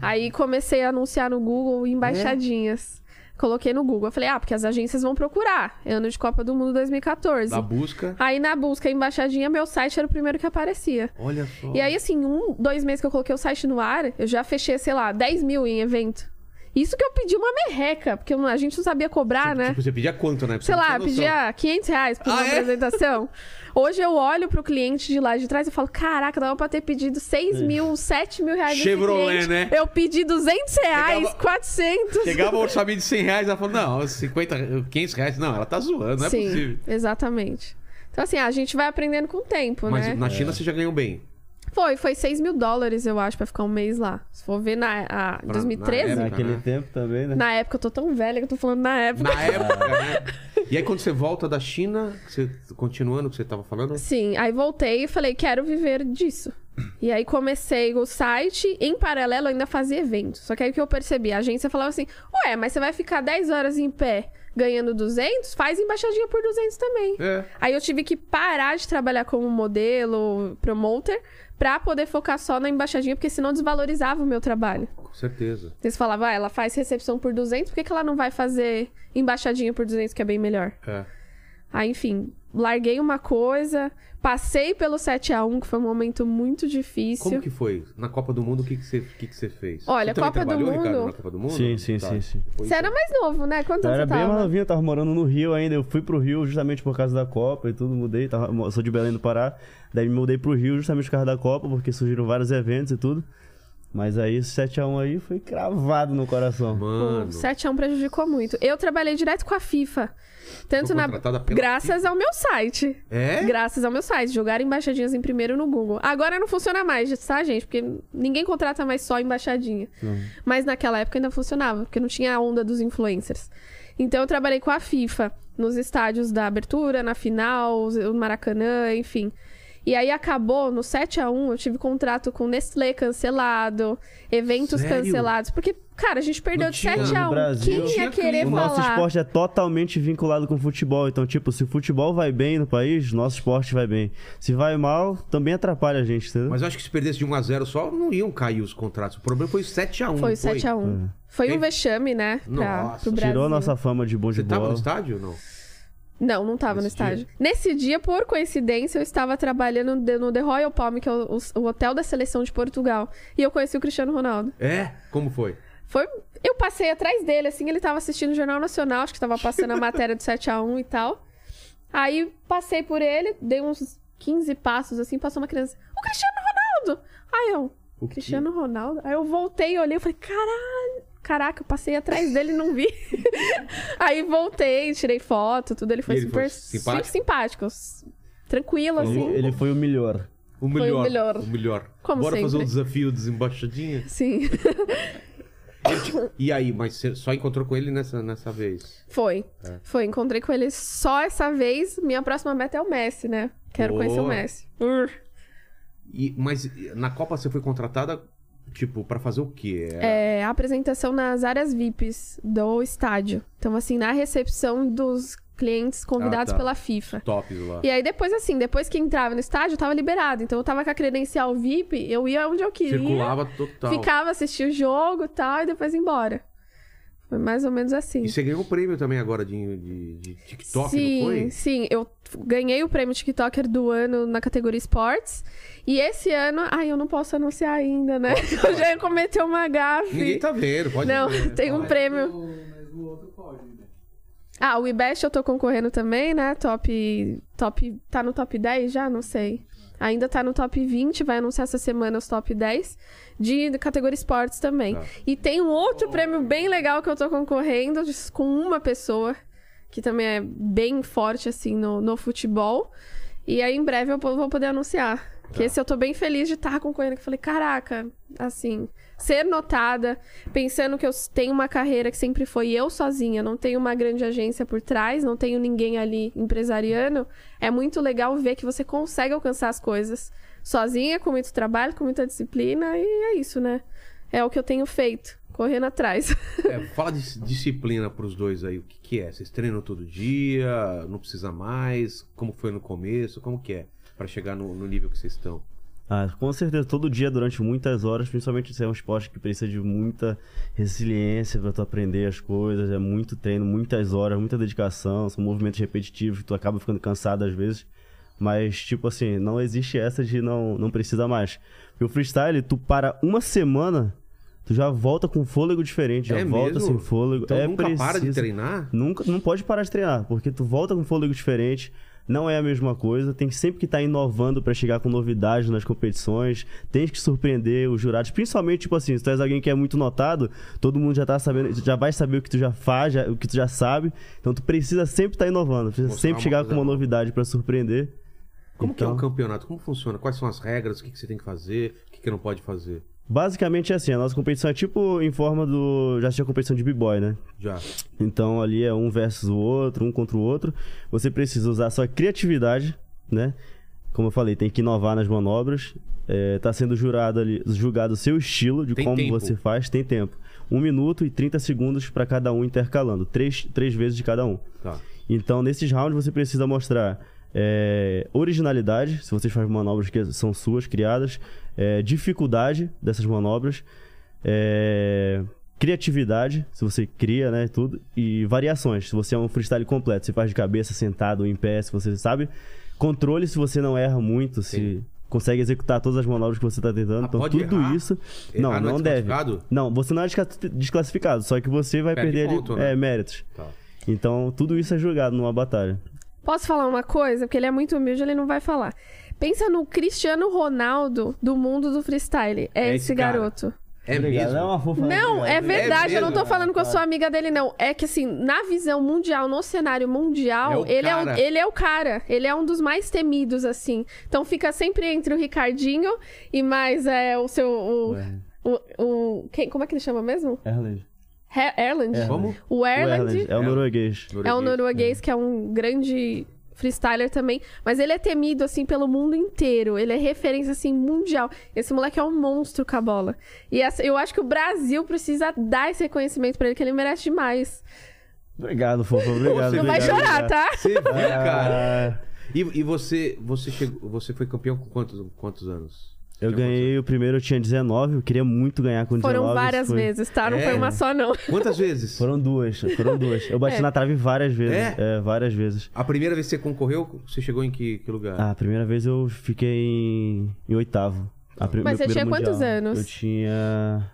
[SPEAKER 3] Aí comecei a anunciar no Google embaixadinhas.
[SPEAKER 1] É?
[SPEAKER 3] Coloquei no Google. Eu falei, ah, porque as agências vão procurar. Ano de Copa do Mundo [laughs] 2014.
[SPEAKER 1] Da busca.
[SPEAKER 3] Aí na busca embaixadinha, meu site era o primeiro que aparecia.
[SPEAKER 1] Olha só.
[SPEAKER 3] E aí, assim, um, dois meses que eu coloquei o site no ar, eu já fechei, sei lá, 10 mil em evento. Isso que eu pedi uma merreca, porque eu não- a gente não sabia cobrar, né?
[SPEAKER 1] Tipo, você pedia quanto, né?
[SPEAKER 3] Sei
[SPEAKER 1] Você não
[SPEAKER 3] lá,
[SPEAKER 1] tinha noção.
[SPEAKER 3] pedia 500 reais por uma
[SPEAKER 1] Ah, é?
[SPEAKER 3] apresentação. Hoje eu olho pro cliente de lá de trás e falo: caraca, dava pra ter pedido 6 mil, 7 mil reais nesse
[SPEAKER 1] É. Chevrolet,
[SPEAKER 3] cliente.
[SPEAKER 1] né?
[SPEAKER 3] Eu pedi 200 reais,
[SPEAKER 1] Chegava-
[SPEAKER 3] 400.
[SPEAKER 1] Chegava o orçamento de 100 reais, ela falou, não, 50, 500 reais, não, ela tá zoando, não é
[SPEAKER 3] Sim,
[SPEAKER 1] possível.
[SPEAKER 3] exatamente. Então, assim, a gente vai aprendendo com o tempo,
[SPEAKER 1] Mas
[SPEAKER 3] né?
[SPEAKER 1] na China você já ganhou bem.
[SPEAKER 3] Foi, foi 6 mil dólares, eu acho, pra ficar um mês lá. Se for ver na, a,
[SPEAKER 1] na
[SPEAKER 3] 2013,
[SPEAKER 1] época,
[SPEAKER 4] [laughs] Naquele
[SPEAKER 1] né?
[SPEAKER 4] tempo também, né?
[SPEAKER 3] Na época, eu tô tão velha que eu tô falando na [laughs] época.
[SPEAKER 1] Na época, né? E aí quando você volta da China, você, continuando o que você tava falando,
[SPEAKER 3] Sim, aí voltei e falei, quero viver disso. E aí comecei o site, em paralelo ainda fazia evento. Só que aí o que eu percebi, a agência falava assim, ué, mas você vai ficar 10 horas em pé ganhando 200? Faz embaixadinha por 200 também.
[SPEAKER 1] É.
[SPEAKER 3] Aí eu tive que parar de trabalhar como modelo, promoter, pra poder focar só na embaixadinha, porque senão desvalorizava o meu trabalho.
[SPEAKER 1] com certeza.
[SPEAKER 3] Eles falavam, ah, ela faz recepção por 200, por que, que ela não vai fazer embaixadinha por 200, que é bem melhor?
[SPEAKER 1] É.
[SPEAKER 3] Aí, enfim, larguei uma coisa, passei pelo 7 a 1 que foi um momento muito difícil.
[SPEAKER 1] Como que foi? Na Copa do Mundo, o que, que, você, o que, que você fez? você
[SPEAKER 3] Olha,
[SPEAKER 1] também
[SPEAKER 3] Copa do
[SPEAKER 1] trabalhou,
[SPEAKER 3] Mundo-
[SPEAKER 1] Ricardo, na Copa do Mundo?
[SPEAKER 4] Sim, sim,
[SPEAKER 1] Tá.
[SPEAKER 4] sim, sim.
[SPEAKER 1] Foi
[SPEAKER 3] Você era mais novo, né? Quanto
[SPEAKER 4] Então, Eu
[SPEAKER 1] Então,
[SPEAKER 3] anos você
[SPEAKER 4] era bem
[SPEAKER 3] tava?
[SPEAKER 4] novinho, eu tava morando no Rio ainda. Eu fui pro Rio justamente por causa da Copa e tudo, mudei. Tava, eu sou de Belém do Pará. Daí me mudei pro Rio justamente por causa da Copa, porque surgiram vários eventos e tudo. Mas aí esse 7x1 aí foi cravado no coração.
[SPEAKER 3] O
[SPEAKER 1] Mano,
[SPEAKER 3] 7 a 1 prejudicou muito. Eu trabalhei direto com a FIFA. Tanto
[SPEAKER 1] Foi
[SPEAKER 3] na.
[SPEAKER 1] contratada pela
[SPEAKER 3] Graças ao meu site.
[SPEAKER 1] É?
[SPEAKER 3] Graças ao meu site. Jogar embaixadinhas em primeiro no Google. Agora não funciona mais, tá, gente? Porque ninguém contrata mais só embaixadinha. Mas naquela época ainda funcionava, porque não tinha a onda dos influencers. Então eu trabalhei com a FIFA nos estádios da abertura, na final, o Maracanã, enfim. E aí acabou no 7 a 1 eu tive contrato com Nestlé cancelado, eventos
[SPEAKER 1] Sério?
[SPEAKER 3] cancelados. Porque, cara, a gente perdeu
[SPEAKER 1] Não
[SPEAKER 3] de
[SPEAKER 1] tinha
[SPEAKER 3] 7
[SPEAKER 4] no
[SPEAKER 3] a 1
[SPEAKER 4] Brasil. Não
[SPEAKER 3] Quem
[SPEAKER 1] tinha
[SPEAKER 3] ia querer
[SPEAKER 4] O
[SPEAKER 1] clima.
[SPEAKER 3] falar?
[SPEAKER 4] nosso esporte é totalmente vinculado com o futebol. Então, tipo, se o futebol vai bem no país, nosso esporte vai bem. Se vai mal, também atrapalha a gente, entendeu?
[SPEAKER 1] Mas eu acho que se perdesse de 1x0 só, não iam cair os contratos. O problema foi o 7x1.
[SPEAKER 3] Foi o 7x1. Foi
[SPEAKER 1] Quem-
[SPEAKER 3] um vexame, né? Pra,
[SPEAKER 1] Nossa.
[SPEAKER 3] pro Brasil.
[SPEAKER 4] Tirou a nossa fama de
[SPEAKER 3] um.
[SPEAKER 4] bom de
[SPEAKER 1] Você tava
[SPEAKER 4] bola.
[SPEAKER 1] no estádio ou não?
[SPEAKER 3] Não, não tava no
[SPEAKER 1] Nesse dia?
[SPEAKER 3] estádio. Nesse dia, por coincidência, eu estava trabalhando de- no The Royal Palm, que é o, o- o hotel da seleção de Portugal. E eu conheci o Cristiano Ronaldo.
[SPEAKER 1] É? Como foi?
[SPEAKER 3] Foi. Eu passei atrás dele, assim, ele tava assistindo o Jornal Nacional, acho que tava passando a matéria do 7x1 e tal. Aí passei por ele, dei uns 15 passos assim, passou uma criança. O Cristiano Ronaldo! Aí eu.
[SPEAKER 1] O quê?
[SPEAKER 3] Cristiano Ronaldo? Aí eu voltei, olhei e falei, caralho! Caraca, eu passei atrás dele e não vi. [laughs] Aí voltei, tirei foto, tudo. Ele foi
[SPEAKER 1] E ele foi
[SPEAKER 3] super
[SPEAKER 1] simpático?
[SPEAKER 3] sim- simpático, s- Tranquilo,
[SPEAKER 4] Ele,
[SPEAKER 3] assim.
[SPEAKER 4] ele foi o melhor.
[SPEAKER 1] O
[SPEAKER 3] Foi o
[SPEAKER 1] melhor.
[SPEAKER 3] melhor.
[SPEAKER 1] O melhor.
[SPEAKER 3] Como
[SPEAKER 1] Bora fazer um
[SPEAKER 3] sempre.
[SPEAKER 1] desafio dos embaixadinhas?
[SPEAKER 3] Sim. [laughs]
[SPEAKER 1] E aí, mas você só encontrou com ele nessa, nessa vez?
[SPEAKER 3] Foi.
[SPEAKER 1] É.
[SPEAKER 3] Foi. Encontrei com ele só essa vez. Minha próxima meta é o Messi, né? Quero
[SPEAKER 1] Boa.
[SPEAKER 3] conhecer o Messi. Ur.
[SPEAKER 1] E, mas na Copa você foi contratada, tipo, pra fazer o quê?
[SPEAKER 3] É, a apresentação nas áreas VIPs do estádio. Então, assim, na recepção dos clientes convidados
[SPEAKER 1] Ah, tá.
[SPEAKER 3] pela FIFA.
[SPEAKER 1] Tops lá.
[SPEAKER 3] É. E aí, depois, assim, depois que entrava no estádio, eu tava liberado. Então, eu tava com a credencial VIP, eu ia onde eu queria.
[SPEAKER 1] Circulava total.
[SPEAKER 3] Ficava, assistia o jogo e tal, e depois ia embora. Foi mais ou menos assim.
[SPEAKER 1] E você ganhou o prêmio também agora de, de, de TikTok,
[SPEAKER 3] sim,
[SPEAKER 1] não foi?
[SPEAKER 3] sim. Eu f- ganhei o prêmio TikToker do ano na categoria esportes. E esse ano... Ai, eu não posso anunciar ainda, né? [laughs] Eu já cometi uma gafe.
[SPEAKER 1] Ninguém tá vendo, pode
[SPEAKER 3] Não,
[SPEAKER 1] ver. é.
[SPEAKER 3] tem um prêmio. Ah, o IBEST eu tô concorrendo também, né? Top, top. Tá no top 10 já? Não sei. Ainda tá no top 20, vai anunciar essa semana os top 10 de categoria esportes também.
[SPEAKER 1] Tá.
[SPEAKER 3] E tem um outro prêmio bem legal que eu tô concorrendo de- com uma pessoa, que também é bem forte, assim, no, no futebol. E aí em breve eu po- vou poder anunciar.
[SPEAKER 1] Tá.
[SPEAKER 3] Que esse eu tô bem feliz de estar concorrendo. Que eu falei, caraca, assim, ser notada, pensando que eu tenho uma carreira que sempre foi eu sozinha, não tenho uma grande agência por trás, não tenho ninguém ali empresariando, é muito legal ver que você consegue alcançar as coisas sozinha, com muito trabalho, com muita disciplina, e é isso, né? É o que eu tenho feito, correndo atrás. [laughs]
[SPEAKER 1] É, fala de disciplina pros dois aí, o que, que é? Vocês treinam todo dia? Não precisa mais? Como foi no começo? Como que é? Pra chegar no, no nível que vocês estão.
[SPEAKER 4] Ah, com certeza, todo dia, durante muitas horas, principalmente se é um esporte que precisa de muita resiliência pra tu aprender as coisas, é muito treino, muitas horas, muita dedicação, são movimentos repetitivos, tu acaba ficando cansado às vezes, mas tipo assim, não existe essa de não, não precisa mais. Porque o freestyle, tu para uma semana, tu já volta com um fôlego diferente, já
[SPEAKER 1] É
[SPEAKER 4] volta
[SPEAKER 1] mesmo?
[SPEAKER 4] sem fôlego.
[SPEAKER 1] Então
[SPEAKER 4] é
[SPEAKER 1] nunca para de
[SPEAKER 4] preciso-
[SPEAKER 1] treinar?
[SPEAKER 4] Nunca, não pode parar de treinar, porque tu volta com um fôlego diferente, não é a mesma coisa, tem que sempre que estar inovando pra chegar com novidades nas competições, tens que surpreender os jurados, principalmente tipo assim, se tu és alguém que é muito notado, todo mundo já tá sabendo, já vai saber o que tu já faz, já- o que tu já sabe, então tu precisa sempre estar inovando, precisa
[SPEAKER 1] Mostrar uma
[SPEAKER 4] sempre chegar com
[SPEAKER 1] coisa
[SPEAKER 4] uma
[SPEAKER 1] nova.
[SPEAKER 4] novidade pra surpreender.
[SPEAKER 1] Como que é
[SPEAKER 4] Então-
[SPEAKER 1] um campeonato? Como funciona? Quais são as regras? O que, que você tem que fazer? O que, que não pode fazer?
[SPEAKER 4] Basicamente é assim, a nossa competição é tipo em forma do, já tinha competição de b-boy, né?
[SPEAKER 1] Já.
[SPEAKER 4] Então ali é um versus o outro, um contra o outro. Você precisa usar a sua criatividade, né? Como eu falei, tem que inovar nas manobras. É, tá sendo jurado ali, julgado o seu estilo de
[SPEAKER 1] Tem
[SPEAKER 4] como
[SPEAKER 1] tempo.
[SPEAKER 4] você faz, tem tempo. Um minuto e 30 segundos pra cada um intercalando, três, três vezes de cada um.
[SPEAKER 1] Tá.
[SPEAKER 4] Então, nesses rounds, você precisa mostrar é, originalidade, se vocês fazem manobras que são suas, criadas, é, dificuldade dessas manobras, é, criatividade, se você cria, né, tudo, e variações, se você é um freestyle completo, se faz de cabeça, sentado, em pé, se você sabe. Controle, se você não erra muito, se
[SPEAKER 1] Entendi.
[SPEAKER 4] consegue executar todas as manobras que você está tentando.
[SPEAKER 1] Ah,
[SPEAKER 4] então,
[SPEAKER 1] pode
[SPEAKER 4] tudo
[SPEAKER 1] errar?
[SPEAKER 4] isso...
[SPEAKER 1] Errar
[SPEAKER 4] Não,
[SPEAKER 1] não é
[SPEAKER 4] não deve.
[SPEAKER 1] desclassificado?
[SPEAKER 4] Não, você não é desclassifi- desclassificado, só que você vai
[SPEAKER 1] Perde
[SPEAKER 4] perder ali,
[SPEAKER 1] ponto, né?
[SPEAKER 4] é, méritos.
[SPEAKER 1] Tá.
[SPEAKER 4] Então, tudo isso é julgado numa batalha.
[SPEAKER 3] Posso falar uma coisa? Porque ele é muito humilde, ele não vai falar. Pensa no Cristiano Ronaldo do mundo do freestyle. É,
[SPEAKER 1] É esse
[SPEAKER 3] esse
[SPEAKER 1] cara.
[SPEAKER 3] garoto.
[SPEAKER 1] É mesmo?
[SPEAKER 4] uma fofa.
[SPEAKER 3] Não, é verdade, eu não tô
[SPEAKER 1] mesmo,
[SPEAKER 3] falando que eu sou amiga dele, não. É que, assim, na visão mundial, no cenário
[SPEAKER 1] É
[SPEAKER 3] mundial,
[SPEAKER 1] o
[SPEAKER 3] ele, é o,
[SPEAKER 1] cara.
[SPEAKER 3] ele é o cara. Ele é um dos mais temidos, assim. Então fica sempre entre o Ricardinho e mais é, o seu. O, o, o- quem, como é que ele chama mesmo?
[SPEAKER 4] Erland.
[SPEAKER 3] He- Erland?
[SPEAKER 4] É.
[SPEAKER 1] Vamos?
[SPEAKER 3] O Erland
[SPEAKER 4] É o norueguês.
[SPEAKER 3] é um norueguês que é um grande freestyler também, mas ele é temido, assim, pelo mundo inteiro. Ele é referência, assim, mundial. Esse moleque é um monstro com a bola. E essa- eu acho que o Brasil precisa dar esse reconhecimento pra ele, que ele merece demais.
[SPEAKER 4] Obrigado, fofo. Obrigado.
[SPEAKER 3] Não vai
[SPEAKER 4] obrigado,
[SPEAKER 3] chorar,
[SPEAKER 4] obrigado.
[SPEAKER 3] tá?
[SPEAKER 1] Você viu, cara?
[SPEAKER 4] Ah,
[SPEAKER 1] E, e você, você, chegou, você foi campeão com quantos, quantos anos?
[SPEAKER 4] eu ganhei o primeiro, eu tinha 19, eu queria muito ganhar com 19.
[SPEAKER 3] Foram várias
[SPEAKER 4] isso foi-
[SPEAKER 3] vezes, tá? Não
[SPEAKER 1] É.
[SPEAKER 3] foi uma só, não.
[SPEAKER 1] Quantas vezes?
[SPEAKER 4] Foram duas, foram duas. Eu bati
[SPEAKER 3] É.
[SPEAKER 4] na trave várias vezes.
[SPEAKER 1] É?
[SPEAKER 4] É, várias vezes.
[SPEAKER 1] A primeira vez que você concorreu, você chegou em que, que lugar?
[SPEAKER 4] Ah, a primeira vez eu fiquei em, em oitavo.
[SPEAKER 1] Tá.
[SPEAKER 4] A pri-
[SPEAKER 3] Mas
[SPEAKER 4] meu
[SPEAKER 3] você tinha
[SPEAKER 4] primeiro
[SPEAKER 3] quantos
[SPEAKER 4] mundial.
[SPEAKER 3] anos?
[SPEAKER 4] Eu tinha.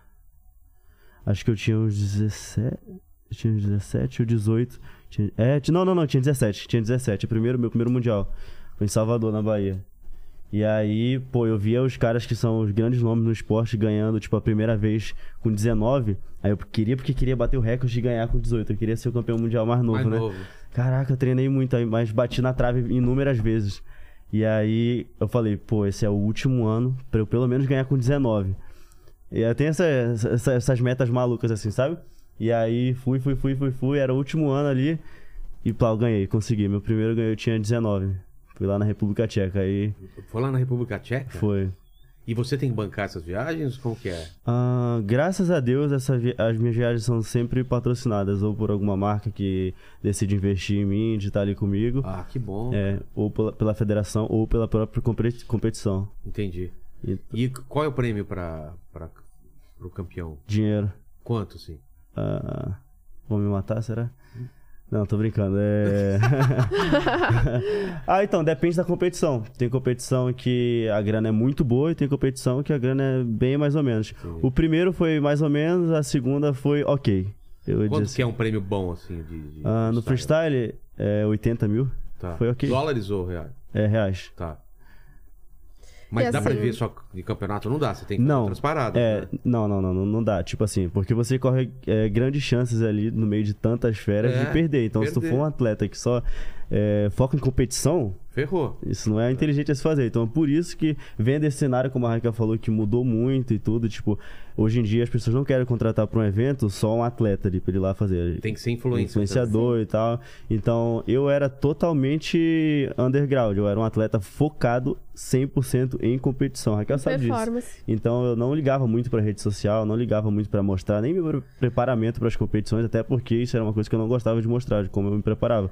[SPEAKER 4] Acho que eu tinha uns 17. Eu tinha uns 17 ou 18. Tinha- é, ti- não, não, não, tinha 17. Tinha 17. O primeiro, meu primeiro mundial. Foi em Salvador, na Bahia. E aí, pô, eu via os caras que são os grandes nomes no esporte ganhando, tipo, a primeira vez com 19. Aí eu queria, porque queria bater o recorde de ganhar com 18. Eu queria ser o campeão mundial mais novo,
[SPEAKER 1] Mais
[SPEAKER 4] né?
[SPEAKER 1] novo.
[SPEAKER 4] Caraca, eu treinei muito, aí, mas bati na trave inúmeras vezes. E aí eu falei, pô, esse é o último ano pra eu pelo menos ganhar com 19. E aí tem essa- essa- essas metas malucas assim, sabe? E aí fui, fui, fui, fui, fui, era o último ano ali. E plau, ganhei, consegui. Meu primeiro ganho eu tinha 19. Fui lá na República Tcheca, aí
[SPEAKER 1] Foi lá na República Tcheca?
[SPEAKER 4] foi.
[SPEAKER 1] E você tem que bancar essas viagens? Como que é?
[SPEAKER 4] Ah, graças a Deus, essa vi- as minhas viagens são sempre patrocinadas, ou por alguma marca que decide investir em mim, de estar ali comigo.
[SPEAKER 1] Ah, que bom.
[SPEAKER 4] É, ou pela, pela federação ou pela própria competi- competição.
[SPEAKER 1] Entendi.
[SPEAKER 4] E
[SPEAKER 1] E qual é o prêmio para o campeão?
[SPEAKER 4] dinheiro.
[SPEAKER 1] Quanto, assim?
[SPEAKER 4] Ah, vão me matar, será? Não, tô brincando. É... ah, então, depende da competição. Tem competição que a grana é muito boa e tem competição que a grana é bem mais ou menos. O primeiro foi mais ou menos, a segunda foi ok. Eu
[SPEAKER 1] Quanto
[SPEAKER 4] disse.
[SPEAKER 1] que é um prêmio bom, assim, de, de
[SPEAKER 4] Ah, no freestyle, é 80 mil.
[SPEAKER 1] Tá.
[SPEAKER 4] Foi ok.
[SPEAKER 1] Dólares ou reais?
[SPEAKER 4] É, reais.
[SPEAKER 1] Tá. Mas
[SPEAKER 3] E
[SPEAKER 1] dá pra
[SPEAKER 3] assim-
[SPEAKER 1] ver só de campeonato? Não dá, você tem que fazer
[SPEAKER 4] Não.
[SPEAKER 1] outras paradas.
[SPEAKER 4] É,
[SPEAKER 1] né?
[SPEAKER 4] não, não, não, não, não dá. Tipo assim, porque você corre é, grandes chances ali no meio de tantas feras
[SPEAKER 1] É,
[SPEAKER 4] de perder. Então, se tu
[SPEAKER 1] perder.
[SPEAKER 4] for um atleta que só é, foca em competição,
[SPEAKER 1] Ferrou.
[SPEAKER 4] isso não é inteligente a se fazer. Então, é por isso que vendo esse cenário, como a Raquel falou, que mudou muito e tudo, tipo, hoje em dia as pessoas não querem contratar pra um evento só um atleta ali pra ele ir lá fazer.
[SPEAKER 1] Tem que ser né? influencer.
[SPEAKER 4] Influenciador e tal. Então, eu era totalmente underground. Eu era um atleta focado 100% em competição. A Raquel sabe disso.
[SPEAKER 3] Performance.
[SPEAKER 4] Então eu não ligava muito pra rede social, não ligava muito pra mostrar nem meu pre- preparamento pras competições, até porque isso era uma coisa que eu não gostava de mostrar, de como eu me preparava.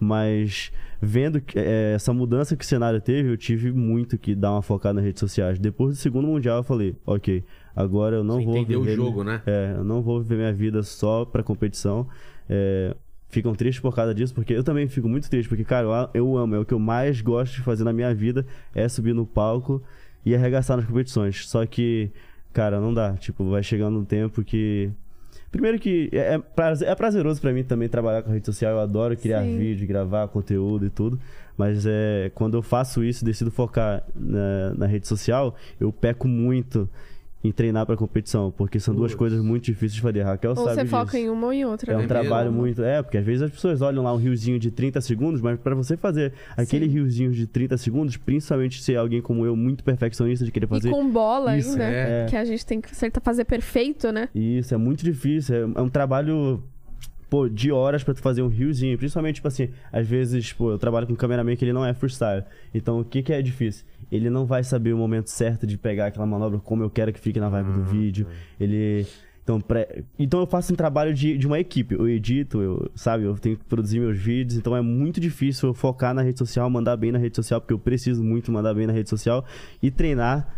[SPEAKER 4] Mas vendo que, eh, essa mudança que o cenário teve, eu tive muito que dar uma focada nas redes sociais. Depois do segundo mundial, eu falei, ok, agora eu não
[SPEAKER 1] Você
[SPEAKER 4] vou
[SPEAKER 1] entendeu o
[SPEAKER 4] viver
[SPEAKER 1] jogo, né?
[SPEAKER 4] é, eu não vou viver minha vida só pra competição. É, ficam tristes por causa disso, porque eu também fico muito triste, porque, cara, eu a- eu amo, é o que eu mais gosto de fazer na minha vida, é subir no palco e arregaçar nas competições. Só que, cara, não dá. Tipo, vai chegando um tempo que. Primeiro que é, é praze- é prazeroso pra mim também trabalhar com rede social, eu adoro criar
[SPEAKER 3] Sim.
[SPEAKER 4] vídeo, gravar conteúdo e tudo. Mas é, quando eu faço isso, decido focar na, na rede social, eu peco muito em treinar pra competição, porque são duas coisas muito difíceis de fazer. Raquel
[SPEAKER 3] Ou
[SPEAKER 4] sabe
[SPEAKER 3] você
[SPEAKER 4] disso.
[SPEAKER 3] foca em uma ou em outra.
[SPEAKER 4] É um
[SPEAKER 3] né?
[SPEAKER 4] trabalho
[SPEAKER 3] Mesmo.
[SPEAKER 4] muito. É, porque às vezes as pessoas olham lá um riozinho de 30 segundos, mas pra você fazer aquele riozinho de 30 segundos, principalmente se é alguém como eu, muito perfeccionista de querer fazer.
[SPEAKER 3] E com bola
[SPEAKER 4] Isso,
[SPEAKER 3] ainda,
[SPEAKER 1] é.
[SPEAKER 3] que a gente tem que acertar, fazer perfeito, né?
[SPEAKER 4] Isso, é muito difícil. é- É um trabalho, pô, de horas pra tu fazer um reelzinho. Principalmente, tipo assim, às vezes, pô, eu trabalho com um cameraman que ele não é freestyle. Então, o que que é difícil? Ele não vai saber o momento certo de pegar aquela manobra como eu quero que fique na vibe do vídeo. Ele... Então, pré- então eu faço um trabalho de, de uma equipe. Eu edito, eu, sabe? Eu tenho que produzir meus vídeos. Então é muito difícil eu focar na rede social, mandar bem na rede social, porque eu preciso muito mandar bem na rede social e treinar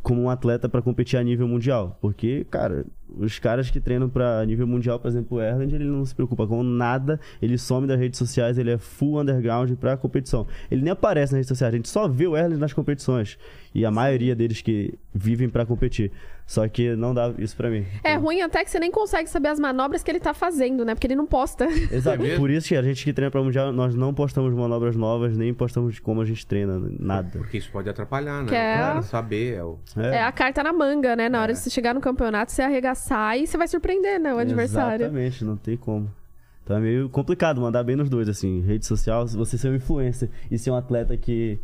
[SPEAKER 4] como um atleta pra competir a nível mundial. Porque, cara, os caras que treinam pra nível mundial, por exemplo, o Erland, ele não se preocupa com nada, ele some das redes sociais, ele é full underground pra competição. Ele nem aparece nas redes sociais, a gente só vê o Erland nas competições. E a maioria deles que vivem pra competir. Só que não dá isso pra mim.
[SPEAKER 3] É ruim até que você nem consegue saber as manobras que ele tá fazendo, né? Porque ele não posta.
[SPEAKER 4] Exato.
[SPEAKER 1] É mesmo?
[SPEAKER 4] Por isso que a gente que treina pra mundial, nós não postamos manobras novas, nem postamos como a gente treina,
[SPEAKER 1] [laughs]
[SPEAKER 4] nada.
[SPEAKER 1] Porque isso pode atrapalhar, né?
[SPEAKER 3] Que é-
[SPEAKER 1] O cara saber. É o...
[SPEAKER 3] É a carta na manga, né?
[SPEAKER 4] É.
[SPEAKER 3] Na hora de você chegar no campeonato, você arregaçar e você vai surpreender, né? O adversário.
[SPEAKER 4] Exatamente, não tem como. Então é meio complicado mandar bem nos dois, assim. Rede social, se você ser um influencer e ser um atleta que,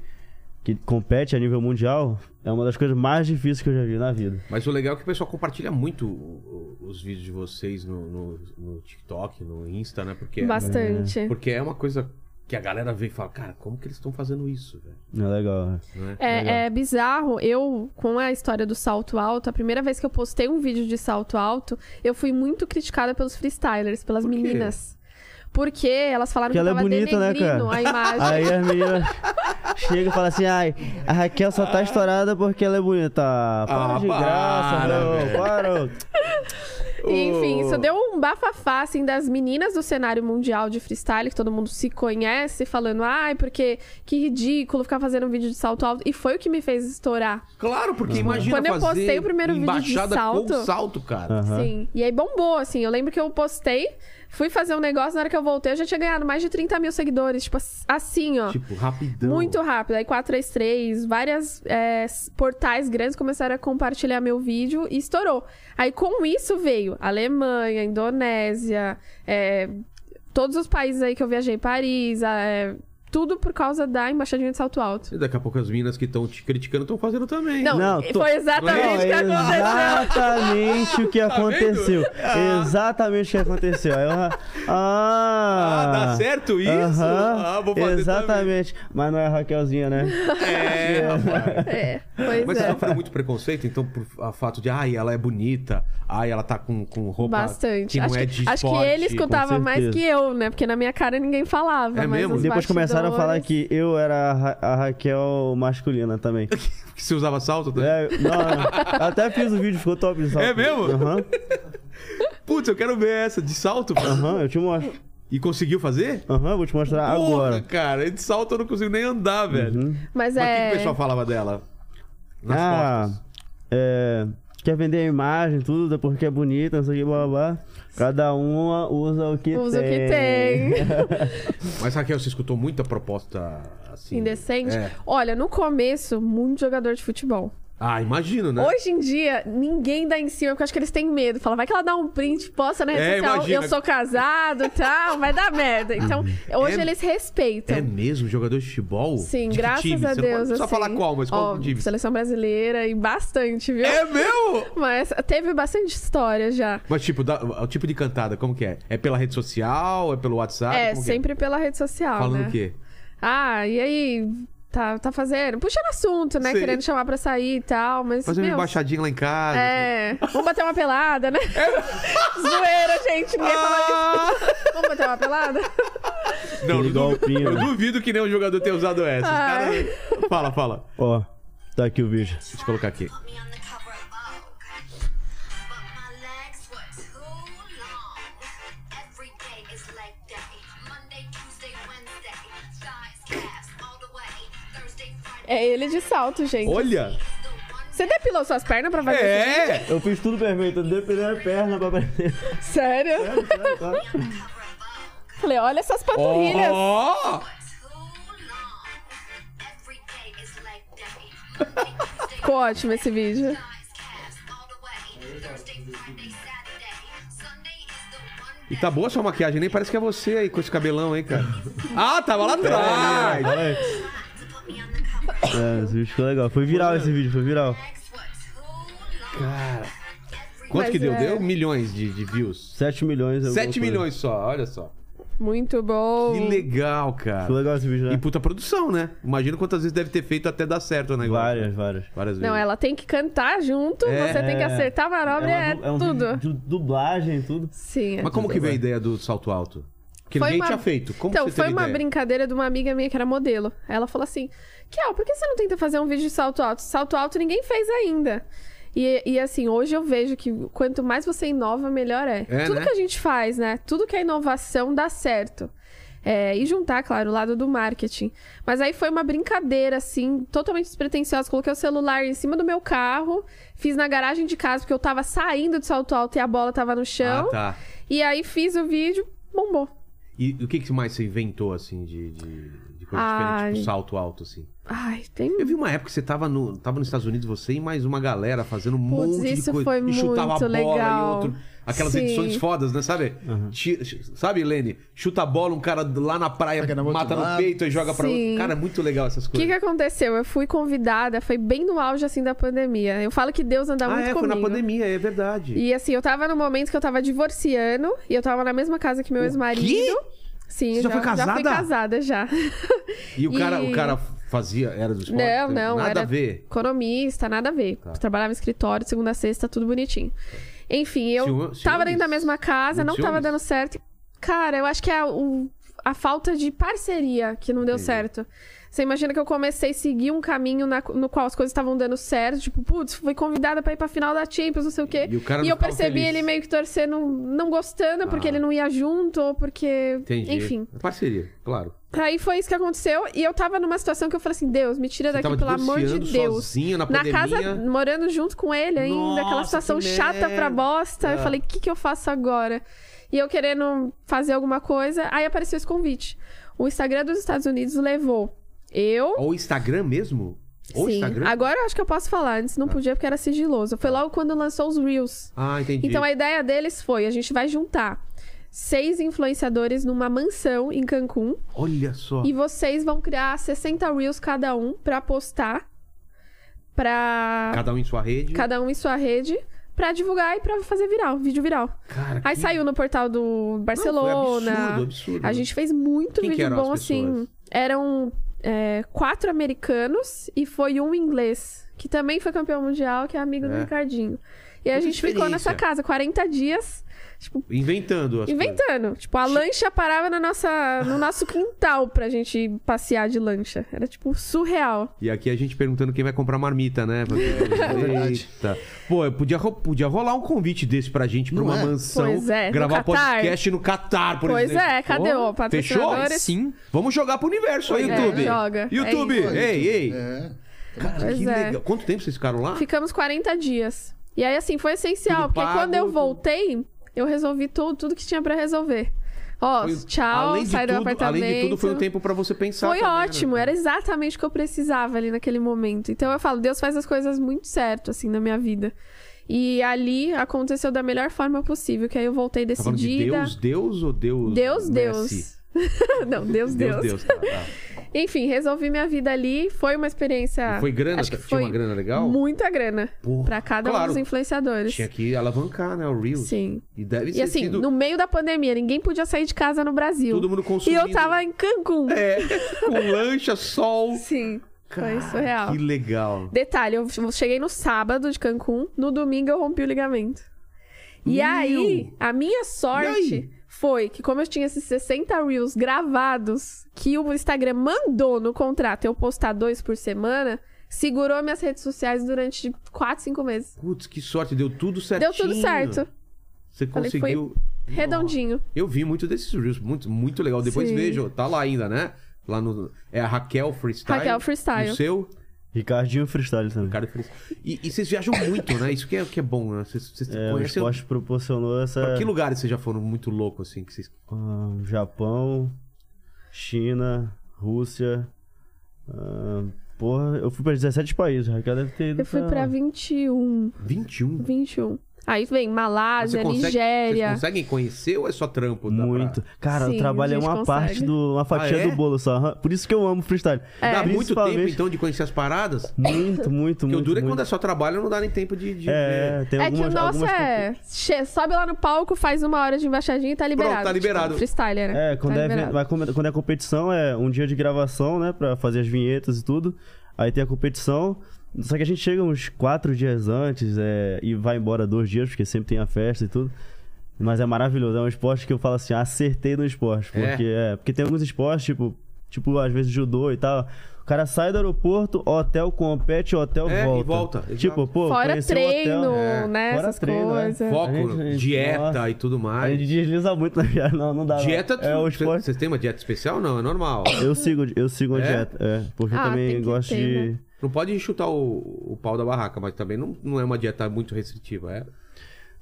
[SPEAKER 4] que compete a nível mundial, é uma das coisas mais difíceis que eu já vi na vida.
[SPEAKER 1] Mas o legal é que o pessoal compartilha muito o- o- os vídeos de vocês no, no- no TikTok, no Insta, né? Porque,
[SPEAKER 3] Bastante.
[SPEAKER 1] porque é uma coisa Que a galera vê e fala, cara, como que eles estão fazendo isso, velho?
[SPEAKER 4] É legal. né?
[SPEAKER 1] Né?
[SPEAKER 4] Legal.
[SPEAKER 3] É, é bizarro. Eu, com a história do salto alto, a primeira vez que eu postei um vídeo de salto alto, eu fui muito criticada pelos freestylers, pelas
[SPEAKER 1] Por quê?
[SPEAKER 3] meninas. Porque elas falaram
[SPEAKER 4] Porque
[SPEAKER 3] que
[SPEAKER 4] ela
[SPEAKER 3] eu
[SPEAKER 4] é
[SPEAKER 3] tava
[SPEAKER 4] bonita, né,
[SPEAKER 3] denegrindo
[SPEAKER 4] [laughs] cara?
[SPEAKER 3] a imagem.
[SPEAKER 4] Aí as
[SPEAKER 3] [laughs]
[SPEAKER 4] meninas chegam e falam assim: ai, a Raquel só tá estourada porque ela é bonita. Ah, Para
[SPEAKER 1] Ah,
[SPEAKER 4] de
[SPEAKER 1] para,
[SPEAKER 4] graça, não,
[SPEAKER 1] velho.
[SPEAKER 4] para.
[SPEAKER 3] E, Enfim, isso
[SPEAKER 1] Ô.
[SPEAKER 3] deu um bafafá, assim, das meninas do cenário mundial de freestyle, que todo mundo se conhece, falando, ai, porque que ridículo ficar fazendo um vídeo de salto alto. E foi o que me fez estourar.
[SPEAKER 1] Claro, porque imagina
[SPEAKER 3] Quando eu
[SPEAKER 1] fazer
[SPEAKER 3] postei o primeiro vídeo de
[SPEAKER 1] embaixada com
[SPEAKER 3] salto-
[SPEAKER 1] salto, cara.
[SPEAKER 4] Aham.
[SPEAKER 3] Sim. E aí bombou, assim. Eu lembro que eu postei, fui fazer um negócio, na hora que eu voltei, eu já tinha ganhado mais de 30 mil seguidores. Tipo, assim, ó.
[SPEAKER 1] Tipo, rapidão.
[SPEAKER 3] Muito rápido. Aí 433, várias é, s- portais grandes começaram a compartilhar meu vídeo e estourou. Aí com isso veio Alemanha, Indonésia, é, todos os países aí que eu viajei, Paris, é, tudo por causa da embaixadinha de salto alto.
[SPEAKER 1] E daqui a pouco as minas que estão te criticando estão fazendo também.
[SPEAKER 3] Não,
[SPEAKER 4] Não, tô-
[SPEAKER 3] foi
[SPEAKER 1] Tá
[SPEAKER 3] exatamente o que
[SPEAKER 4] Não, é
[SPEAKER 3] aconteceu.
[SPEAKER 4] Exatamente o que aconteceu. Exatamente o que aconteceu. Aí eu, ah,
[SPEAKER 1] Ah, dá certo isso?
[SPEAKER 4] Aham,
[SPEAKER 1] Ah, vou fazer
[SPEAKER 4] Exatamente. Mas não é a Raquelzinha, né?
[SPEAKER 1] É,
[SPEAKER 4] [laughs]
[SPEAKER 1] rapaz.
[SPEAKER 3] É, pois
[SPEAKER 1] Mas
[SPEAKER 3] é.
[SPEAKER 1] você sofreu muito preconceito, então, por a fato de, ai, ela é bonita, ai, ela tá com, com roupa
[SPEAKER 3] Bastante.
[SPEAKER 1] que não
[SPEAKER 3] Acho,
[SPEAKER 1] é
[SPEAKER 3] que,
[SPEAKER 1] de
[SPEAKER 3] acho que
[SPEAKER 1] esporte.
[SPEAKER 3] ele escutava mais que
[SPEAKER 4] certeza.
[SPEAKER 3] eu, né? Porque na minha cara ninguém falava.
[SPEAKER 1] É
[SPEAKER 3] mas
[SPEAKER 1] mesmo?
[SPEAKER 3] os
[SPEAKER 4] Depois começaram a falar
[SPEAKER 3] bastidores-
[SPEAKER 4] que eu era a, Ra- a Raquel masculina também.
[SPEAKER 1] Que você usava salto? também.
[SPEAKER 4] É, não, eu até fiz o vídeo, ficou top de salto.
[SPEAKER 1] É mesmo?
[SPEAKER 4] Aham,
[SPEAKER 1] Putz, eu quero ver essa, de salto.
[SPEAKER 4] aham, eu te mostro.
[SPEAKER 1] e conseguiu fazer?
[SPEAKER 4] Aham, eu vou te mostrar
[SPEAKER 1] Porra,
[SPEAKER 4] agora. Uhum.
[SPEAKER 1] cara, de salto eu não consigo nem andar, velho.
[SPEAKER 3] Mas
[SPEAKER 1] Mas o que
[SPEAKER 3] é.
[SPEAKER 1] que o pessoal falava dela? Nas
[SPEAKER 4] ah,
[SPEAKER 1] costas.
[SPEAKER 4] é, quer vender a imagem, tudo, porque é bonita, não sei o que, blá blá blá. Cada uma usa o que
[SPEAKER 3] Usa o
[SPEAKER 4] tem.
[SPEAKER 3] que tem.
[SPEAKER 1] Mas, Raquel, você escutou muita proposta assim?
[SPEAKER 3] Indecente.
[SPEAKER 1] É.
[SPEAKER 3] Olha, no começo, muito jogador de futebol.
[SPEAKER 1] Ah, imagino, né?
[SPEAKER 3] Hoje em dia, ninguém dá em cima, porque eu acho que eles têm medo. Fala, vai que ela dá um print, posta na rede
[SPEAKER 1] É,
[SPEAKER 3] social,
[SPEAKER 1] imagina.
[SPEAKER 3] eu sou casado e tal, vai dar merda. Então, hoje
[SPEAKER 1] É-
[SPEAKER 3] eles respeitam.
[SPEAKER 1] É mesmo? Jogador de futebol?
[SPEAKER 3] Sim,
[SPEAKER 1] De que
[SPEAKER 3] graças
[SPEAKER 1] time?
[SPEAKER 3] a
[SPEAKER 1] Você não
[SPEAKER 3] Deus.
[SPEAKER 1] pode- Não precisa
[SPEAKER 3] assim.
[SPEAKER 1] falar qual, mas qual
[SPEAKER 3] Ó,
[SPEAKER 1] time?
[SPEAKER 3] Seleção brasileira e bastante, viu?
[SPEAKER 1] É meu?
[SPEAKER 3] Mas teve bastante história já.
[SPEAKER 1] Mas, tipo, dá- o tipo de cantada, como que é? É pela rede social? É pelo WhatsApp?
[SPEAKER 3] é,
[SPEAKER 1] Como que
[SPEAKER 3] sempre pela rede social,
[SPEAKER 1] Falando
[SPEAKER 3] né?
[SPEAKER 1] o quê?
[SPEAKER 3] Ah, e aí? Tá, tá fazendo? Puxando assunto, né?
[SPEAKER 1] Sei.
[SPEAKER 3] Querendo chamar pra sair e tal, mas.
[SPEAKER 1] Fazer uma
[SPEAKER 3] meu,
[SPEAKER 1] embaixadinha lá em casa. assim.
[SPEAKER 3] É, vamos bater uma pelada, né?
[SPEAKER 1] É.
[SPEAKER 3] [laughs] Zoeira, gente, ninguém fala isso. Vamos bater uma pelada?
[SPEAKER 1] Não, Ah! eu
[SPEAKER 4] [laughs] Aquele
[SPEAKER 1] duvido-
[SPEAKER 4] golpinho.
[SPEAKER 1] eu duvido que nenhum jogador tenha usado essa. Os
[SPEAKER 3] Ai.
[SPEAKER 1] caras- Fala, fala.
[SPEAKER 4] Ó, tá aqui o vídeo.
[SPEAKER 1] Deixa eu colocar aqui.
[SPEAKER 7] me on the cover of Vogue. But my legs were too long. Every day is leg day. Monday, Tuesday, Wednesday. Thighs, calves, all the way. Thursday, Friday.
[SPEAKER 3] É ele de salto, gente. assim,
[SPEAKER 1] Olha!
[SPEAKER 7] The one
[SPEAKER 3] Você depilou suas pernas pra fazer isso?
[SPEAKER 1] É!
[SPEAKER 4] Eu fiz tudo perfeito, eu depilei a perna pra aparecer.
[SPEAKER 3] Sério?
[SPEAKER 1] É,
[SPEAKER 7] cover of Vogue.
[SPEAKER 3] Falei, olha essas
[SPEAKER 1] Oh.
[SPEAKER 3] panturrilhas.
[SPEAKER 1] Ó!
[SPEAKER 7] Too long. Every day is leg day. Monday, Tuesday,
[SPEAKER 3] Ficou ótimo esse vídeo.
[SPEAKER 7] thighs, calves, all the way. Thursday, Friday, Saturday. Sunday is the one
[SPEAKER 1] E tá boa a sua maquiagem, nem parece que é você aí com esse cabelão, hein, cara? Ah, tava lá atrás!
[SPEAKER 7] to put me on the cover.
[SPEAKER 4] É, esse vídeo ficou legal. Foi viral esse vídeo, foi viral.
[SPEAKER 7] Legs were too long.
[SPEAKER 1] Cara. Quanto
[SPEAKER 3] Mas
[SPEAKER 1] que deu?
[SPEAKER 3] é.
[SPEAKER 1] Deu milhões de, de views.
[SPEAKER 4] 7 milhões. alguma
[SPEAKER 1] 7
[SPEAKER 4] coisa.
[SPEAKER 1] milhões só, olha só.
[SPEAKER 3] Muito bom.
[SPEAKER 1] Que legal, cara.
[SPEAKER 4] Ficou legal esse vídeo,
[SPEAKER 1] E
[SPEAKER 4] né?
[SPEAKER 1] puta produção, né? Imagina quantas vezes deve ter feito até dar certo o negócio.
[SPEAKER 4] Várias, várias.
[SPEAKER 1] Várias vezes.
[SPEAKER 3] Não, ela tem que cantar junto,
[SPEAKER 1] É.
[SPEAKER 3] você tem que acertar a manobra, é,
[SPEAKER 4] uma du- um
[SPEAKER 3] tudo.
[SPEAKER 4] vídeo de dublagem, tudo.
[SPEAKER 3] Sim. é.
[SPEAKER 1] Mas como que veio a ideia do salto alto? Que ninguém tinha feito. Como
[SPEAKER 3] então,
[SPEAKER 1] que você
[SPEAKER 3] foi
[SPEAKER 1] teve
[SPEAKER 3] uma
[SPEAKER 1] ideia?
[SPEAKER 3] brincadeira de uma amiga minha que era modelo. Ela falou assim: Kel, por que você não tenta fazer um vídeo de salto alto? Salto alto ninguém fez ainda. E, e, assim, hoje eu vejo que quanto mais você inova, melhor é.
[SPEAKER 1] É,
[SPEAKER 3] Tudo
[SPEAKER 1] né?
[SPEAKER 3] que a gente faz, né? Tudo que é inovação dá certo. É, e juntar, claro, o lado do marketing. Mas aí foi uma brincadeira, assim, totalmente despretensiosa. Coloquei o celular em cima do meu carro, fiz na garagem de casa, porque eu tava saindo de salto alto e a bola tava no chão.
[SPEAKER 1] Ah, tá.
[SPEAKER 3] E aí fiz o vídeo, bombou.
[SPEAKER 1] E o que, que mais você inventou, assim, de, de, de coisa
[SPEAKER 3] Ai.
[SPEAKER 1] diferente? Tipo, salto alto, assim.
[SPEAKER 3] Ai, tem
[SPEAKER 1] Eu vi uma época que você tava, no, tava nos Estados Unidos, você e mais uma galera fazendo um
[SPEAKER 3] Putz,
[SPEAKER 1] monte de
[SPEAKER 3] isso
[SPEAKER 1] coisa.
[SPEAKER 3] foi
[SPEAKER 1] e chutava
[SPEAKER 3] muito
[SPEAKER 1] a bola
[SPEAKER 3] legal.
[SPEAKER 1] e outro. Aquelas
[SPEAKER 3] Sim.
[SPEAKER 1] edições fodas, né? Sabe? Ti- sabe, Lene? Chuta a bola, um cara lá na praia
[SPEAKER 6] Pega no outro
[SPEAKER 1] mata no
[SPEAKER 6] lado.
[SPEAKER 1] peito e joga pra
[SPEAKER 3] Sim.
[SPEAKER 1] outro. Cara, é muito legal essas
[SPEAKER 3] O que,
[SPEAKER 1] coisas.
[SPEAKER 3] que aconteceu? Eu fui convidada, foi bem no auge assim da pandemia. Eu falo que Deus anda
[SPEAKER 1] ah,
[SPEAKER 3] tá muito
[SPEAKER 1] é,
[SPEAKER 3] comigo.
[SPEAKER 1] foi na pandemia, é verdade.
[SPEAKER 3] E assim, eu tava no momento que eu tava divorciando e eu tava na mesma casa que meu ex-marido. Sim,
[SPEAKER 1] Você já
[SPEAKER 3] já,
[SPEAKER 1] foi
[SPEAKER 3] já
[SPEAKER 1] casada?
[SPEAKER 3] fui casada já.
[SPEAKER 1] E o cara,
[SPEAKER 3] E-
[SPEAKER 1] o cara fazia, era do esporte?
[SPEAKER 3] Não, não.
[SPEAKER 1] Nada
[SPEAKER 3] era
[SPEAKER 1] a ver.
[SPEAKER 3] Economista, nada a ver.
[SPEAKER 1] Tá.
[SPEAKER 3] Trabalhava em escritório, de segunda a sexta, tudo bonitinho. Enfim, eu
[SPEAKER 1] Ciú-
[SPEAKER 3] tava
[SPEAKER 1] ciúmes?
[SPEAKER 3] dentro da mesma casa, não
[SPEAKER 1] Muito
[SPEAKER 3] tava
[SPEAKER 1] ciúmes?
[SPEAKER 3] dando certo. Cara, eu acho que é a, o- a falta de parceria que não deu certo. Você imagina que eu comecei a seguir um caminho na- no qual as coisas estavam dando certo. Tipo, putz, fui convidada pra ir pra final da Champions, não sei o quê.
[SPEAKER 1] E o cara não
[SPEAKER 3] eu
[SPEAKER 1] ficava
[SPEAKER 3] percebi
[SPEAKER 1] feliz.
[SPEAKER 3] ele meio que torcendo, não gostando, porque
[SPEAKER 1] Ah.
[SPEAKER 3] ele não ia junto, ou porque.
[SPEAKER 1] Entendi.
[SPEAKER 3] Enfim.
[SPEAKER 1] Parceria, claro.
[SPEAKER 3] Aí foi isso que aconteceu. E eu tava numa situação que eu falei assim: Deus, me tira
[SPEAKER 1] Você tava
[SPEAKER 3] daqui, pelo amor de
[SPEAKER 1] divorciando
[SPEAKER 3] Deus.
[SPEAKER 1] sozinha na pandemia.
[SPEAKER 3] casa, morando junto com ele ainda,
[SPEAKER 1] Nossa,
[SPEAKER 3] aquela situação
[SPEAKER 1] que
[SPEAKER 3] chata
[SPEAKER 1] merda.
[SPEAKER 3] pra bosta. Eu falei: o que, que eu faço agora? E eu querendo fazer alguma coisa. Aí apareceu esse convite. O Instagram dos Estados Unidos levou eu.
[SPEAKER 1] Ou Instagram mesmo? Ou
[SPEAKER 3] Sim.
[SPEAKER 1] Instagram?
[SPEAKER 3] Agora eu acho que eu posso falar. Antes não podia porque era sigiloso. Foi logo quando lançou os Reels.
[SPEAKER 1] Ah, entendi.
[SPEAKER 3] Então a ideia deles foi: a gente vai juntar seis influenciadores numa mansão em Cancún.
[SPEAKER 1] Olha só.
[SPEAKER 3] E vocês vão criar 60 reels cada um pra postar pra cada,
[SPEAKER 1] Cada um em sua rede.
[SPEAKER 3] um em sua rede pra divulgar e pra fazer viral, vídeo viral.
[SPEAKER 1] Cara,
[SPEAKER 3] Aí
[SPEAKER 1] que-
[SPEAKER 3] saiu no portal do Barcelona.
[SPEAKER 1] Não, foi absurdo, absurdo.
[SPEAKER 3] A gente fez muito
[SPEAKER 1] Quem que
[SPEAKER 3] vídeo
[SPEAKER 1] eram as
[SPEAKER 3] bom assim.
[SPEAKER 1] pessoas?
[SPEAKER 3] Eram é, quatro americanos e foi um inglês, que também foi campeão mundial, que é amigo do
[SPEAKER 1] É.
[SPEAKER 3] Ricardinho. E a
[SPEAKER 1] Puta
[SPEAKER 3] gente ficou nessa
[SPEAKER 1] experiência.
[SPEAKER 3] casa 40 dias, tipo,
[SPEAKER 1] Inventando as coisas.
[SPEAKER 3] Inventando. Tipo, a lancha parava na nossa, no nosso quintal pra gente passear de lancha. Era, tipo, surreal.
[SPEAKER 1] E aqui a gente perguntando quem vai comprar marmita, né?
[SPEAKER 6] [laughs]
[SPEAKER 1] Porque-
[SPEAKER 6] É
[SPEAKER 1] Eita. Pô, eu podia, ro- podia rolar um convite desse pra gente, pra
[SPEAKER 6] Não
[SPEAKER 1] uma
[SPEAKER 6] é?
[SPEAKER 1] mansão,
[SPEAKER 3] Pois é, no
[SPEAKER 1] gravar
[SPEAKER 3] Catar.
[SPEAKER 1] podcast no Catar, por
[SPEAKER 3] Pois
[SPEAKER 1] exemplo.
[SPEAKER 3] é, cadê o
[SPEAKER 1] Porra,
[SPEAKER 3] patrocinador?
[SPEAKER 1] Fechou?
[SPEAKER 5] Sim.
[SPEAKER 1] Vamos jogar pro universo aí,
[SPEAKER 3] É,
[SPEAKER 1] YouTube.
[SPEAKER 3] joga.
[SPEAKER 1] YouTube,
[SPEAKER 3] É
[SPEAKER 6] isso.
[SPEAKER 1] ei, ei.
[SPEAKER 6] É.
[SPEAKER 1] Cara,
[SPEAKER 3] Pois
[SPEAKER 1] que
[SPEAKER 3] é.
[SPEAKER 1] legal. Quanto tempo vocês ficaram lá?
[SPEAKER 3] Ficamos 40 dias. E aí, assim, foi essencial,
[SPEAKER 1] Tudo
[SPEAKER 3] porque
[SPEAKER 1] pago,
[SPEAKER 3] quando eu
[SPEAKER 1] tudo.
[SPEAKER 3] voltei, eu resolvi tudo, tudo que tinha pra resolver. Ó,
[SPEAKER 1] Foi-
[SPEAKER 3] tchau,
[SPEAKER 1] além de
[SPEAKER 3] sai do
[SPEAKER 1] tudo-
[SPEAKER 3] apartamento.
[SPEAKER 1] Além de tudo, foi um tempo pra você pensar.
[SPEAKER 3] Foi
[SPEAKER 1] também, né?
[SPEAKER 3] ótimo, era exatamente o que eu precisava ali naquele momento. Então eu falo, Deus faz as coisas muito certo, assim, na minha vida. E ali aconteceu da melhor forma possível, que aí eu voltei
[SPEAKER 1] Tá falando de
[SPEAKER 3] decidida.
[SPEAKER 1] Deus, Deus ou Deus?
[SPEAKER 3] Deus,
[SPEAKER 1] Messi?
[SPEAKER 3] Deus. Não, Deus, [laughs] Deus.
[SPEAKER 1] Deus, Deus. tá, tá.
[SPEAKER 3] Enfim, resolvi minha vida ali. Foi uma [laughs] experiência.
[SPEAKER 1] E tá. foi grana?
[SPEAKER 3] Acho que
[SPEAKER 1] Tinha
[SPEAKER 3] foi
[SPEAKER 1] uma grana legal?
[SPEAKER 3] Muita grana.
[SPEAKER 1] Porra,
[SPEAKER 3] Pra cada um
[SPEAKER 1] claro.
[SPEAKER 3] dos influenciadores.
[SPEAKER 1] Tinha que alavancar, né? O Reels.
[SPEAKER 3] Sim.
[SPEAKER 1] E deve
[SPEAKER 3] E
[SPEAKER 1] ser
[SPEAKER 3] assim,
[SPEAKER 1] sido
[SPEAKER 3] no meio da pandemia, ninguém podia sair de casa no Brasil.
[SPEAKER 1] todo mundo
[SPEAKER 3] e
[SPEAKER 1] consumindo.
[SPEAKER 3] eu tava em Cancún.
[SPEAKER 1] É, com lancha, sol.
[SPEAKER 3] Sim.
[SPEAKER 1] Cara,
[SPEAKER 3] [laughs] foi surreal.
[SPEAKER 1] Que legal.
[SPEAKER 3] Detalhe, eu cheguei no sábado de Cancún, no domingo eu rompi o ligamento. E
[SPEAKER 1] Meu!
[SPEAKER 3] aí, a minha
[SPEAKER 1] E aí?
[SPEAKER 3] sorte foi que, como eu tinha esses 60 Reels gravados, que o Instagram mandou no contrato eu postar dois por semana, segurou minhas redes sociais durante 4, 5 meses.
[SPEAKER 1] Putz, que sorte, deu tudo certinho.
[SPEAKER 3] Deu tudo certo.
[SPEAKER 1] Você
[SPEAKER 3] Falei, foi
[SPEAKER 1] conseguiu.
[SPEAKER 3] Redondinho.
[SPEAKER 1] Eu vi muito desses Reels, muito, muito legal. Depois
[SPEAKER 3] Sim.
[SPEAKER 1] vejo, tá lá ainda, né? Lá no. É a Raquel Freestyle.
[SPEAKER 3] Raquel Freestyle.
[SPEAKER 1] O seu,
[SPEAKER 4] Ricardinho Freestyle também.
[SPEAKER 1] Ricardo Freestyle. E, e vocês viajam muito, né? Isso que é, que é bom, né? Vocês, vocês
[SPEAKER 4] É, o
[SPEAKER 1] conhecem.
[SPEAKER 4] esporte proporcionou essa.
[SPEAKER 1] Pra que lugares vocês já foram muito louco, assim? Que vocês...
[SPEAKER 4] Ah, Japão, China, Rússia. ah, porra, eu fui pra 17 países. Raquel deve ter ido
[SPEAKER 3] Eu fui pra
[SPEAKER 1] Então.
[SPEAKER 4] pra
[SPEAKER 3] 21.
[SPEAKER 1] 21?
[SPEAKER 3] 21. Aí vem Malásia,
[SPEAKER 1] Você consegue- Vocês
[SPEAKER 3] Nigéria.
[SPEAKER 1] conseguem conhecer ou é só trampo? Dá pra-
[SPEAKER 4] Muito. Cara,
[SPEAKER 3] Sim,
[SPEAKER 4] eu trabalho é
[SPEAKER 3] a gente
[SPEAKER 4] uma
[SPEAKER 3] consegue.
[SPEAKER 4] parte do. uma fatia
[SPEAKER 1] Ah, é?
[SPEAKER 4] do bolo só. aham. Por isso que eu amo freestyle.
[SPEAKER 3] É.
[SPEAKER 1] Dá muito tempo,
[SPEAKER 4] Principalmente-
[SPEAKER 1] então, de conhecer as paradas?
[SPEAKER 4] Muito, muito,
[SPEAKER 1] Porque o
[SPEAKER 4] muito.
[SPEAKER 1] duro é
[SPEAKER 4] muito.
[SPEAKER 1] quando né? é só trabalho, não dá nem tempo de... de ver.
[SPEAKER 4] É, tem
[SPEAKER 3] É que
[SPEAKER 4] algumas,
[SPEAKER 3] o nosso
[SPEAKER 4] algumas
[SPEAKER 3] é. che- sobe lá no palco, faz uma hora de embaixadinha e tá liberado.
[SPEAKER 1] tá liberado.
[SPEAKER 3] Tipo, freestyler, né?
[SPEAKER 4] É,
[SPEAKER 3] [laughs]
[SPEAKER 4] quando,
[SPEAKER 3] tá
[SPEAKER 4] é, evento-
[SPEAKER 3] liberado.
[SPEAKER 4] mas quando- quando é competição, é um dia de gravação, né? Pra fazer as vinhetas e tudo. Aí tem a competição. Só que a gente chega uns quatro dias antes é, e vai embora dois dias, porque sempre tem a festa e tudo. Mas é maravilhoso. É um esporte que eu falo assim, acertei no esporte.
[SPEAKER 1] É?
[SPEAKER 4] Porque, é, porque tem alguns esportes, tipo, tipo, às vezes judô e tal. O cara sai do aeroporto, hotel compete, hotel
[SPEAKER 1] É, e
[SPEAKER 4] volta.
[SPEAKER 1] volta, exato.
[SPEAKER 4] Tipo, pô,
[SPEAKER 3] Fora
[SPEAKER 4] conheceu o hotel.
[SPEAKER 3] treino,
[SPEAKER 1] É,
[SPEAKER 3] né?
[SPEAKER 4] fora
[SPEAKER 3] essas
[SPEAKER 4] treino, né?
[SPEAKER 3] coisas.
[SPEAKER 1] Foco,
[SPEAKER 4] A gente-
[SPEAKER 1] dieta
[SPEAKER 4] nossa.
[SPEAKER 1] e tudo
[SPEAKER 4] A gente
[SPEAKER 1] mais.
[SPEAKER 4] desliza muito na viagem. Não, não dá. não.
[SPEAKER 1] Dieta...
[SPEAKER 4] é o
[SPEAKER 1] cê-
[SPEAKER 4] esporte.
[SPEAKER 1] Vocês têm uma dieta especial? Não, é normal.
[SPEAKER 4] Eu sigo, eu sigo a
[SPEAKER 1] É?
[SPEAKER 4] dieta, é. Porque
[SPEAKER 3] Ah,
[SPEAKER 4] eu
[SPEAKER 3] tem
[SPEAKER 4] também
[SPEAKER 3] que
[SPEAKER 4] gosto
[SPEAKER 3] ter,
[SPEAKER 4] de.
[SPEAKER 3] né?
[SPEAKER 1] Não pode chutar o, o pau da barraca, mas também não, não é uma dieta muito restritiva, é?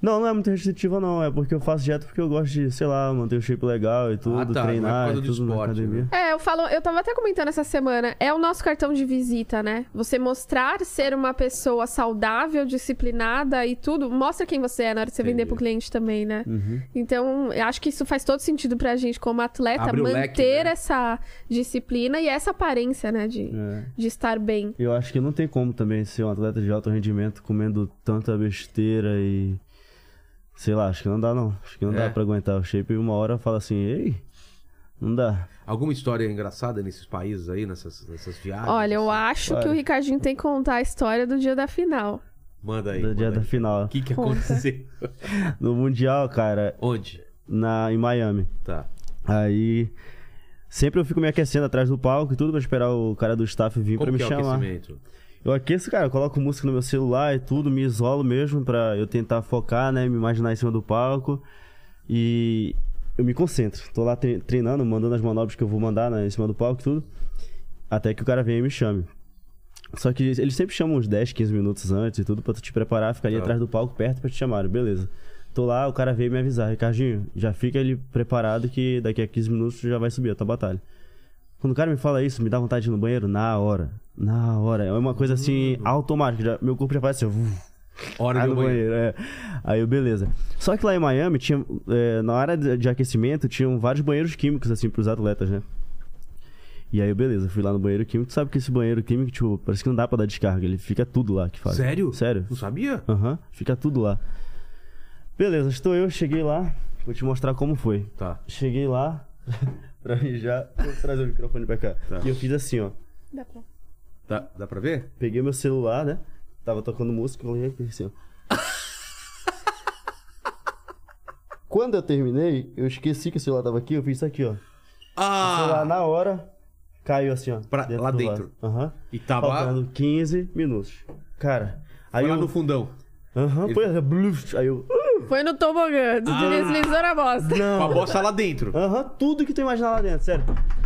[SPEAKER 4] Não, não é muito restritiva, não. É porque eu faço dieta porque eu gosto de, sei lá, manter o shape legal e tudo,
[SPEAKER 1] Ah, tá, não é por
[SPEAKER 4] treinar
[SPEAKER 1] causa
[SPEAKER 4] e
[SPEAKER 1] do
[SPEAKER 4] tudo na
[SPEAKER 1] esporte,
[SPEAKER 4] academia.
[SPEAKER 1] né?
[SPEAKER 3] É, eu falo, eu tava até comentando essa semana, é o nosso cartão de visita, né? Você mostrar ser uma pessoa saudável, disciplinada e tudo, mostra quem você é na hora de você vender pro cliente também, né?
[SPEAKER 4] Uhum,
[SPEAKER 3] Então, eu acho que isso faz todo sentido pra gente como atleta
[SPEAKER 1] Abre o
[SPEAKER 3] manter
[SPEAKER 1] leque, né?
[SPEAKER 3] essa disciplina e essa aparência, né, de,
[SPEAKER 4] É.
[SPEAKER 3] de estar bem.
[SPEAKER 4] Eu acho que não tem como também ser um atleta de alto rendimento comendo tanta besteira e. Sei lá, acho que não dá, não. Acho que não
[SPEAKER 1] É.
[SPEAKER 4] dá pra aguentar o shape. E uma hora fala assim, ei, Não dá.
[SPEAKER 1] Alguma história engraçada nesses países aí, nessas, nessas viagens?
[SPEAKER 3] Olha, eu
[SPEAKER 1] assim?
[SPEAKER 3] acho que
[SPEAKER 4] olha.
[SPEAKER 3] o Ricardinho tem que contar a história do dia da final.
[SPEAKER 1] Manda aí.
[SPEAKER 4] Do dia
[SPEAKER 1] manda
[SPEAKER 4] da
[SPEAKER 1] aí.
[SPEAKER 4] final.
[SPEAKER 1] O que, que
[SPEAKER 3] Conta.
[SPEAKER 1] aconteceu?
[SPEAKER 4] No Mundial, cara,
[SPEAKER 1] Onde?
[SPEAKER 4] na, em Miami.
[SPEAKER 1] Tá.
[SPEAKER 4] Aí. Sempre eu fico me aquecendo atrás do palco e tudo pra esperar o cara do staff vir
[SPEAKER 1] Como
[SPEAKER 4] pra me
[SPEAKER 1] que é o
[SPEAKER 4] chamar.
[SPEAKER 1] aquecimento?
[SPEAKER 4] Eu aqueço, cara, eu coloco música no meu celular e tudo, me isolo mesmo pra eu tentar focar, né? Me imaginar em cima do palco. E eu me concentro. Tô lá tre- treinando, mandando as manobras que eu vou mandar né, em cima do palco e tudo. Até que o cara venha e me chame. Só que eles sempre chamam uns 10, 15 minutos antes e tudo pra tu te preparar, ficar ali
[SPEAKER 1] Tá.
[SPEAKER 4] atrás do palco perto pra te chamarem, beleza. Tô lá, o cara veio me avisar, Ricardinho, já fica ele preparado que daqui a 15 minutos tu já vai subir a tua batalha. Quando o cara me fala isso, me dá vontade de ir no banheiro na hora. Na hora. É uma coisa assim automática. já- meu corpo já faz assim. vuf,
[SPEAKER 1] Uhum. Hora
[SPEAKER 4] ah,
[SPEAKER 1] do
[SPEAKER 4] no
[SPEAKER 1] banheiro.
[SPEAKER 4] banheiro, é. Aí eu, beleza. Só que lá em Miami, tinha, é, na área de, de aquecimento, tinham vários banheiros químicos, assim, pros atletas, né? E aí, eu, beleza, fui lá no banheiro químico. Tu sabe que esse banheiro químico, tipo, parece que não dá pra dar descarga. Ele fica tudo lá que faz.
[SPEAKER 1] Sério?
[SPEAKER 4] Sério.
[SPEAKER 1] Não sabia?
[SPEAKER 4] Aham, fica tudo lá. Beleza, estou eu, cheguei lá. Vou te mostrar como foi.
[SPEAKER 1] Tá.
[SPEAKER 4] Cheguei lá [laughs] pra mijar. Vou trazer o microfone pra cá.
[SPEAKER 1] Tá.
[SPEAKER 4] E eu fiz assim, ó.
[SPEAKER 3] Dá pra...
[SPEAKER 1] Dá, dá pra ver?
[SPEAKER 4] Peguei meu celular, né? Tava tocando música e falei
[SPEAKER 1] [laughs]
[SPEAKER 4] aqui assim, ó. Quando eu terminei, eu esqueci que o celular tava aqui, eu fiz isso aqui, ó. O celular
[SPEAKER 1] Ah!
[SPEAKER 4] na hora caiu assim, ó.
[SPEAKER 1] Pra- lá
[SPEAKER 4] do
[SPEAKER 1] dentro.
[SPEAKER 4] vaso. Aham.
[SPEAKER 1] E tava
[SPEAKER 4] Faltando 15 minutos. Cara, aí
[SPEAKER 1] foi lá
[SPEAKER 4] eu.
[SPEAKER 1] no fundão.
[SPEAKER 4] Aham, pois é, bluf, aí eu.
[SPEAKER 3] Foi no
[SPEAKER 1] Ah.
[SPEAKER 3] tobogã, deslizou na bosta.
[SPEAKER 1] Com a bosta lá dentro.
[SPEAKER 4] Aham, tudo que tu imaginar lá dentro, sério.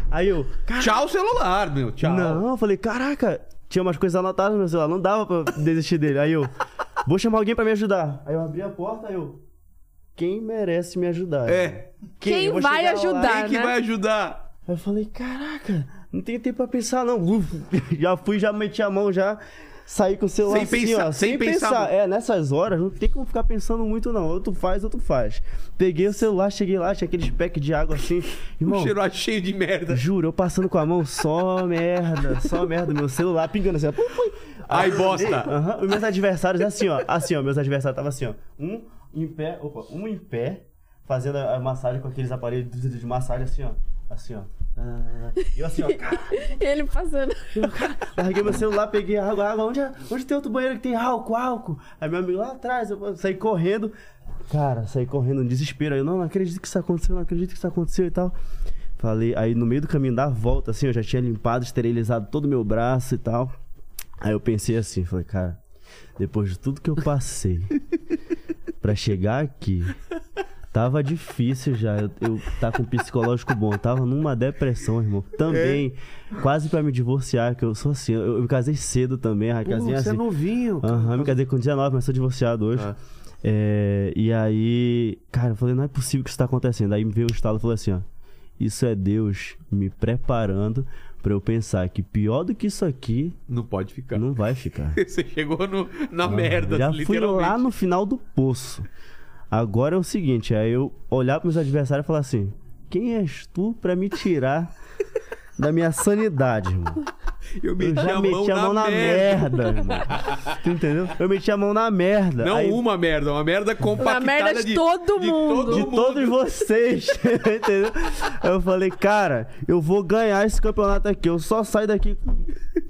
[SPEAKER 4] Aí eu.
[SPEAKER 1] Tchau, celular, meu. Tchau.
[SPEAKER 4] Não, eu falei, caraca, tinha umas coisas anotadas no meu celular, não dava pra desistir dele. Aí eu, vou chamar alguém pra me ajudar. Aí eu abri a porta, aí eu, quem merece me ajudar?
[SPEAKER 1] É.
[SPEAKER 4] Eu
[SPEAKER 3] Quem
[SPEAKER 4] vou
[SPEAKER 3] vai
[SPEAKER 4] chegar lá.
[SPEAKER 3] ajudar,
[SPEAKER 1] Quem que
[SPEAKER 3] né?
[SPEAKER 1] vai ajudar?
[SPEAKER 4] Aí eu falei, caraca, não tem tempo pra pensar não. Uf, [laughs] já fui, já meti a mão, já saí com o celular
[SPEAKER 1] Sem
[SPEAKER 4] assim,
[SPEAKER 1] pensar-
[SPEAKER 4] ó,
[SPEAKER 1] sem pensar muito.
[SPEAKER 4] É, nessas horas não tem como ficar pensando muito não, ou tu faz, ou tu faz. Peguei o celular, cheguei lá, tinha aqueles packs de água assim,
[SPEAKER 1] O
[SPEAKER 4] irmão...
[SPEAKER 1] Um cheiro cheio de merda.
[SPEAKER 4] Juro, eu passando com a mão, só merda, só merda, meu celular pingando assim, ó. Pum, pum.
[SPEAKER 1] Ai, bosta.
[SPEAKER 4] Aham, Os meus adversários, assim, ó. Assim, ó. Meus adversários estavam assim, ó. Um em pé, opa, um em pé, fazendo a a massagem com aqueles aparelhos de de massagem, assim, ó. Assim, ó. Ah,
[SPEAKER 1] [laughs]
[SPEAKER 4] Eu assim, ó, cara,
[SPEAKER 3] E ele passando.
[SPEAKER 4] larguei meu celular, peguei a água, água, onde, é- onde tem outro banheiro que tem álcool, álcool? Aí meu amigo lá atrás, eu saí correndo. Cara, saí correndo, um desespero. Aí Eu não, não acredito que isso aconteceu, não acredito que isso aconteceu e tal. Falei, aí no meio do caminho da volta, assim, eu já tinha limpado, esterilizado todo o meu braço e tal. Aí eu pensei assim, falei, cara, depois de tudo que eu passei pra chegar aqui, tava difícil já. Eu, eu tá com um psicológico bom, tava numa depressão, irmão. Também, quase pra me divorciar, que eu sou assim, eu, eu me casei cedo também, a
[SPEAKER 1] é
[SPEAKER 4] casinha assim.
[SPEAKER 1] novinho.
[SPEAKER 4] Aham, me casei com 19, mas sou divorciado hoje.
[SPEAKER 1] Tá.
[SPEAKER 4] É, e aí, cara, eu falei, não é possível que isso tá acontecendo. Aí me veio o estalo e falei assim, ó. Isso é Deus me preparando pra eu pensar que pior do que isso aqui
[SPEAKER 1] Não pode ficar.
[SPEAKER 4] não vai ficar.
[SPEAKER 1] [laughs] Você chegou no- na merda,
[SPEAKER 4] já fui
[SPEAKER 1] literalmente.
[SPEAKER 4] lá no final do poço. Agora é o seguinte, é eu olhar pros meus adversários e falar assim: "Quem és tu pra me tirar da minha sanidade, irmão?"
[SPEAKER 1] Eu
[SPEAKER 4] Eu
[SPEAKER 1] meti,
[SPEAKER 4] já
[SPEAKER 1] a, mão
[SPEAKER 4] meti a mão na, merda,
[SPEAKER 1] [laughs]
[SPEAKER 4] irmão. Tu entendeu? Eu meti a mão na merda.
[SPEAKER 1] Não
[SPEAKER 4] Aí-
[SPEAKER 1] uma merda, uma merda compactada
[SPEAKER 3] merda de todo mundo.
[SPEAKER 1] todo
[SPEAKER 4] de
[SPEAKER 1] mundo.
[SPEAKER 4] todos vocês, [laughs] entendeu? Eu falei, cara, eu vou ganhar esse campeonato aqui. Eu só saio daqui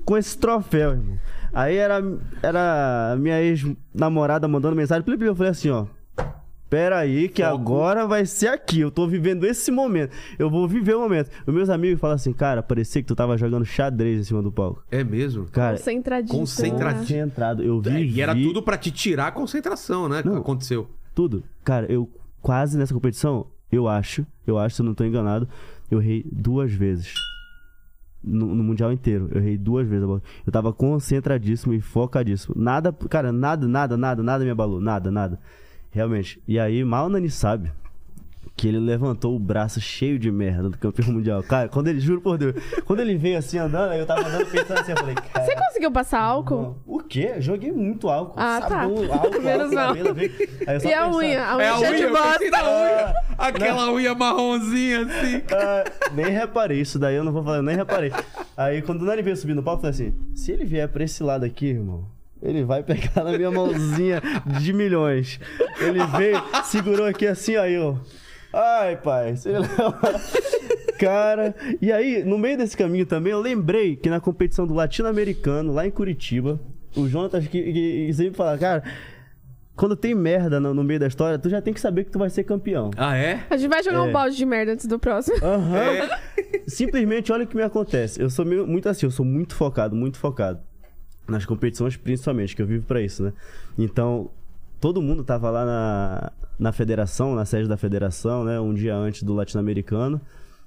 [SPEAKER 4] com esse troféu, irmão. Aí era, era a minha ex-namorada mandando mensagem. Plim, plim. Eu falei assim, ó. Pera aí, que agora vai ser aqui. Eu tô vivendo esse momento. Eu vou viver o momento. Os meus amigos falam assim, cara, parecia que tu tava jogando xadrez em cima do palco.
[SPEAKER 1] É mesmo?
[SPEAKER 4] Cara,
[SPEAKER 3] Concentradíssimo. né?
[SPEAKER 1] Concentradíssimo.
[SPEAKER 4] tinha entrado. Eu
[SPEAKER 1] É,
[SPEAKER 4] vi.
[SPEAKER 1] e era tudo pra te tirar a concentração, né? que
[SPEAKER 4] Não.
[SPEAKER 1] Aconteceu.
[SPEAKER 4] tudo. Cara, eu quase nessa competição, eu acho, eu acho, se eu não tô enganado, eu errei duas vezes. No, no Mundial inteiro, eu errei duas vezes a bola. Eu tava concentradíssimo e focadíssimo. Nada, cara, nada, nada, nada, nada me abalou. Nada, nada. Realmente. E aí, mal o Nani sabe que ele levantou o braço cheio de merda do campeão [laughs] mundial. Cara, quando ele, juro por Deus, quando ele veio assim andando, eu tava andando pensando assim, eu falei, cara.
[SPEAKER 3] [laughs] Você conseguiu passar álcool?
[SPEAKER 4] O quê? Eu Joguei muito álcool.
[SPEAKER 3] Ah, tá.
[SPEAKER 4] Sabão,
[SPEAKER 3] [laughs]
[SPEAKER 4] álcool,
[SPEAKER 3] Menos
[SPEAKER 4] álcool, na
[SPEAKER 3] mal.
[SPEAKER 4] mesa, veio. Aí eu só
[SPEAKER 3] E a
[SPEAKER 4] pensava,
[SPEAKER 3] unha? A
[SPEAKER 1] É
[SPEAKER 3] unha
[SPEAKER 1] a
[SPEAKER 3] cheia
[SPEAKER 1] unha,
[SPEAKER 3] de
[SPEAKER 1] eu pensei na
[SPEAKER 3] bosta. [laughs]
[SPEAKER 1] unha. Aquela unha marronzinha assim.
[SPEAKER 4] Ah, nem reparei, isso daí eu não vou falar, eu nem reparei. Aí quando o Nani veio subir no palco, eu falei assim: se ele vier pra esse lado aqui, irmão, ele vai pegar na minha mãozinha de milhões. Ele veio, segurou aqui assim, aí eu. Ai, pai, sei lá. [laughs] Cara, e aí, no meio desse caminho também, eu lembrei que na competição do latino-americano, lá em Curitiba, o Jonatas que, que- que sempre fala, cara, quando tem merda no, no meio da história, tu já tem que saber que tu vai ser campeão.
[SPEAKER 1] Ah, é?
[SPEAKER 3] A gente vai jogar um
[SPEAKER 4] É.
[SPEAKER 3] balde de merda antes do próximo.
[SPEAKER 4] Aham. Simplesmente, olha o que me acontece. Eu sou meio- muito assim, eu sou muito focado, muito focado. Nas competições, principalmente, que eu vivo pra isso, né? Então, todo mundo tava lá na, na federação, na sede da federação, né? Um dia antes do latino-americano.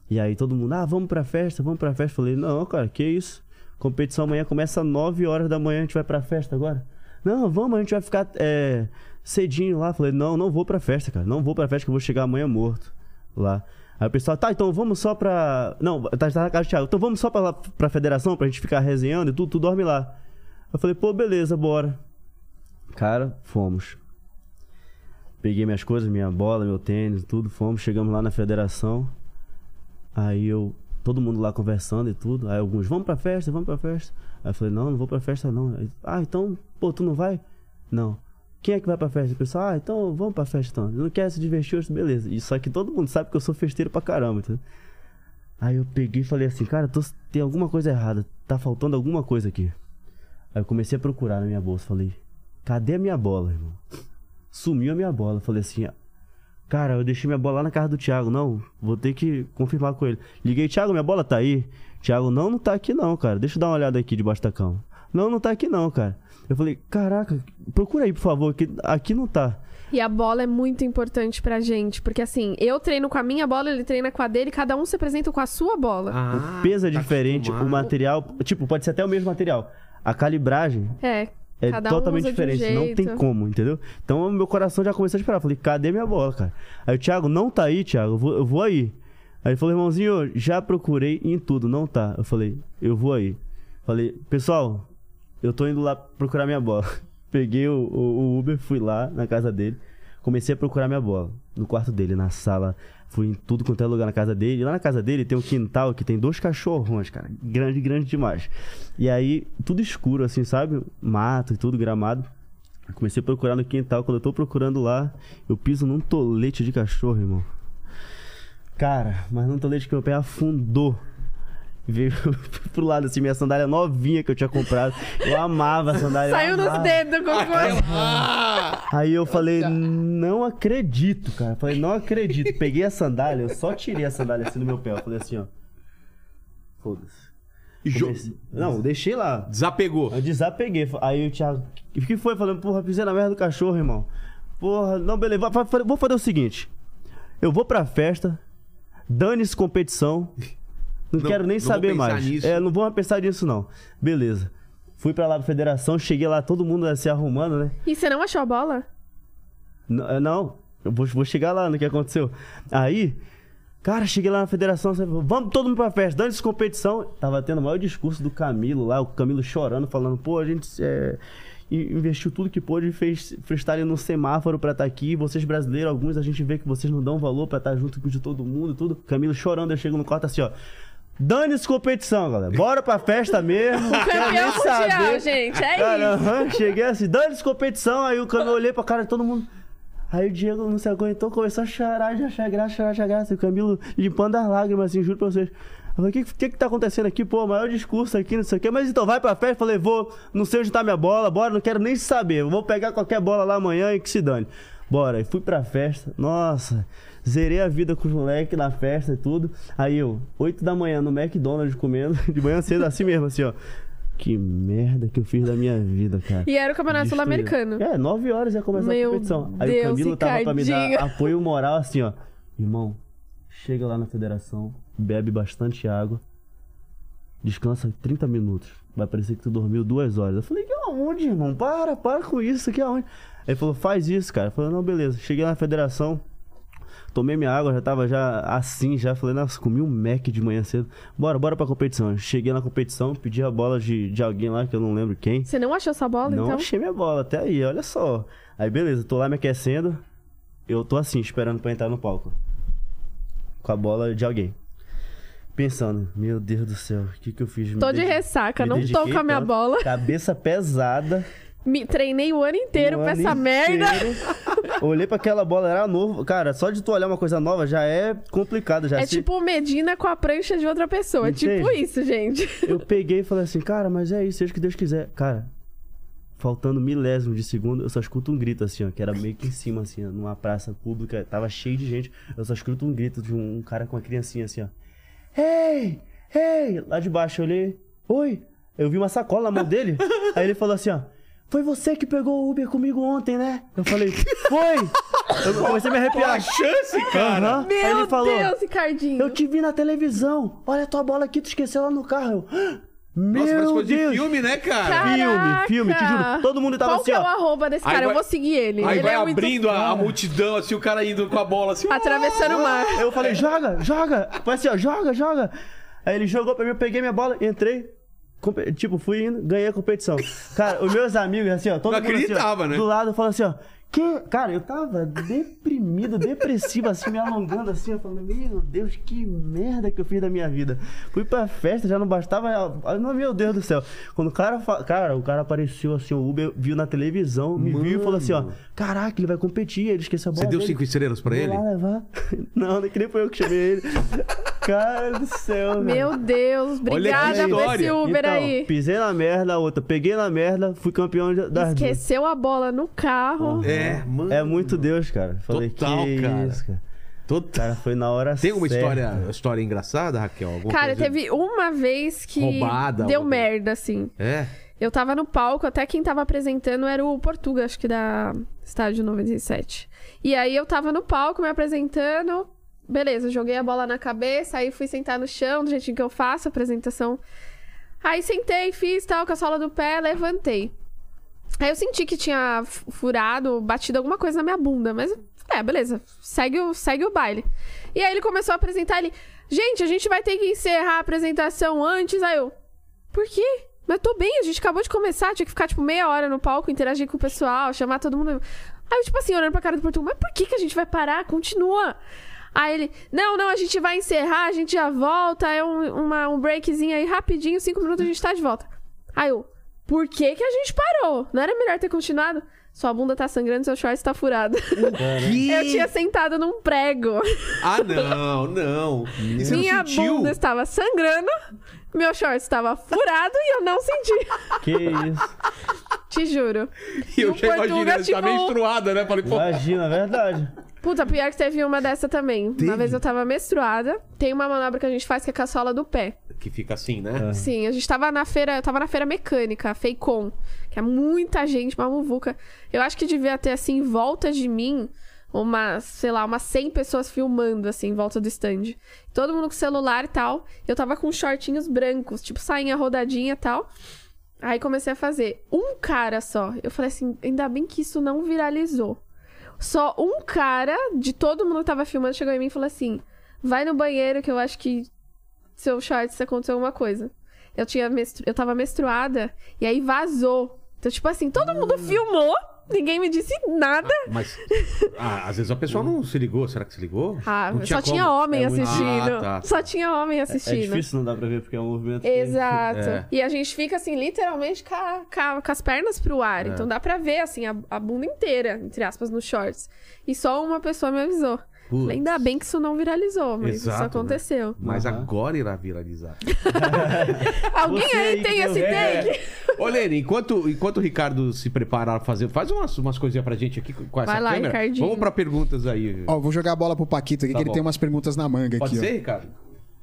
[SPEAKER 4] E aí todo mundo, ah, vamos pra festa, vamos pra festa. Falei, não, cara, que isso? Competição amanhã começa às 9 horas da manhã, a gente vai pra festa agora? Não, vamos, a gente vai ficar é, cedinho lá. Falei, não, não vou pra festa, cara. Não vou pra festa que eu vou chegar amanhã morto lá. Aí o pessoal, tá, então vamos só pra. Não, tá, tá na casa do Thiago. Então vamos só pra, lá, pra federação, pra gente ficar resenhando e tudo, tu dorme lá. Eu falei, pô, beleza, bora. Cara, fomos. Peguei minhas coisas, minha bola, meu tênis, tudo, fomos, chegamos lá na federação. Aí eu, todo mundo lá conversando e tudo. Aí alguns, vamos pra festa, vamos pra festa. Aí eu falei, não, não vou pra festa não. Aí, ah, então, pô, tu não vai? Não. Quem é que vai pra festa? O pessoal, ah, então vamos pra festa então. Não quer se divertir hoje? Beleza. E só que todo mundo sabe que eu sou festeiro pra caramba, entendeu? Aí eu peguei e falei assim, cara, tô- tem alguma coisa errada. Tá faltando alguma coisa aqui. Aí eu comecei a procurar na minha bolsa. Falei, cadê a minha bola, irmão? Sumiu a minha bola. Falei assim, "Ah, cara, eu deixei minha bola lá na casa do Thiago. Não, vou ter que confirmar com ele. Liguei, Thiago, minha bola tá aí? Thiago, não, não tá aqui não, cara. Deixa eu dar uma olhada aqui debaixo da cama. Não, não tá aqui não, cara. Eu falei, caraca, procura aí, por favor, que aqui não tá.
[SPEAKER 3] E a bola é muito importante pra gente, porque assim, eu treino com a minha bola, ele treina com a dele, cada um se apresenta com a sua bola.
[SPEAKER 1] Ah,
[SPEAKER 4] o peso é
[SPEAKER 1] tá
[SPEAKER 4] diferente, o
[SPEAKER 1] acostumado.
[SPEAKER 4] material. Tipo, pode ser até o mesmo material. A calibragem
[SPEAKER 3] É,
[SPEAKER 4] é
[SPEAKER 3] cada um
[SPEAKER 4] totalmente
[SPEAKER 3] usa de um
[SPEAKER 4] diferente. Não tem
[SPEAKER 3] jeito.
[SPEAKER 4] como, entendeu? Então meu coração já começou a disparar. Falei, cadê minha bola, cara? Aí o Thiago, não tá aí, Thiago, eu vou, eu vou aí. Aí ele falou, irmãozinho, já procurei em tudo, não tá. Eu falei, eu vou aí. Falei, pessoal, eu tô indo lá procurar minha bola. [laughs] Peguei o, o- o Uber, fui lá na casa dele, comecei a procurar minha bola. No quarto dele, na sala, fui em tudo quanto é lugar na casa dele. Lá na casa dele tem um quintal que tem dois cachorrões, cara. Grande, grande demais. E aí, tudo escuro, assim, sabe? Mato e tudo, gramado. Eu Comecei a procurar no quintal. Quando eu tô procurando lá, eu piso num tolete de cachorro, irmão. Cara, mas num tolete que meu pé afundou. Veio [laughs] pro lado assim, minha sandália novinha que eu tinha comprado. Eu amava a sandália. eu
[SPEAKER 3] Saiu nos
[SPEAKER 4] amava.
[SPEAKER 3] dedos,
[SPEAKER 1] Ah.
[SPEAKER 3] Gugu.
[SPEAKER 4] Aí eu falei, não acredito, cara. Falei, não acredito. Peguei a sandália, eu só tirei a sandália assim do meu pé. Eu falei assim, ó. Foda-se.
[SPEAKER 1] Jo-
[SPEAKER 4] Comecei- Não, deixei lá.
[SPEAKER 1] Desapegou.
[SPEAKER 4] Eu desapeguei. Aí o Thiago. O que foi? Falando, porra, pisei na merda do cachorro, irmão. Porra, não, beleza. Vai- vai- vai- Vou fazer o seguinte. Eu vou pra festa. Dane-se competição. Não,
[SPEAKER 1] Não-
[SPEAKER 4] quero nem
[SPEAKER 1] não vou
[SPEAKER 4] saber
[SPEAKER 1] pensar
[SPEAKER 4] mais.
[SPEAKER 1] nisso.
[SPEAKER 4] É, não vou mais pensar nisso, não. Beleza. Fui pra lá pra federação, cheguei lá, todo mundo né, se arrumando, né?
[SPEAKER 3] E você não achou a bola?
[SPEAKER 4] N- eh, Não, eu vou, vou chegar lá no que aconteceu. Aí, cara, cheguei lá na federação, sabe, vamos todo mundo pra festa, dando essa competição. Tava tendo o maior discurso do Camilo lá, o Camilo chorando, falando, pô, a gente eh, in- investiu tudo que pôde e fez freestyle no semáforo pra estar aqui. Vocês brasileiros, alguns, a gente vê que vocês não dão valor pra estar junto com de todo mundo e tudo. Camilo chorando, eu chego no quarto assim, ó. Dane-se competição, galera. Bora pra
[SPEAKER 3] [laughs]
[SPEAKER 4] festa mesmo. não quero nem
[SPEAKER 3] Campeão mundial,
[SPEAKER 4] saber."
[SPEAKER 3] gente. É
[SPEAKER 4] Cara,
[SPEAKER 3] isso.
[SPEAKER 4] aham, cheguei assim, dane-se competição. Aí o cara eu olhei pra cara de todo mundo. Aí o Diego não se aguentou, começou a chorar, já achar graça, chorar, achar graça. E o Camilo limpando as lágrimas, assim, juro pra vocês. Eu falei, o que, que que tá acontecendo aqui? Pô, maior discurso aqui, não sei o quê. Mas então vai pra festa. Falei, vou, não sei onde tá minha bola, bora, não quero nem saber. Vou pegar qualquer bola lá amanhã e que se dane. Bora, e fui pra festa. Nossa, zerei a vida com os moleques na festa e tudo. Aí eu, 8 da manhã no McDonald's comendo, [laughs] de manhã cedo, assim mesmo, assim, ó. Que merda que eu fiz da minha vida, cara.
[SPEAKER 3] E era o Campeonato
[SPEAKER 4] Destruído.
[SPEAKER 3] Sul-Americano.
[SPEAKER 4] É, 9 horas ia começar
[SPEAKER 3] Meu
[SPEAKER 4] a competição. Aí
[SPEAKER 3] Deus,
[SPEAKER 4] o Camilo tava pra me dar
[SPEAKER 3] Ricardinho.
[SPEAKER 4] apoio moral assim, ó. Irmão, chega lá na federação, bebe bastante água, descansa 30 minutos. Vai parecer que tu dormiu duas horas. Eu falei, que aonde, irmão? Para, para com isso, que aonde? Ele falou, faz isso, cara. Eu falei, não, beleza. Cheguei na federação, Tomei minha água, já tava já assim, já falei, nossa, comi um Mac de manhã cedo. Bora, bora pra competição. Cheguei na competição, pedi a bola de, de alguém lá, que eu não lembro quem.
[SPEAKER 3] Você não achou essa bola,
[SPEAKER 4] Não
[SPEAKER 3] então?
[SPEAKER 4] achei minha bola até aí, olha só. Aí beleza, tô lá me aquecendo. Eu tô assim, esperando pra entrar no palco. Com a bola de alguém. Pensando, meu Deus do céu, o que que eu fiz? Me
[SPEAKER 3] Tô de
[SPEAKER 4] dedi-
[SPEAKER 3] ressaca,
[SPEAKER 4] me
[SPEAKER 3] não tô
[SPEAKER 4] dediquei tá?
[SPEAKER 3] com a minha
[SPEAKER 4] tanto,
[SPEAKER 3] bola.
[SPEAKER 4] Cabeça pesada.
[SPEAKER 3] Me treinei o ano inteiro
[SPEAKER 4] um
[SPEAKER 3] pra
[SPEAKER 4] ano
[SPEAKER 3] [laughs] essa merda.
[SPEAKER 4] inteiro. Olhei pra aquela bola, era novo. Cara, só de tu olhar uma coisa nova já é complicado. Já
[SPEAKER 3] É
[SPEAKER 4] Se-
[SPEAKER 3] tipo o Medina com a prancha de outra pessoa. É tipo
[SPEAKER 4] Entende?
[SPEAKER 3] isso, gente.
[SPEAKER 4] Eu peguei e falei assim, cara, mas é isso, seja o que Deus quiser. Cara, faltando milésimo de segundo, eu só escuto um grito assim, ó, que era meio que em cima, assim, ó, numa praça pública, tava cheio de gente. Eu só escuto um grito de um cara com uma criancinha assim, ó. Ei! Ei! Lá de baixo eu olhei. Oi! Eu vi uma sacola na mão dele. Aí ele falou assim, ó. Foi você que pegou o Uber comigo ontem, né? Eu falei, foi! Eu comecei a me arrepiar.
[SPEAKER 1] Chance, cara!
[SPEAKER 4] Aham. Aí
[SPEAKER 3] Meu
[SPEAKER 4] ele falou,
[SPEAKER 3] Deus, Ricardinho.
[SPEAKER 4] eu te vi na televisão. Olha a tua bola aqui, tu esqueceu lá no carro. Eu, "Ah, Meu
[SPEAKER 1] Nossa, parece coisa de
[SPEAKER 4] Deus.
[SPEAKER 1] filme, né, cara?
[SPEAKER 3] Caraca!
[SPEAKER 4] Filme, filme, te juro. Todo mundo tava
[SPEAKER 3] Qual
[SPEAKER 4] assim,
[SPEAKER 3] que é
[SPEAKER 4] ó.
[SPEAKER 3] o arroba desse
[SPEAKER 1] Aí
[SPEAKER 3] cara? Eu
[SPEAKER 1] vai-
[SPEAKER 3] vou seguir ele.
[SPEAKER 1] Aí
[SPEAKER 3] ele
[SPEAKER 1] vai
[SPEAKER 3] é muito
[SPEAKER 1] abrindo a, a multidão, assim, o cara indo com a bola, assim.
[SPEAKER 3] Atravessando o mar.
[SPEAKER 4] Eu falei, joga, joga. Foi assim, ó, joga, joga. Aí ele jogou pra mim, eu peguei minha bola, entrei. compe- Tipo, fui indo, ganhei a competição. Cara, os meus amigos, assim, ó, todo
[SPEAKER 1] Não
[SPEAKER 4] mundo assim, ó,
[SPEAKER 1] acreditava, né?
[SPEAKER 4] do lado, falando assim, ó. Que... Cara, eu tava deprimido, depressivo, assim, me alongando, assim, eu falando, meu Deus, que merda que eu fiz da minha vida. Fui pra festa, já não bastava. ah, não, Meu Deus do céu. Quando o cara, fa- cara, o cara apareceu assim, o Uber viu na televisão, me viu e falou assim, ó, caraca, ele vai competir, ele esqueceu a bola.
[SPEAKER 1] Você deu
[SPEAKER 4] dele."
[SPEAKER 1] cinco estrelas pra
[SPEAKER 4] Vou
[SPEAKER 1] ele?
[SPEAKER 4] lá levar. [laughs] Não, nem que nem foi eu que chamei ele. Cara do céu, velho.
[SPEAKER 3] Meu Deus, obrigada por esse
[SPEAKER 1] história.
[SPEAKER 3] Uber
[SPEAKER 4] Então,
[SPEAKER 3] aí.
[SPEAKER 4] Pisei na merda, a outra. Peguei na merda, fui campeão de- das duas.
[SPEAKER 3] Esqueceu a bola no carro.
[SPEAKER 1] É, mano.
[SPEAKER 4] É muito Deus, cara. Falei,
[SPEAKER 1] Total,
[SPEAKER 4] que
[SPEAKER 1] cara.
[SPEAKER 4] isso, cara.
[SPEAKER 1] Total.
[SPEAKER 4] Cara, foi na hora
[SPEAKER 1] Tem uma
[SPEAKER 4] certa.
[SPEAKER 1] história, história engraçada, Raquel? Alguma
[SPEAKER 3] Cara,
[SPEAKER 1] coisa-
[SPEAKER 3] teve uma vez que
[SPEAKER 1] Roubada,
[SPEAKER 3] deu
[SPEAKER 1] outra.
[SPEAKER 3] merda, assim.
[SPEAKER 1] É?
[SPEAKER 3] Eu tava no palco, até quem tava apresentando era o Portuga, acho que da Estádio 97. E aí eu tava no palco me apresentando, beleza, joguei a bola na cabeça, aí fui sentar no chão, do jeitinho que eu faço a apresentação. Aí sentei, fiz tal, com a sola do pé, levantei. Aí eu senti que tinha fu- furado, batido alguma coisa na minha bunda, mas é, beleza, segue o, segue o baile. E aí ele começou a apresentar ele, gente, a gente vai ter que encerrar a apresentação antes, aí eu, por quê? Mas eu tô bem, a gente acabou de começar, tinha que ficar, tipo, meia hora no palco, interagir com o pessoal, chamar todo mundo. Aí eu, tipo assim, olhando pra cara do Portugal, mas por que, que a gente vai parar? Continua. Aí ele, não, não, a gente vai encerrar, a gente já volta, é um, uma- um breakzinho aí rapidinho, cinco minutos a gente tá de volta. Aí eu, por que que a gente parou? Não era melhor ter continuado? Sua bunda tá sangrando, seu shorts tá furado. Eu tinha sentado num prego.
[SPEAKER 1] Ah, não, não. E você
[SPEAKER 3] Minha
[SPEAKER 1] não sentiu?
[SPEAKER 3] bunda estava sangrando, meu shorts estava furado e eu não senti.
[SPEAKER 4] Que
[SPEAKER 1] [laughs]
[SPEAKER 4] isso.
[SPEAKER 3] Te juro.
[SPEAKER 1] E [laughs]
[SPEAKER 3] E
[SPEAKER 1] eu
[SPEAKER 3] o
[SPEAKER 1] já imaginei,
[SPEAKER 3] Portuga,
[SPEAKER 1] ela tá
[SPEAKER 3] tipo-
[SPEAKER 1] menstruada, né? Falei, pô,
[SPEAKER 4] Imagina, é verdade.
[SPEAKER 3] Puta, pior que teve uma dessa também. Uma vez eu tava menstruada. Tem uma manobra que a gente faz que é com a sola do pé.
[SPEAKER 1] que fica assim, né?
[SPEAKER 3] Sim, a gente tava na feira, eu tava na feira mecânica, a Feicom, que é muita gente, uma muvuca. Eu acho que devia ter, assim, em volta de mim, umas, sei lá, umas 100 pessoas filmando, assim, em volta do stand. Todo mundo com celular e tal. Eu tava com shortinhos brancos, tipo, sainha rodadinha e tal. Aí comecei a fazer. Um cara só. Eu falei assim, ainda bem que isso não viralizou. Só um cara de todo mundo que tava filmando chegou em mim e falou assim: vai no banheiro que eu acho que seu shorts aconteceu alguma coisa. Eu tinha menstru... eu tava menstruada e aí vazou. Então, tipo assim, todo mundo filmou, ninguém me disse nada.
[SPEAKER 4] É.
[SPEAKER 1] Mas ah, às vezes a pessoa não se ligou. Será que se ligou?
[SPEAKER 3] Ah,
[SPEAKER 1] Não
[SPEAKER 3] só
[SPEAKER 1] como.
[SPEAKER 3] tinha homem
[SPEAKER 4] É muito-
[SPEAKER 3] assistindo.
[SPEAKER 1] Ah, tá.
[SPEAKER 3] Só tinha homem
[SPEAKER 4] É
[SPEAKER 3] assistindo.
[SPEAKER 4] difícil não dá pra ver, porque é um movimento... que-
[SPEAKER 3] Exato.
[SPEAKER 1] É.
[SPEAKER 3] E a gente fica assim, literalmente com, a- com a- com as pernas pro ar. Então dá pra ver, assim, a, a bunda inteira, entre aspas, nos shorts. E só uma pessoa me avisou. Falei, Ainda bem que isso não viralizou, mas isso
[SPEAKER 1] Exato,
[SPEAKER 3] aconteceu.
[SPEAKER 1] Mas
[SPEAKER 4] Aham.
[SPEAKER 1] agora irá viralizar. [laughs]
[SPEAKER 3] Alguém
[SPEAKER 4] Você
[SPEAKER 3] aí
[SPEAKER 4] aí
[SPEAKER 3] tem
[SPEAKER 4] que
[SPEAKER 3] esse
[SPEAKER 4] deu
[SPEAKER 3] take?
[SPEAKER 1] Ô, Lene, enquanto, enquanto o Ricardo se prepara a fazer, faz umas, umas coisinhas pra gente aqui com com essa
[SPEAKER 3] Vai lá,
[SPEAKER 1] câmera.
[SPEAKER 3] Ricardinho.
[SPEAKER 1] Vamos pra perguntas aí.
[SPEAKER 6] Ó, vou jogar a bola pro Paquito aqui,
[SPEAKER 1] Tá
[SPEAKER 6] que
[SPEAKER 1] bom.
[SPEAKER 6] ele tem umas perguntas na manga
[SPEAKER 1] Pode
[SPEAKER 6] aqui,
[SPEAKER 1] ser,
[SPEAKER 6] ó.
[SPEAKER 1] Ricardo?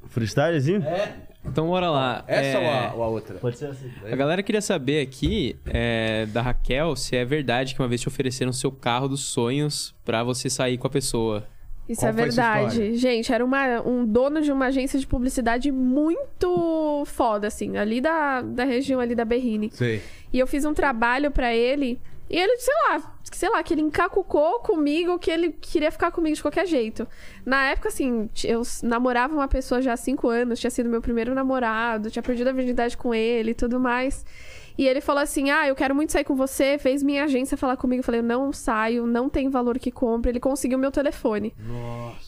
[SPEAKER 4] Freestylezinho?
[SPEAKER 1] É.
[SPEAKER 5] Então bora lá.
[SPEAKER 1] Essa
[SPEAKER 5] é...
[SPEAKER 1] ou, a, ou a outra?
[SPEAKER 4] Pode ser assim.
[SPEAKER 5] A galera queria saber aqui é, da Raquel se é verdade que uma vez te ofereceram seu carro dos sonhos pra você sair com a pessoa.
[SPEAKER 3] Isso
[SPEAKER 1] Qual
[SPEAKER 3] é
[SPEAKER 1] foi essa
[SPEAKER 3] verdade.
[SPEAKER 1] história?
[SPEAKER 3] Gente, era uma- um dono de uma agência de publicidade muito foda, assim, ali da, da região ali da Berrini.
[SPEAKER 1] Sei.
[SPEAKER 3] E eu fiz um trabalho pra ele. E ele, sei lá, sei lá, que ele encacucou comigo, que ele queria ficar comigo de qualquer jeito. Na época, assim, t- eu s- namorava uma pessoa já há cinco anos, tinha sido meu primeiro namorado, tinha perdido a virgindade com ele e tudo mais. E ele falou assim: Ah, eu quero muito sair com você. Fez minha agência falar comigo. Eu falei: Eu não saio, não tem valor que compre. Ele conseguiu meu telefone.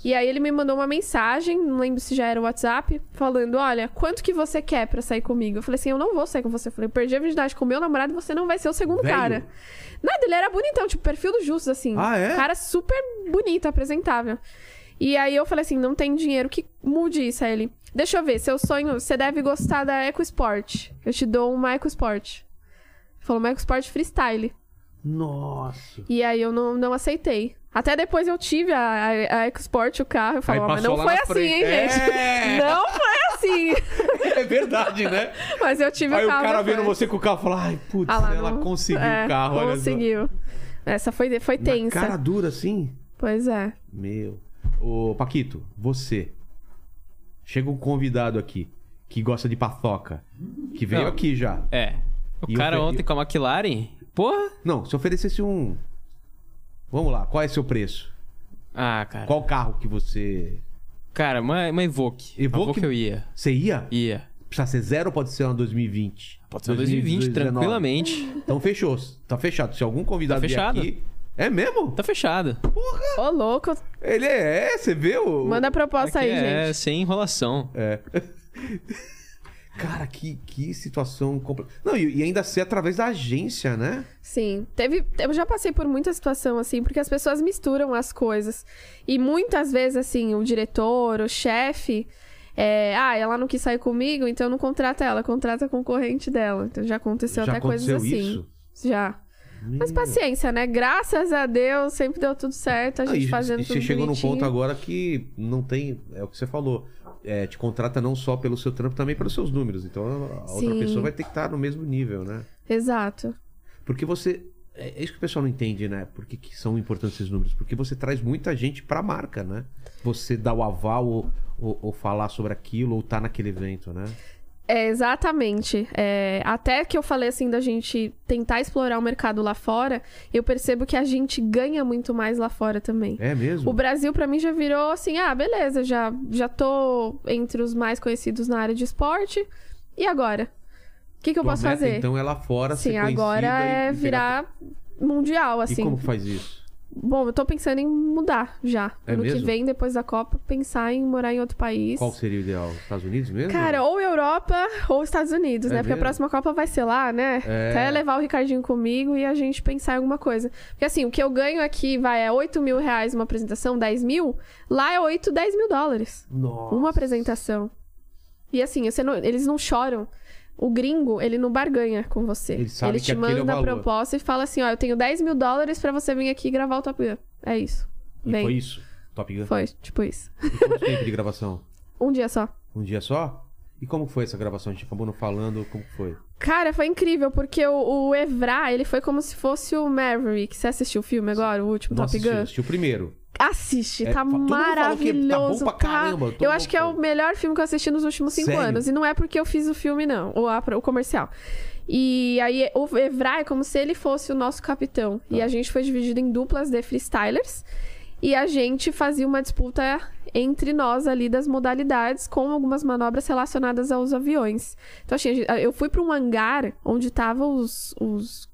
[SPEAKER 3] E aí ele me mandou uma mensagem, não lembro se já era o WhatsApp, falando: Olha, quanto que você quer pra sair comigo? Eu falei assim: Eu não vou sair com você. Eu falei: Eu perdi a virgindade com o meu namorado, você não vai ser o segundo
[SPEAKER 1] Velho.
[SPEAKER 3] cara. Nada, ele era bonitão, tipo, perfil dos justos, assim.
[SPEAKER 1] Ah, é?
[SPEAKER 3] Cara super bonita, apresentável. E aí eu falei assim, não tem dinheiro que mude isso. Aí ele, deixa eu ver, seu sonho, você deve gostar da EcoSport. Eu te dou uma EcoSport. Ele Falou, uma EcoSport Freestyle.
[SPEAKER 1] Nossa.
[SPEAKER 3] E aí eu não, não aceitei. Até depois eu tive a, a, a EcoSport, o carro. Eu falei,
[SPEAKER 1] Aí
[SPEAKER 3] "Ó, mas
[SPEAKER 1] passou lá
[SPEAKER 3] não foi
[SPEAKER 1] na
[SPEAKER 3] assim,
[SPEAKER 1] frente."
[SPEAKER 3] hein, gente?
[SPEAKER 1] É.
[SPEAKER 3] Não foi assim.
[SPEAKER 1] [laughs]
[SPEAKER 3] [laughs]
[SPEAKER 1] É verdade, né?
[SPEAKER 3] mas eu tive
[SPEAKER 1] Aí
[SPEAKER 3] o
[SPEAKER 1] o
[SPEAKER 3] carro.
[SPEAKER 1] cara
[SPEAKER 3] depois.
[SPEAKER 1] vendo você com o carro fala: ai, putz,
[SPEAKER 3] Ah lá,
[SPEAKER 1] ela
[SPEAKER 3] não-
[SPEAKER 1] conseguiu
[SPEAKER 3] é,
[SPEAKER 1] o carro, olha só.
[SPEAKER 3] Conseguiu. Essa foi, foi
[SPEAKER 1] Na
[SPEAKER 3] tensa.
[SPEAKER 1] Cara dura assim?
[SPEAKER 3] Pois é.
[SPEAKER 1] Meu. Ô, Paquito, você. Chega um convidado aqui que gosta de paçoca. Que veio
[SPEAKER 5] Não.
[SPEAKER 1] aqui já.
[SPEAKER 5] É. O
[SPEAKER 1] E
[SPEAKER 5] cara
[SPEAKER 1] o-
[SPEAKER 5] ontem com a McLaren. Porra!
[SPEAKER 1] Não, se oferecesse um. Vamos lá, qual é seu preço?
[SPEAKER 5] Ah, cara.
[SPEAKER 1] Qual carro que você.
[SPEAKER 5] Cara, uma, uma Evoque. Uma
[SPEAKER 1] Evoque?
[SPEAKER 5] eu ia.
[SPEAKER 1] Você ia?
[SPEAKER 5] Ia.
[SPEAKER 1] Precisa ser zero ou pode ser uma 2020?
[SPEAKER 5] Pode ser uma 2020,
[SPEAKER 1] 2019.
[SPEAKER 5] tranquilamente.
[SPEAKER 1] Então fechou. Tá fechado. Se algum convidado
[SPEAKER 5] Tá
[SPEAKER 1] vier
[SPEAKER 5] fechado.
[SPEAKER 1] aqui. É mesmo?
[SPEAKER 5] Tá fechado.
[SPEAKER 3] Ô, louco.
[SPEAKER 1] Ele é, é, você viu?
[SPEAKER 3] Manda a proposta
[SPEAKER 5] Aqui
[SPEAKER 3] aí,
[SPEAKER 5] é
[SPEAKER 3] gente.
[SPEAKER 5] sem enrolação.
[SPEAKER 1] É. Cara, que, que situação complicada. Não, e, e ainda ser através da agência, né?
[SPEAKER 3] Sim. Teve, eu já passei por muita situação assim, porque as pessoas misturam as coisas. E muitas vezes, assim, o diretor, o chefe. é, ah, ela não quis sair comigo, então não contrata ela, contrata a concorrente dela. Então já aconteceu
[SPEAKER 1] Já
[SPEAKER 3] até
[SPEAKER 1] aconteceu
[SPEAKER 3] coisas assim.
[SPEAKER 1] isso?
[SPEAKER 3] Já. Mas paciência, né? Graças a Deus, sempre deu tudo certo, a
[SPEAKER 1] Não,
[SPEAKER 3] gente
[SPEAKER 1] e,
[SPEAKER 3] fazendo
[SPEAKER 1] e
[SPEAKER 3] tudo
[SPEAKER 1] você chegou num
[SPEAKER 3] bonitinho.
[SPEAKER 1] ponto agora que não tem. É o que você falou. É, te contrata não só pelo seu trampo, também pelos seus números. Então a outra
[SPEAKER 3] Sim.
[SPEAKER 1] pessoa vai ter que estar no mesmo nível, né?
[SPEAKER 3] Exato.
[SPEAKER 1] Porque você. É é isso que o pessoal não entende, né? Por que, que são importantes esses números? Porque você traz muita gente pra marca, né? Você dá o aval ou, ou- ou falar sobre aquilo ou tá naquele evento, né?
[SPEAKER 3] É, exatamente. É, até que eu falei assim da gente tentar explorar o mercado lá fora, eu percebo que a gente ganha muito mais lá fora também.
[SPEAKER 1] É mesmo?
[SPEAKER 3] O Brasil, pra mim, já virou assim: ah, beleza, já, já tô entre os mais conhecidos na área de esporte. E agora? O que, que eu
[SPEAKER 1] Tua
[SPEAKER 3] posso
[SPEAKER 1] meta,
[SPEAKER 3] fazer?
[SPEAKER 1] Então é lá fora, ser
[SPEAKER 3] Sim,
[SPEAKER 1] conhecida
[SPEAKER 3] agora
[SPEAKER 1] e-
[SPEAKER 3] é
[SPEAKER 1] e pegar-
[SPEAKER 3] virar mundial,
[SPEAKER 1] E
[SPEAKER 3] assim.
[SPEAKER 1] como que faz isso?
[SPEAKER 3] Bom, eu tô pensando em mudar já.
[SPEAKER 1] É
[SPEAKER 3] no
[SPEAKER 1] mesmo?
[SPEAKER 3] que vem depois da Copa, pensar em morar em outro país.
[SPEAKER 1] Qual seria o ideal? Estados Unidos mesmo?
[SPEAKER 3] Cara, ou Europa ou Estados Unidos,
[SPEAKER 1] É
[SPEAKER 3] né? Porque a
[SPEAKER 1] mesmo?
[SPEAKER 3] próxima Copa vai ser lá, né?
[SPEAKER 1] É.
[SPEAKER 3] Até levar o Ricardinho comigo e a gente pensar em alguma coisa. Porque assim, o que eu ganho aqui vai é 8 mil reais uma apresentação, 10 mil. Lá é 8, 10 mil dólares.
[SPEAKER 1] Nossa.
[SPEAKER 3] Uma apresentação. E assim, você não- eles não choram. O gringo, ele não barganha com você.
[SPEAKER 1] Ele sabe que
[SPEAKER 3] te
[SPEAKER 1] aquele é o
[SPEAKER 3] manda a
[SPEAKER 1] valor.
[SPEAKER 3] proposta e fala assim: ó, eu tenho 10 mil dólares pra você vir aqui gravar o Top Gun. É isso.
[SPEAKER 1] E
[SPEAKER 3] Vem.
[SPEAKER 1] foi isso? Top Gun?
[SPEAKER 3] Foi, tipo isso.
[SPEAKER 1] E quanto tempo de gravação?
[SPEAKER 3] Um dia só.
[SPEAKER 1] Um dia só? E como que foi essa gravação? A gente acabou não falando como que foi.
[SPEAKER 3] Cara, foi incrível, porque o, o Evra, ele foi como se fosse o Maverick. Você assistiu o filme agora, o último
[SPEAKER 1] Nossa,
[SPEAKER 3] Top Gun?
[SPEAKER 1] assisti o primeiro.
[SPEAKER 3] Assiste,
[SPEAKER 1] É,
[SPEAKER 3] tá
[SPEAKER 1] fa- todo mundo falou que tá bom
[SPEAKER 3] maravilhoso.
[SPEAKER 1] pra caramba, todo
[SPEAKER 3] Eu
[SPEAKER 1] mundo
[SPEAKER 3] acho que é o
[SPEAKER 1] falou.
[SPEAKER 3] melhor filme que eu assisti nos últimos cinco
[SPEAKER 1] Sério?
[SPEAKER 3] anos. E não é porque eu fiz o filme, não, ou a- o comercial. E aí, o Evra é como se ele fosse o nosso capitão.
[SPEAKER 1] Tá.
[SPEAKER 3] E a gente foi dividido em duplas de freestylers. E a gente fazia uma disputa entre nós ali das modalidades, com algumas manobras relacionadas aos aviões. Então, assim, a gente- eu fui para um hangar onde estavam os- os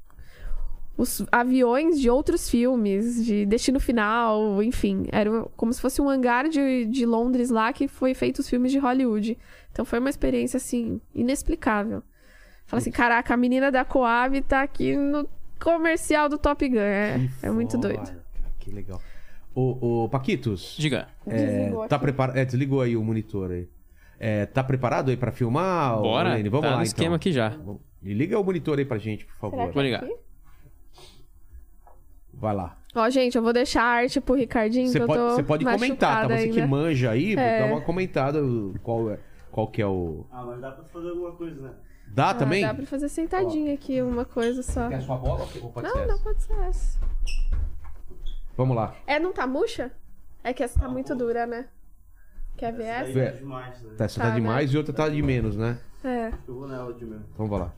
[SPEAKER 3] os aviões de outros filmes, de Destino Final, enfim. Era como se fosse um hangar de, de Londres lá que foi feito os filmes de Hollywood. Então foi uma experiência, assim, inexplicável. Fala assim, caraca, a menina da Coab tá aqui no comercial do Top Gun. É, é muito
[SPEAKER 1] Fora,
[SPEAKER 3] doido.
[SPEAKER 1] cara, Que legal. Ô, ô Paquitos,
[SPEAKER 5] Diga.
[SPEAKER 1] é,
[SPEAKER 3] Desligou
[SPEAKER 1] tá
[SPEAKER 3] aqui.
[SPEAKER 1] preparado? É, desligou aí o monitor aí. É, tá preparado aí pra filmar? ô,
[SPEAKER 5] Bora.
[SPEAKER 1] Lene? Vamos
[SPEAKER 5] tá
[SPEAKER 1] lá,
[SPEAKER 5] no
[SPEAKER 1] então.
[SPEAKER 5] esquema aqui já.
[SPEAKER 1] Vamos- Me liga o monitor aí pra gente, por favor.
[SPEAKER 5] Vou ligar.
[SPEAKER 1] Vai lá.
[SPEAKER 3] Ó, gente, eu vou deixar a arte pro Ricardinho,
[SPEAKER 1] Você
[SPEAKER 3] que
[SPEAKER 1] pode,
[SPEAKER 3] eu tô
[SPEAKER 1] você pode comentar, tá?
[SPEAKER 3] machucada
[SPEAKER 1] Você que
[SPEAKER 3] ainda.
[SPEAKER 1] manja aí,
[SPEAKER 3] É.
[SPEAKER 1] dá uma comentada qual, é, qual que é o...
[SPEAKER 4] Ah, mas dá pra fazer alguma coisa, né?
[SPEAKER 1] Dá
[SPEAKER 3] Ah,
[SPEAKER 1] também?
[SPEAKER 3] Dá pra fazer sentadinho aqui, uma coisa só.
[SPEAKER 1] Quer a sua bola ou pode ser
[SPEAKER 3] Não,
[SPEAKER 1] essa?
[SPEAKER 3] não pode ser essa.
[SPEAKER 1] Vamos lá.
[SPEAKER 3] É, não tá murcha? É que essa tá muito dura, né? Quer ver essa?
[SPEAKER 1] Vê.
[SPEAKER 4] demais, né?
[SPEAKER 1] Essa tá,
[SPEAKER 3] Tá,
[SPEAKER 1] de
[SPEAKER 3] né?
[SPEAKER 1] mais e outra tá de menos, né?
[SPEAKER 3] É.
[SPEAKER 4] Eu vou nela de mesmo.
[SPEAKER 1] Então vamos lá.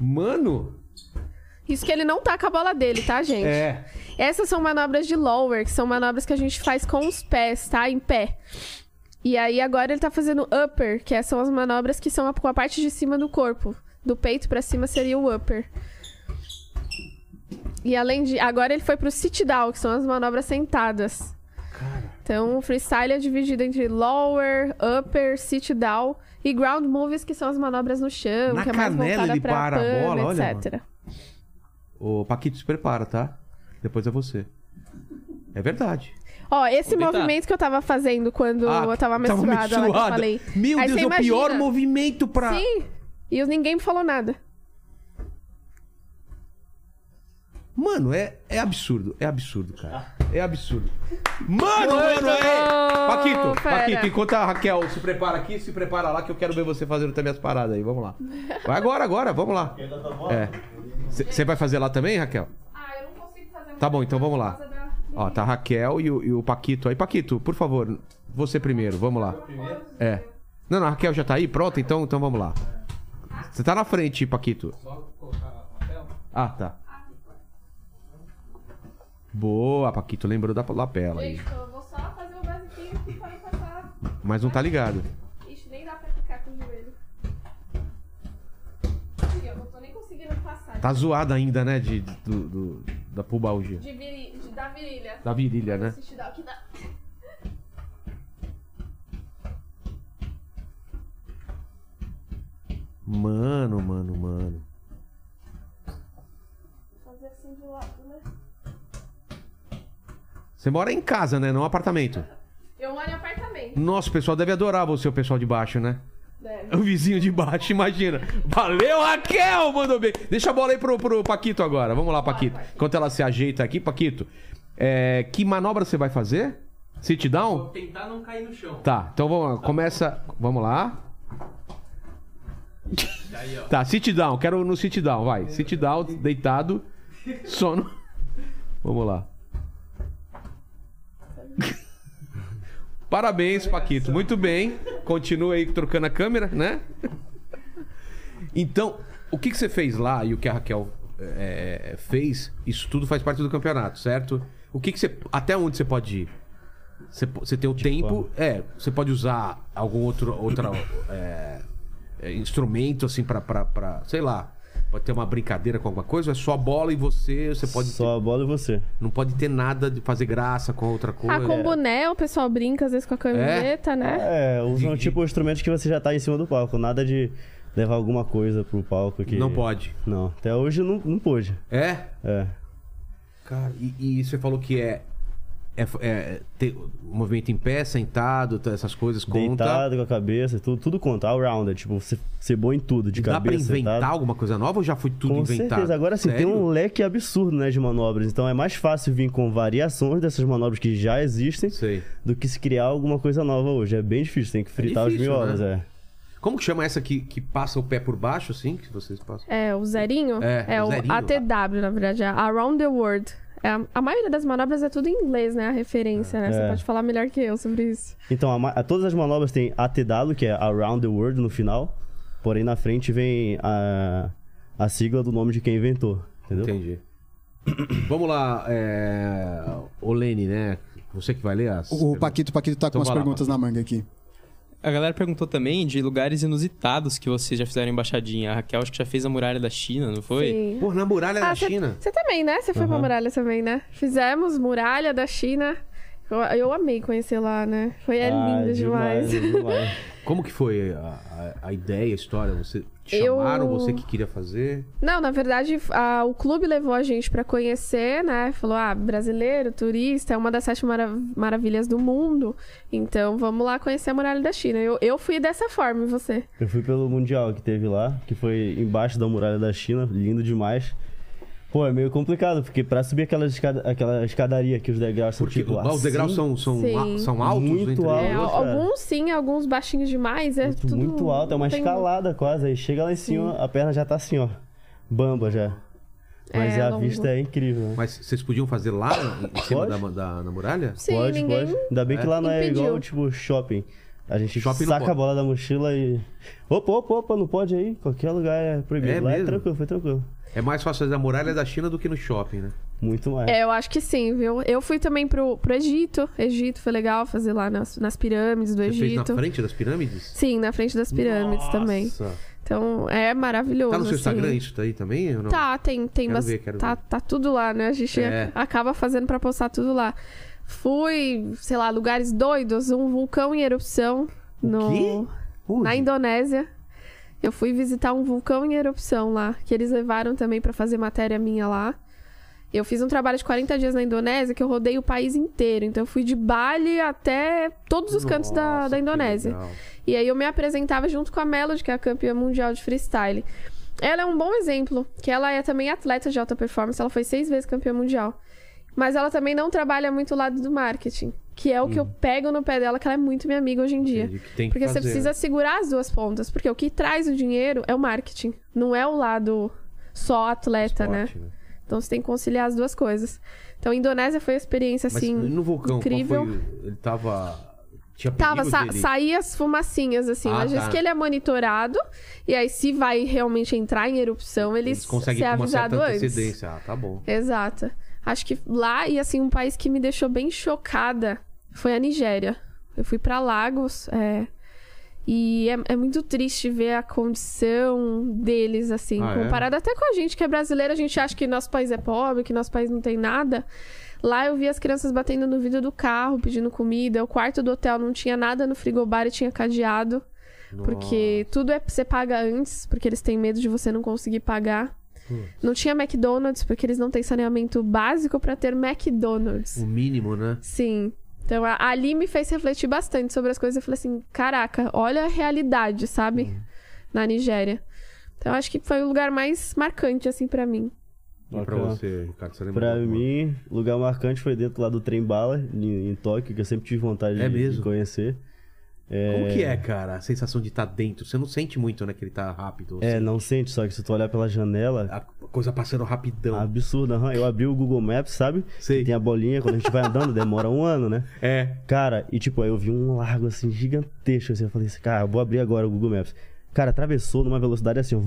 [SPEAKER 1] Mano!
[SPEAKER 3] Isso que ele não tá com a bola dele, tá, gente?
[SPEAKER 1] É.
[SPEAKER 3] Essas são manobras de lower, que são manobras que a gente faz com os pés, tá? Em pé. E aí agora ele tá fazendo upper, que é- são as manobras que são a- com a parte de cima do corpo. Do peito pra cima seria o upper. E além de. Agora ele foi pro sit down, que são as manobras sentadas. Então, o freestyle é dividido entre lower, upper, sit down e ground moves, que são as manobras no chão,
[SPEAKER 1] Na
[SPEAKER 3] que é mais
[SPEAKER 1] canela
[SPEAKER 3] voltada
[SPEAKER 1] ele
[SPEAKER 3] pra
[SPEAKER 1] para a
[SPEAKER 3] pan,
[SPEAKER 1] bola, olha,
[SPEAKER 3] etc.
[SPEAKER 1] Ô, Paquito, se prepara, tá? Depois é você. É verdade. Ah,
[SPEAKER 3] Ó, esse
[SPEAKER 1] tá?
[SPEAKER 5] Vou tentar.
[SPEAKER 3] movimento que eu tava fazendo quando eu tava menstruada, lá que eu falei.
[SPEAKER 1] Meu
[SPEAKER 3] Aí
[SPEAKER 1] Deus,
[SPEAKER 3] você
[SPEAKER 1] é o pior
[SPEAKER 3] imagina.
[SPEAKER 1] movimento pra...
[SPEAKER 3] Sim, e eu- ninguém me falou nada.
[SPEAKER 1] Mano, é, é absurdo. É absurdo, cara. É absurdo. Mano, mano, é...
[SPEAKER 3] bom,
[SPEAKER 1] Paquito,
[SPEAKER 3] fera.
[SPEAKER 1] Paquito, enquanto a Raquel se prepara aqui, se prepara lá, que eu quero ver você fazendo também as paradas aí. Vamos lá. Vai agora, agora, vamos lá. É. Você vai fazer lá também, Raquel?
[SPEAKER 3] Ah, eu não consigo fazer
[SPEAKER 1] Tá bom, então vamos lá. Ó, tá a Raquel e o, e o Paquito aí. Paquito, por favor, você primeiro, vamos lá. É. Não, não, a Raquel já tá aí, pronta, então, então vamos lá. Você tá na frente, Paquito. Ah, tá. Boa, Paquito, lembrou da lapela aí.
[SPEAKER 3] Gente, eu vou só fazer o basiquinho aqui pra não passar.
[SPEAKER 1] Mas não tá ligado.
[SPEAKER 3] Ixi, nem dá pra ficar com o joelho. Ih, Eu não tô nem conseguindo passar.
[SPEAKER 1] Tá zoado ainda, né, de, de- do, do- da pubalgia.
[SPEAKER 3] De, viri... de da virilha.
[SPEAKER 1] Da virilha, né?
[SPEAKER 3] Assiste dá o que dá.
[SPEAKER 1] Mano, mano, mano.
[SPEAKER 3] Fazer assim de lado, né?
[SPEAKER 1] Você mora em casa, né? Não apartamento.
[SPEAKER 3] Eu moro em apartamento.
[SPEAKER 1] Nossa, o pessoal deve adorar você, o pessoal de baixo, né?
[SPEAKER 3] Deve.
[SPEAKER 1] O vizinho de baixo, imagina. Valeu, Raquel! Mandou bem. Deixa a bola aí pro, pro Paquito agora. Vamos lá, Paquito. Enquanto ela se ajeita aqui, Paquito. é, que manobra você vai fazer? Sit down?
[SPEAKER 5] Tentar não cair no chão.
[SPEAKER 1] Tá, então vamos lá. Começa. Vamos lá. Tá, sit down. Quero no sit down, vai. Sit down, deitado. Sono. Vamos lá. Parabéns, Paquito. Muito bem. Continua aí trocando a câmera, né? Então, o que, que você fez lá e o que a Raquel é, é, fez, isso tudo faz parte do campeonato, certo? O que, que você. Até onde você pode ir? Você, po- você tem o tempo. É, você pode usar algum outro outra, é, é, instrumento, assim, pra, pra, pra- Sei lá. Pode ter uma brincadeira com alguma coisa, ou é só bola e você. Você pode. ter-
[SPEAKER 4] Só a bola e você.
[SPEAKER 1] não pode ter nada de fazer graça com outra coisa.
[SPEAKER 3] Ah, com boné, o pessoal brinca às vezes
[SPEAKER 1] É?
[SPEAKER 3] com a camiseta, né?
[SPEAKER 4] É, usam tipo instrumentos que você já tá em cima do palco. Nada de levar alguma coisa pro palco que.
[SPEAKER 1] Não pode.
[SPEAKER 4] Não, até hoje não, não pôde.
[SPEAKER 1] É?
[SPEAKER 4] É.
[SPEAKER 1] Cara, e, e você falou que é. É, é ter movimento em pé, sentado, t- essas coisas, conta.
[SPEAKER 4] Deitado com a cabeça, tudo, tudo conta. All-rounder, tipo, você ser bom em tudo, de
[SPEAKER 1] Dá pra
[SPEAKER 4] cabeça.
[SPEAKER 1] inventar
[SPEAKER 4] deitado.
[SPEAKER 1] alguma coisa nova ou já foi tudo
[SPEAKER 4] Com
[SPEAKER 1] inventado?
[SPEAKER 4] certeza. Agora sim, tem
[SPEAKER 1] Sério?
[SPEAKER 4] um leque absurdo né, de manobras. Então é mais fácil vir com variações dessas manobras que já existem
[SPEAKER 1] Sei.
[SPEAKER 4] do que se criar alguma coisa nova hoje. É bem difícil, tem que fritar
[SPEAKER 1] difícil, né?
[SPEAKER 4] os miolos, é.
[SPEAKER 1] Como que chama essa que, que passa o pé por baixo, assim? Que vocês passam?
[SPEAKER 3] É, o zerinho.
[SPEAKER 1] É, o
[SPEAKER 3] o
[SPEAKER 1] zerinho.
[SPEAKER 3] ATW, na verdade. É Around the World. É, a- a maioria das manobras é tudo em inglês, né? A referência, né? Você
[SPEAKER 4] É.
[SPEAKER 3] pode falar melhor que eu sobre isso.
[SPEAKER 4] Então, a ma- a- todas as manobras tem ATW, que é Around the World no final. Porém, na frente vem a, a sigla do nome de quem inventou. Entendeu?
[SPEAKER 1] Entendi. Vamos lá, é... Olene, né? Você que vai ler as.
[SPEAKER 6] O, o Paquito, o Paquito tá com
[SPEAKER 1] Então
[SPEAKER 6] umas
[SPEAKER 1] vai lá,
[SPEAKER 6] perguntas na manga aqui.
[SPEAKER 5] A galera perguntou também de lugares inusitados que vocês já fizeram embaixadinha. A Raquel acho que já fez a muralha da China, não foi?
[SPEAKER 3] Sim.
[SPEAKER 1] Pô, na muralha da
[SPEAKER 3] Ah, cê-
[SPEAKER 1] China.
[SPEAKER 3] Você também, né? Você foi pra muralha também, né? Fizemos muralha da China. Eu, eu amei conhecer lá, né? Foi é
[SPEAKER 4] Ah,
[SPEAKER 3] lindo demais. [laughs]
[SPEAKER 4] é demais.
[SPEAKER 1] Como que foi a, a- a ideia, a história? Você te
[SPEAKER 3] Eu-
[SPEAKER 1] chamaram, você que queria fazer?
[SPEAKER 3] Não, na verdade, a- o clube levou a gente pra conhecer, né? Falou, ah, brasileiro, turista, é uma das sete mara- maravilhas do mundo. Então, vamos lá conhecer a muralha da China. Eu, eu fui dessa forma, e você?
[SPEAKER 4] Eu fui pelo Mundial que teve lá, que foi embaixo da muralha da China, lindo demais. Pô, é meio complicado, porque pra subir aquela, escada- aquela escadaria que os degraus são
[SPEAKER 1] Porque
[SPEAKER 4] tipo
[SPEAKER 1] lá os
[SPEAKER 4] assim,
[SPEAKER 1] degraus são, são,
[SPEAKER 3] Sim.
[SPEAKER 1] a- são altos né?
[SPEAKER 4] Muito
[SPEAKER 1] entre
[SPEAKER 4] alto.
[SPEAKER 3] É,
[SPEAKER 4] eu
[SPEAKER 1] eles?
[SPEAKER 4] vou, cara.
[SPEAKER 3] alguns sim, alguns baixinhos demais. É
[SPEAKER 4] muito,
[SPEAKER 3] tudo-
[SPEAKER 4] muito alto, é uma
[SPEAKER 3] tem-
[SPEAKER 4] escalada quase. Aí chega lá em cima, a perna já tá assim, ó, bamba já. Mas
[SPEAKER 3] É,
[SPEAKER 4] a
[SPEAKER 3] longo.
[SPEAKER 4] vista é incrível, né?
[SPEAKER 1] Mas vocês podiam fazer lá em cima
[SPEAKER 4] Pode?
[SPEAKER 1] da, da, na muralha?
[SPEAKER 3] Sim, ninguém...
[SPEAKER 4] Ainda bem que lá não é
[SPEAKER 3] impediu.
[SPEAKER 4] igual, tipo, shopping. A gente
[SPEAKER 1] Shopping não
[SPEAKER 4] saca a
[SPEAKER 1] pode.
[SPEAKER 4] bola da mochila e. Opa, opa, opa, não pode aí. Qualquer lugar é proibido.
[SPEAKER 1] É
[SPEAKER 4] lá
[SPEAKER 1] mesmo?
[SPEAKER 4] é tranquilo, foi tranquilo.
[SPEAKER 1] É mais fácil fazer na muralha da China do que no shopping, né?
[SPEAKER 4] Muito mais.
[SPEAKER 3] É, eu acho que sim, viu? Eu fui também pro, pro Egito. Egito foi legal fazer lá nas, nas pirâmides do
[SPEAKER 1] Você fez na
[SPEAKER 3] Egito.
[SPEAKER 1] frente das pirâmides?
[SPEAKER 3] Sim, na frente das pirâmides também.
[SPEAKER 1] Nossa.
[SPEAKER 3] Então, é maravilhoso.
[SPEAKER 1] Tá no seu
[SPEAKER 3] assim.
[SPEAKER 1] Instagram isso daí também? ou não?
[SPEAKER 3] Tá, tem, tem
[SPEAKER 1] Quero
[SPEAKER 3] bas-
[SPEAKER 1] ver, quero
[SPEAKER 3] tá,
[SPEAKER 1] ver.
[SPEAKER 3] tá tudo lá, né? A gente
[SPEAKER 1] É.
[SPEAKER 3] acaba fazendo pra postar tudo lá. Fui, sei lá, lugares doidos, um vulcão em erupção no, na Indonésia. Eu fui visitar um vulcão em erupção lá, que eles levaram também pra fazer matéria minha lá. Eu fiz um trabalho de 40 dias na Indonésia que eu rodei o país inteiro. Então eu fui de Bali até todos os cantos da, da Indonésia. E aí eu me apresentava junto com a Melody, que é a campeã mundial de freestyle. Ela é um bom exemplo, que ela é também atleta de alta performance, ela foi seis vezes campeã mundial. Mas ela também não trabalha muito o lado do marketing, que é o que eu pego no pé dela, que ela é muito minha amiga hoje em dia.
[SPEAKER 1] Entendi, que tem que
[SPEAKER 3] Porque você
[SPEAKER 1] fazer,
[SPEAKER 3] precisa segurar as duas pontas, porque o que traz o dinheiro é o marketing, não é o lado só atleta, né?
[SPEAKER 1] Esporte, né?
[SPEAKER 3] Então você tem que conciliar as duas coisas. Então, a Indonésia foi uma experiência
[SPEAKER 1] Mas
[SPEAKER 3] assim
[SPEAKER 1] no vulcão,
[SPEAKER 3] incrível.
[SPEAKER 1] Qual foi? o- Ele tava. Tinha
[SPEAKER 3] Tava,
[SPEAKER 1] perigo
[SPEAKER 3] sa
[SPEAKER 1] dele?
[SPEAKER 3] saía as fumacinhas, assim.
[SPEAKER 1] Ah,
[SPEAKER 3] mas
[SPEAKER 1] tá.
[SPEAKER 3] diz que ele é monitorado. E aí, se vai realmente entrar em erupção, ele
[SPEAKER 1] Eles
[SPEAKER 3] s-
[SPEAKER 1] conseguem
[SPEAKER 3] ser
[SPEAKER 1] com uma certa
[SPEAKER 3] avisado antes.
[SPEAKER 1] antecedência. Ah, tá bom.
[SPEAKER 3] Exato. Acho que lá, e assim, um país que me deixou bem chocada foi a Nigéria. Eu fui pra Lagos, é, E é, é muito triste ver a condição deles, assim.
[SPEAKER 1] Ah, é?
[SPEAKER 3] comparado até com a gente, que é brasileira, a gente acha que nosso país é pobre, que nosso país não tem nada. Lá eu vi as crianças batendo no vidro do carro, pedindo comida. O quarto do hotel não tinha nada no frigobar e tinha cadeado. Porque tudo é você paga antes, porque eles têm medo de você não conseguir pagar. Não tinha McDonald's, porque eles não têm saneamento básico pra ter McDonald's.
[SPEAKER 1] O mínimo, né?
[SPEAKER 3] Sim. Então a- ali me fez refletir bastante sobre as coisas. Eu falei assim: caraca, olha a realidade, sabe?
[SPEAKER 1] Hum.
[SPEAKER 3] Na Nigéria. Então acho que foi o lugar mais marcante, assim, pra mim.
[SPEAKER 1] E pra
[SPEAKER 4] Bacana.
[SPEAKER 1] você, Ricardo, você lembra?
[SPEAKER 4] Pra
[SPEAKER 1] alguma?
[SPEAKER 4] mim, lugar marcante foi dentro lá do trem bala, em, em Tóquio, que eu sempre tive vontade
[SPEAKER 1] É
[SPEAKER 4] de,
[SPEAKER 1] mesmo?
[SPEAKER 4] de conhecer.
[SPEAKER 1] Como que é, cara? A sensação de estar dentro. Você não sente muito, né? Que ele tá rápido.
[SPEAKER 4] É,
[SPEAKER 1] assim.
[SPEAKER 4] não sente, só que se tu olhar pela janela, é um
[SPEAKER 1] A coisa passando rapidão.
[SPEAKER 4] Absurdo, aham. Eu abri o Google Maps, sabe?
[SPEAKER 1] Sei.
[SPEAKER 4] Que Ah, Tem a bolinha, quando a gente vai andando, demora um ano, né?
[SPEAKER 3] [laughs]
[SPEAKER 1] É.
[SPEAKER 4] Cara, e tipo, aí eu vi um largo assim, gigantesco. Assim, eu falei assim, cara, eu vou abrir agora o Google Maps. Cara, atravessou numa velocidade assim, ó.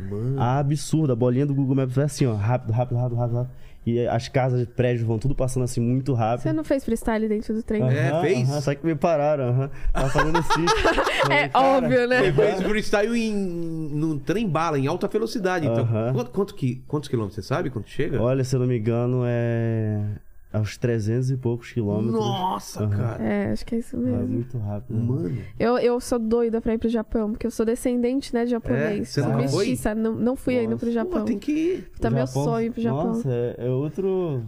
[SPEAKER 4] Mano. Absurdo. A bolinha do Google Maps vai assim, ó. Rápido, rápido, rápido, rápido. rápido. E as casas de prédio vão tudo passando assim muito rápido.
[SPEAKER 3] Você não fez freestyle dentro do trem?
[SPEAKER 4] Aham,
[SPEAKER 3] né?
[SPEAKER 1] É, fez?
[SPEAKER 4] aham, só que me pararam, aham. Tava fazendo
[SPEAKER 3] [laughs]
[SPEAKER 4] assim.
[SPEAKER 3] É, óbvio, né?
[SPEAKER 1] Ele fez freestyle em, num trem bala, em alta velocidade. Então,
[SPEAKER 4] Aham.
[SPEAKER 1] quanto, quanto que, quantos quilômetros você sabe quando chega?
[SPEAKER 4] Olha, se eu não me engano, é. Aos 300 e poucos quilômetros.
[SPEAKER 1] Nossa, Ah, cara.
[SPEAKER 3] É, acho que é isso
[SPEAKER 4] É
[SPEAKER 3] mesmo.
[SPEAKER 1] Ah,
[SPEAKER 4] muito rápido.
[SPEAKER 1] Mano,
[SPEAKER 3] Eu, eu sou doida pra ir pro Japão, porque eu sou descendente, né, de japonês.
[SPEAKER 1] É? Você
[SPEAKER 3] Sou
[SPEAKER 1] nunca foi?
[SPEAKER 3] mestiça, Não, não fui ainda pro
[SPEAKER 1] pô,
[SPEAKER 3] Japão.
[SPEAKER 1] tem que ir.
[SPEAKER 3] Tá meu sonho ir pro Japão.
[SPEAKER 4] Nossa, é, é outro.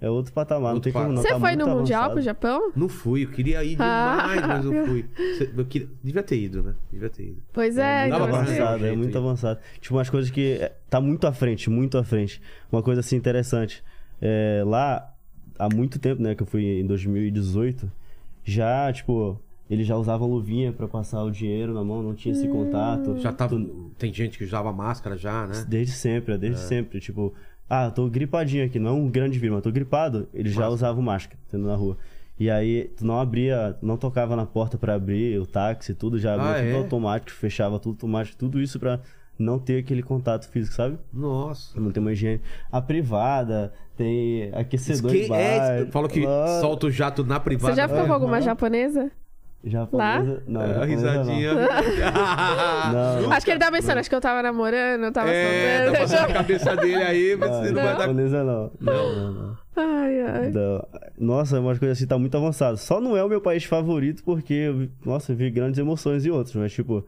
[SPEAKER 4] É outro patamar, não
[SPEAKER 1] Outro
[SPEAKER 4] tem como
[SPEAKER 1] patamar.
[SPEAKER 4] não.
[SPEAKER 3] Você
[SPEAKER 4] tá
[SPEAKER 3] foi
[SPEAKER 4] muito
[SPEAKER 3] no Mundial
[SPEAKER 4] avançado.
[SPEAKER 3] pro Japão?
[SPEAKER 1] Não fui, eu queria ir
[SPEAKER 3] Ah.
[SPEAKER 1] demais, mas não
[SPEAKER 3] [laughs]
[SPEAKER 1] fui. Você- eu queria- devia ter ido, né? Devia ter ido.
[SPEAKER 3] Pois é,
[SPEAKER 4] Muito
[SPEAKER 1] Dava
[SPEAKER 3] então
[SPEAKER 1] pra
[SPEAKER 3] você-
[SPEAKER 1] fazer.
[SPEAKER 4] avançado, é
[SPEAKER 1] jeito,
[SPEAKER 4] muito
[SPEAKER 1] hein?
[SPEAKER 4] avançado. Tipo, umas coisas que. é, Tá muito à frente, muito à frente. Uma coisa assim interessante. É, lá, há muito tempo, né, que eu fui em 2018, já, tipo, eles já usavam luvinha pra passar o dinheiro na mão, não tinha
[SPEAKER 3] Hum.
[SPEAKER 4] esse contato.
[SPEAKER 1] Já tava. Tem gente que usava máscara já, né?
[SPEAKER 4] Desde sempre, desde sempre. Tipo, ah, tô gripadinho aqui, não um grande vírus, mas tô gripado. Eles já usavam máscara, tendo na rua. E aí, tu não abria, não tocava na porta pra abrir o táxi, tudo já abria
[SPEAKER 1] Ah,
[SPEAKER 4] tudo
[SPEAKER 1] é?
[SPEAKER 4] automático, fechava tudo automático, tudo isso pra não ter aquele contato físico, sabe?
[SPEAKER 1] Nossa.
[SPEAKER 4] Não tem uma higiene. A privada, tem aquecedor
[SPEAKER 1] Esque-
[SPEAKER 4] embaixo.
[SPEAKER 1] é, falou que
[SPEAKER 4] lá-
[SPEAKER 1] solta o jato na privada.
[SPEAKER 3] Você já ficou com alguma
[SPEAKER 4] Aham.
[SPEAKER 3] japonesa?
[SPEAKER 4] Japonesa. Não,
[SPEAKER 1] É,
[SPEAKER 4] japonesa
[SPEAKER 1] risadinha. [laughs]
[SPEAKER 4] Não. não.
[SPEAKER 3] Acho que ele tava pensando, acho que eu tava namorando, eu tava
[SPEAKER 1] É, tá
[SPEAKER 3] solteira.
[SPEAKER 1] passando a cabeça dele aí, mas você não, vai dar.
[SPEAKER 4] japonesa não. Não, não, não.
[SPEAKER 3] [laughs] Ai, ai.
[SPEAKER 4] Da- Nossa, umas coisas assim, tá muito avançado. Só não é o meu país favorito porque, eu vi- nossa, eu vi grandes emoções em outros, mas tipo,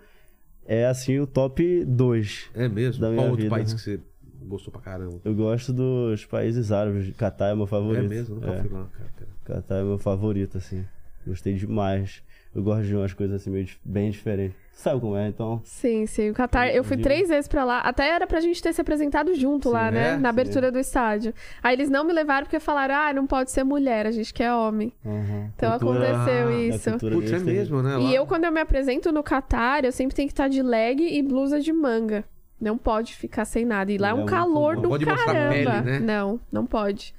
[SPEAKER 4] é assim o top 2.
[SPEAKER 1] É mesmo?
[SPEAKER 4] Da minha
[SPEAKER 1] Qual outro
[SPEAKER 4] vida,
[SPEAKER 1] país
[SPEAKER 4] né?
[SPEAKER 1] que você gostou pra caramba?
[SPEAKER 4] Eu gosto dos países árabes, Catar é meu favorito.
[SPEAKER 1] É mesmo? Nunca
[SPEAKER 4] É,
[SPEAKER 1] fui lá, cara. cara.
[SPEAKER 4] Catar é meu favorito, assim. Gostei demais. Eu gosto de umas coisas assim meio dif- bem diferentes. Sabe como é, então?
[SPEAKER 3] Sim, sim. O Qatar, eu fui
[SPEAKER 4] Viu?
[SPEAKER 3] três vezes pra lá. Até era pra gente ter se apresentado junto lá, né?
[SPEAKER 1] é,
[SPEAKER 3] Na abertura do estádio. Aí eles não me levaram porque falaram, ah, não pode ser mulher, a gente quer homem.
[SPEAKER 4] Uhum.
[SPEAKER 3] Então
[SPEAKER 1] Cultura-
[SPEAKER 3] aconteceu
[SPEAKER 1] Ah, é
[SPEAKER 3] isso.
[SPEAKER 1] Putz, é mesmo, né? Lá.
[SPEAKER 3] E eu, quando eu me apresento no Qatar, eu sempre tenho que estar de leg e blusa de manga. Não pode ficar sem nada. E lá é
[SPEAKER 4] É
[SPEAKER 3] um
[SPEAKER 4] muito
[SPEAKER 3] calor
[SPEAKER 4] bom.
[SPEAKER 3] do
[SPEAKER 1] Pode mostrar
[SPEAKER 3] caramba.
[SPEAKER 1] pele, né?
[SPEAKER 3] Não, não pode.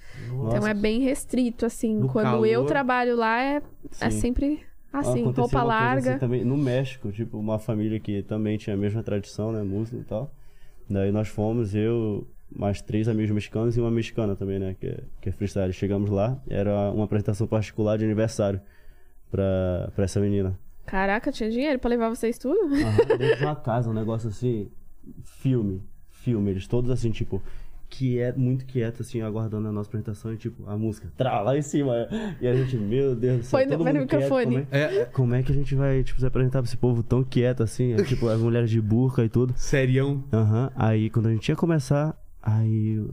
[SPEAKER 3] Então é bem restrito, assim.
[SPEAKER 1] No
[SPEAKER 3] quando eu
[SPEAKER 1] calor-
[SPEAKER 3] trabalho lá, é, é
[SPEAKER 4] Sim. Ah,
[SPEAKER 3] sempre assim,
[SPEAKER 4] Aconteceu
[SPEAKER 3] roupa
[SPEAKER 4] uma coisa
[SPEAKER 3] larga.
[SPEAKER 4] assim também, no México, tipo, uma família que também tinha a mesma tradição, né? Música e tal. Daí nós fomos, eu, mais três amigos mexicanos e uma mexicana também, né? Que, é- que é freestyle. Chegamos lá, era uma apresentação particular de aniversário pra, pra essa menina.
[SPEAKER 3] Caraca, tinha dinheiro pra levar vocês tudo? [laughs]
[SPEAKER 4] Aham, dentro de uma casa, um negócio assim, filme, filme. Eles todos assim, tipo, quieto, muito quieto, assim, aguardando a nossa apresentação e, tipo, a música, tra, lá em cima. E a gente, meu Deus do céu,
[SPEAKER 3] Foi no-
[SPEAKER 4] todo
[SPEAKER 3] foi no
[SPEAKER 4] mundo quieto,
[SPEAKER 3] microfone.
[SPEAKER 4] como é- Como é que a gente vai, tipo, se apresentar pra esse povo tão quieto, assim? é, tipo, as mulheres de burca e tudo.
[SPEAKER 1] Serião.
[SPEAKER 4] Aham, aí quando a gente ia começar, aí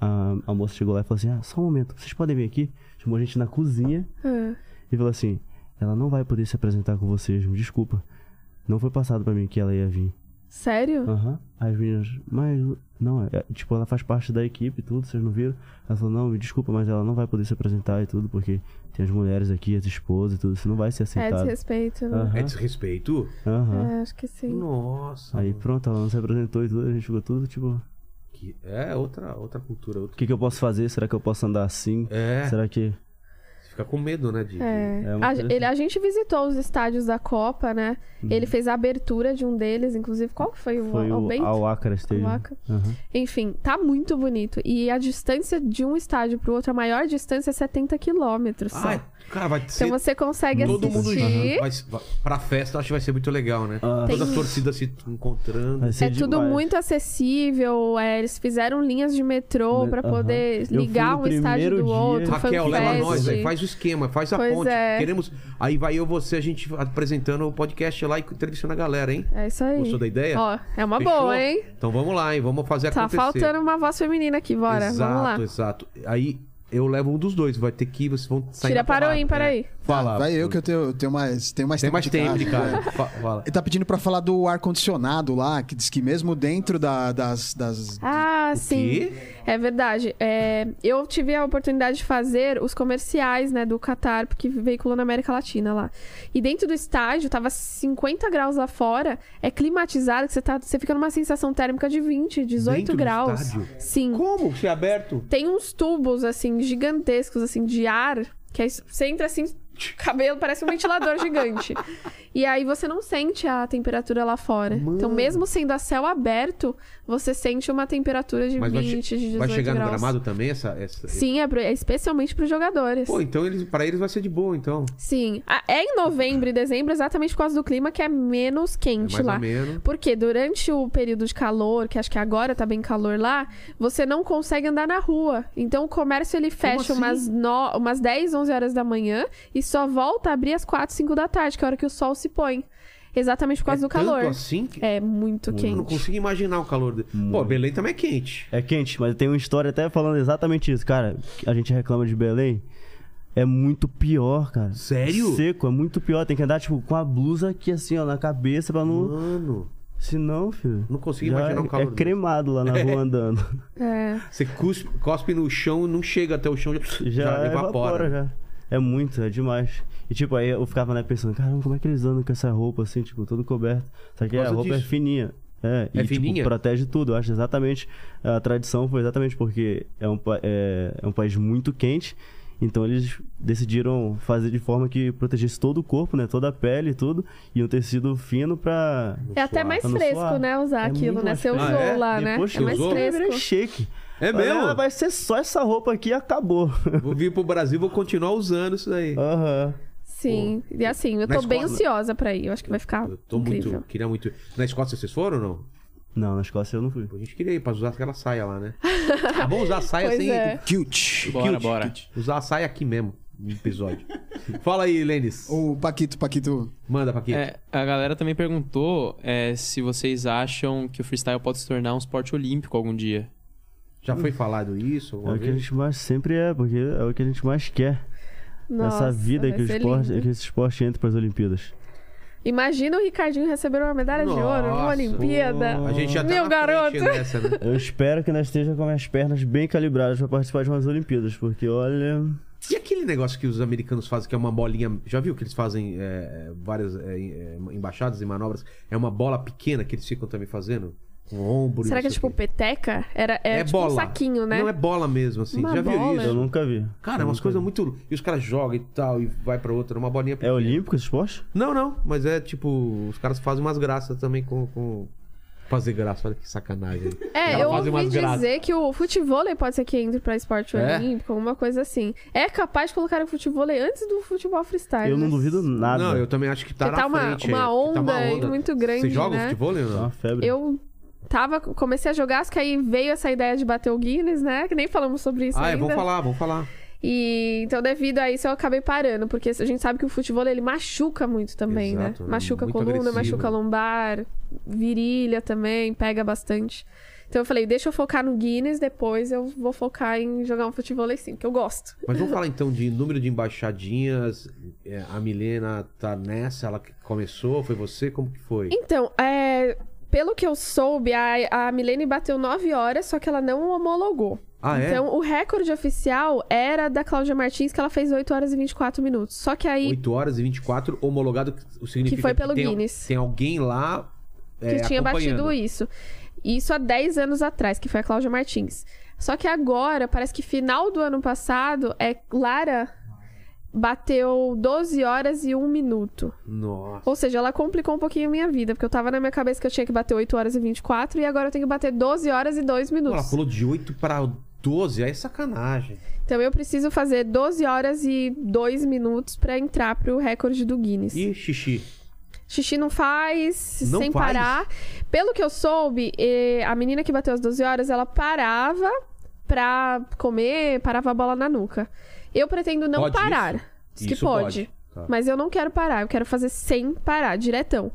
[SPEAKER 4] a, a moça chegou lá e falou assim, ah, só um momento, vocês podem vir aqui? Chamou a gente na cozinha
[SPEAKER 3] Ah.
[SPEAKER 4] e falou assim, ela não vai poder se apresentar com vocês, me desculpa. Não foi passado pra mim que ela ia vir.
[SPEAKER 3] Sério?
[SPEAKER 4] Aham. Aí as meninas, mas não, é, tipo, ela faz parte da equipe e tudo, vocês não viram? Ela falou, não, me desculpa, mas ela não vai poder se apresentar e tudo, porque tem as mulheres aqui, as esposas e tudo, isso não vai
[SPEAKER 3] É
[SPEAKER 4] ser aceitado.
[SPEAKER 3] desrespeito, né?
[SPEAKER 4] Aham,
[SPEAKER 1] É desrespeito?
[SPEAKER 4] aham.
[SPEAKER 3] É, acho que sim.
[SPEAKER 1] Nossa.
[SPEAKER 4] Aí pronto, ela não se apresentou e tudo, a gente ficou tudo, tipo,
[SPEAKER 1] que- É outra, outra cultura.
[SPEAKER 4] o
[SPEAKER 1] Outra...
[SPEAKER 4] que, que eu posso fazer? Será que eu posso andar assim?
[SPEAKER 1] É.
[SPEAKER 4] Será que.
[SPEAKER 1] Você fica com medo, né, de...
[SPEAKER 3] É.
[SPEAKER 4] É uma
[SPEAKER 3] a,
[SPEAKER 4] coisa Uhum.
[SPEAKER 3] ele, a gente visitou os estádios da Copa, né? Ele fez a abertura de um deles, inclusive. Qual que foi? O,
[SPEAKER 4] Foi
[SPEAKER 3] Al-
[SPEAKER 4] o
[SPEAKER 3] Bento?
[SPEAKER 4] Al Acra Stadium.
[SPEAKER 3] Al Acra.
[SPEAKER 4] Aham.
[SPEAKER 3] Enfim, tá muito bonito. E a distância de um estádio pro outro, a maior distância é 70 quilômetros só.
[SPEAKER 1] Ah, cara, vai ser
[SPEAKER 3] então você consegue
[SPEAKER 1] todo mundo
[SPEAKER 3] assistir.
[SPEAKER 1] junto. Vai, vai- pra festa, acho que vai ser muito legal, né?
[SPEAKER 4] Tem
[SPEAKER 1] Todas as
[SPEAKER 3] isso.
[SPEAKER 1] torcidas se encontrando.
[SPEAKER 4] Vai ser
[SPEAKER 3] É tudo
[SPEAKER 4] demais.
[SPEAKER 3] muito acessível, é, eles fizeram linhas de metrô pra
[SPEAKER 4] Aham.
[SPEAKER 3] poder
[SPEAKER 4] Eu fui
[SPEAKER 3] ligar
[SPEAKER 4] no
[SPEAKER 3] um estádio
[SPEAKER 4] primeiro
[SPEAKER 3] do
[SPEAKER 4] dia.
[SPEAKER 3] outro.
[SPEAKER 1] Raquel,
[SPEAKER 3] fanfest.
[SPEAKER 1] leva nós, aí, faz o esquema, faz a
[SPEAKER 3] um Pois
[SPEAKER 1] ponte.
[SPEAKER 3] é.
[SPEAKER 1] Queremos. Aí vai eu, você, a gente apresentando o podcast lá e entrevistando a galera, hein?
[SPEAKER 3] É isso aí.
[SPEAKER 1] Gostou da ideia?
[SPEAKER 3] Ó, é uma
[SPEAKER 1] Fechou?
[SPEAKER 3] boa, hein?
[SPEAKER 1] Então vamos lá, hein? Vamos fazer
[SPEAKER 3] Tá
[SPEAKER 1] acontecer.
[SPEAKER 3] faltando uma voz feminina aqui, bora.
[SPEAKER 1] exato,
[SPEAKER 3] Vamos lá.
[SPEAKER 1] Exato, Aí eu levo um dos dois, vai ter que ir, vocês vão sair
[SPEAKER 3] Tira
[SPEAKER 1] na
[SPEAKER 3] para o
[SPEAKER 1] porrada,
[SPEAKER 3] ímpar
[SPEAKER 1] né?
[SPEAKER 3] aí.
[SPEAKER 1] Fala.
[SPEAKER 6] Vai eu que eu tenho, eu tenho mais, tenho mais
[SPEAKER 1] Tem
[SPEAKER 6] tempo
[SPEAKER 1] mais
[SPEAKER 6] de
[SPEAKER 1] tempo de
[SPEAKER 6] casa. né?
[SPEAKER 1] cara. Fa- Fala.
[SPEAKER 6] Ele tá pedindo pra falar do ar-condicionado lá, que diz que mesmo dentro da- das, das-
[SPEAKER 3] Ah, sim.
[SPEAKER 1] quê?
[SPEAKER 3] É verdade. É, eu tive a oportunidade de fazer os comerciais, né, do Qatar, porque veiculou na América Latina lá. E dentro do estádio, tava 50 graus lá fora, é climatizado, que você, tá, você fica numa sensação térmica de 20, 18
[SPEAKER 1] Dentro do
[SPEAKER 3] graus.
[SPEAKER 1] estádio?
[SPEAKER 3] Sim.
[SPEAKER 1] Como? Se é aberto?
[SPEAKER 3] Tem uns tubos, assim, gigantescos, assim, de ar, que aí você entra assim. Cabelo parece um ventilador gigante. E aí você não sente a temperatura lá fora. Então, mesmo sendo a céu aberto, você sente uma temperatura de
[SPEAKER 1] Mas vai, che-
[SPEAKER 3] 20, de 18
[SPEAKER 1] vai chegar
[SPEAKER 3] graus.
[SPEAKER 1] no gramado também essa. essa...
[SPEAKER 3] Sim, é, pro- é especialmente para os jogadores.
[SPEAKER 1] Pô, então eles, pra eles vai ser de boa, então.
[SPEAKER 3] Sim. Ah, É em novembro e dezembro, exatamente por causa do clima que é menos
[SPEAKER 1] É
[SPEAKER 3] quente
[SPEAKER 1] mais
[SPEAKER 3] lá.
[SPEAKER 1] ou menos.
[SPEAKER 3] Porque durante o período de calor, que acho que agora tá bem calor lá, você não consegue andar na rua. Então o comércio ele
[SPEAKER 1] assim?
[SPEAKER 3] fecha umas, no... umas 10, 11 horas da manhã e só volta a abrir às 4, 5 da tarde, que é a hora que o sol se põe. Exatamente por causa
[SPEAKER 1] é
[SPEAKER 3] do calor.
[SPEAKER 1] Tanto assim que
[SPEAKER 3] É muito
[SPEAKER 1] eu não
[SPEAKER 3] quente.
[SPEAKER 1] consigo imaginar o calor dele. Pô, Belém também é quente.
[SPEAKER 4] É quente, mas tem uma história até falando exatamente isso. Cara, a gente reclama de Belém. É muito pior, cara.
[SPEAKER 1] Sério?
[SPEAKER 4] Seco, é muito pior. Tem que andar, tipo, com a blusa aqui, assim, ó, na cabeça pra não.
[SPEAKER 1] Mano,
[SPEAKER 4] Se não, filho.
[SPEAKER 1] não consigo
[SPEAKER 4] já
[SPEAKER 1] imaginar o calor.
[SPEAKER 4] É
[SPEAKER 1] dele.
[SPEAKER 4] cremado lá na
[SPEAKER 1] [laughs]
[SPEAKER 4] rua andando.
[SPEAKER 3] É.
[SPEAKER 1] Você cuspe- cospe no chão, não chega até o chão, já,
[SPEAKER 4] Já,
[SPEAKER 1] já
[SPEAKER 4] evapora.
[SPEAKER 1] evapora.
[SPEAKER 4] já. É muito, é demais. E tipo, aí eu ficava né, pensando, caramba, como é que eles andam com essa roupa assim, tipo, todo coberto? Só que a
[SPEAKER 1] causa
[SPEAKER 4] roupa é
[SPEAKER 1] disso.
[SPEAKER 4] fininha. É,
[SPEAKER 1] É
[SPEAKER 4] e
[SPEAKER 1] fininha?
[SPEAKER 4] Tipo, protege tudo. Eu acho exatamente. A tradição foi exatamente porque é um, pa- é, é um país muito quente. Então eles decidiram fazer de forma que protegesse todo o corpo, né? Toda a pele e tudo. E um tecido fino pra.
[SPEAKER 3] É até mais
[SPEAKER 4] pra não
[SPEAKER 3] fresco,
[SPEAKER 4] suar.
[SPEAKER 3] né? Usar
[SPEAKER 4] É
[SPEAKER 3] aquilo,
[SPEAKER 4] muito
[SPEAKER 3] né?
[SPEAKER 4] mais
[SPEAKER 3] Você usou
[SPEAKER 4] fresco.
[SPEAKER 1] Ah, é?
[SPEAKER 3] lá, né?
[SPEAKER 4] Depois
[SPEAKER 3] É
[SPEAKER 4] que
[SPEAKER 3] mais
[SPEAKER 4] usou, é
[SPEAKER 3] fresco.
[SPEAKER 4] chique.
[SPEAKER 1] É mesmo?
[SPEAKER 4] Ah, vai ser só essa roupa aqui e acabou.
[SPEAKER 1] Vou vir pro Brasil, vou continuar usando isso daí.
[SPEAKER 4] Aham.
[SPEAKER 3] Sim. E assim, eu
[SPEAKER 1] Na
[SPEAKER 3] tô bem
[SPEAKER 1] escola-
[SPEAKER 3] ansiosa pra ir. Eu acho que vai ficar
[SPEAKER 1] Eu tô
[SPEAKER 3] incrível.
[SPEAKER 1] muito, queria muito. Na Escócia vocês foram ou não?
[SPEAKER 4] Não, na Escócia eu não fui.
[SPEAKER 1] A gente queria ir pra usar aquela saia lá,
[SPEAKER 4] [laughs]
[SPEAKER 1] né? Ah, vamos usar a saia
[SPEAKER 3] Pois
[SPEAKER 1] sem.
[SPEAKER 3] é.
[SPEAKER 6] cute.
[SPEAKER 5] Bora, bora.
[SPEAKER 1] Usar a saia aqui mesmo, no
[SPEAKER 4] [laughs]
[SPEAKER 1] episódio. Fala aí, Lênis.
[SPEAKER 6] O Paquito, Paquito.
[SPEAKER 1] Manda pra aqui.
[SPEAKER 5] É, a galera também perguntou é, se vocês acham que o freestyle pode se tornar um esporte olímpico algum dia.
[SPEAKER 1] Já foi falado isso?
[SPEAKER 4] É
[SPEAKER 1] alguma
[SPEAKER 4] o que a
[SPEAKER 1] vez?
[SPEAKER 4] gente mais sempre é, porque é o que a gente mais quer.
[SPEAKER 3] Nossa,
[SPEAKER 4] essa vida
[SPEAKER 3] vai
[SPEAKER 4] que, o
[SPEAKER 3] ser
[SPEAKER 4] esporte,
[SPEAKER 3] lindo.
[SPEAKER 4] que esse esporte entra para as Olimpíadas.
[SPEAKER 3] Imagina o Ricardinho receber uma medalha de ouro numa
[SPEAKER 1] Nossa.
[SPEAKER 3] Olimpíada.
[SPEAKER 1] A gente já tá
[SPEAKER 3] Meu
[SPEAKER 1] na
[SPEAKER 3] garoto.
[SPEAKER 1] frente nessa,
[SPEAKER 3] [laughs]
[SPEAKER 1] né?
[SPEAKER 4] Eu espero que nós esteja com as pernas bem calibradas para participar de umas Olimpíadas, porque olha.
[SPEAKER 1] E aquele negócio que os americanos fazem, que é uma bolinha. Já viu que eles fazem é, é, várias é, é, embaixadas e manobras? É uma bola pequena que eles ficam também fazendo? Com ombro.
[SPEAKER 3] Será
[SPEAKER 1] não
[SPEAKER 3] que é
[SPEAKER 1] sei
[SPEAKER 3] tipo
[SPEAKER 1] o quê.
[SPEAKER 3] peteca? Era, é, tipo um saquinho, né?
[SPEAKER 1] Não é bola mesmo, assim.
[SPEAKER 3] Uma
[SPEAKER 1] já viu
[SPEAKER 3] bola.
[SPEAKER 4] Eu
[SPEAKER 1] isso?
[SPEAKER 4] nunca vi.
[SPEAKER 1] Cara, é umas coisas muito. E os caras jogam e tal, e vai pra outra, uma bolinha
[SPEAKER 4] É olímpico esse esporte?
[SPEAKER 1] Não, não, mas é tipo. Os caras fazem umas graças também com. com- Fazer graça, olha que sacanagem.
[SPEAKER 3] É,
[SPEAKER 1] Ela
[SPEAKER 3] eu
[SPEAKER 1] faz
[SPEAKER 3] ouvi
[SPEAKER 1] umas
[SPEAKER 3] dizer
[SPEAKER 1] graças.
[SPEAKER 3] que o futebol pode ser que entre pra esporte
[SPEAKER 1] É?
[SPEAKER 3] olímpico, alguma coisa assim. É capaz de colocar o futebol antes do futebol freestyle.
[SPEAKER 4] Eu não
[SPEAKER 3] né?
[SPEAKER 4] duvido nada.
[SPEAKER 1] Não, eu também acho que tá
[SPEAKER 3] Porque
[SPEAKER 1] na
[SPEAKER 3] tá uma-
[SPEAKER 1] frente.
[SPEAKER 3] uma
[SPEAKER 1] é, que tá
[SPEAKER 3] onda muito grande,
[SPEAKER 1] Você joga
[SPEAKER 3] né?
[SPEAKER 1] futebol,
[SPEAKER 4] É
[SPEAKER 1] Leandro?
[SPEAKER 4] uma febre.
[SPEAKER 3] Eu Tava, comecei a jogar, só que aí veio essa ideia de bater o Guinness, né? Que nem falamos sobre isso
[SPEAKER 1] Ah, é,
[SPEAKER 3] ainda.
[SPEAKER 1] vamos falar, vamos falar.
[SPEAKER 3] E então, devido a isso, eu acabei parando, porque a gente sabe que o futebol ele machuca muito também,
[SPEAKER 1] Exato,
[SPEAKER 3] né? Machuca a
[SPEAKER 1] muito
[SPEAKER 3] coluna,
[SPEAKER 1] agressivo.
[SPEAKER 3] machuca a lombar, virilha também, pega bastante. Então eu falei, deixa eu focar no Guinness, depois eu vou focar em jogar um futebol sim, que eu gosto.
[SPEAKER 1] Mas vamos falar então de número de embaixadinhas. É, A Milena tá nessa, ela que começou, foi você? Como que foi?
[SPEAKER 3] Então, é, pelo que eu soube, a, a Milene bateu 9 horas, só que ela não homologou.
[SPEAKER 1] Ah, é?
[SPEAKER 3] então, o recorde oficial era da Cláudia Martins, que ela fez 8 horas e 24 minutos. Só que aí
[SPEAKER 1] 8 horas e 24, homologado, o significa
[SPEAKER 3] Que foi pelo
[SPEAKER 1] tem,
[SPEAKER 3] Guinness.
[SPEAKER 1] Tem alguém lá. É,
[SPEAKER 3] que tinha
[SPEAKER 1] acompanhando.
[SPEAKER 3] batido isso. Isso há 10 anos atrás, que foi a Cláudia Martins. Só que agora, parece que final do ano passado, é Lara bateu 12 horas e 1 minuto.
[SPEAKER 1] Nossa.
[SPEAKER 3] Ou seja, ela complicou um pouquinho a minha vida, porque eu tava na minha cabeça que eu tinha que bater 8 horas e 24 e agora eu tenho que bater 12 horas e 2
[SPEAKER 1] Ela
[SPEAKER 3] minutos.
[SPEAKER 1] pulou de 8 pra 12, aí é sacanagem.
[SPEAKER 3] Então eu preciso fazer 12 horas e 2 minutos pra entrar pro recorde do Guinness.
[SPEAKER 1] Ih, xixi.
[SPEAKER 3] Xixi não faz,
[SPEAKER 1] Não
[SPEAKER 3] sem
[SPEAKER 1] faz?
[SPEAKER 3] parar. Pelo que eu soube, eh, a menina que bateu as 12 horas, ela parava pra comer, parava a bola na nuca. Eu pretendo não
[SPEAKER 1] Pode
[SPEAKER 3] parar.
[SPEAKER 1] isso?
[SPEAKER 3] Diz que
[SPEAKER 1] Isso
[SPEAKER 3] pode.
[SPEAKER 1] pode, tá.
[SPEAKER 3] Mas eu não quero parar, eu quero fazer sem parar, diretão.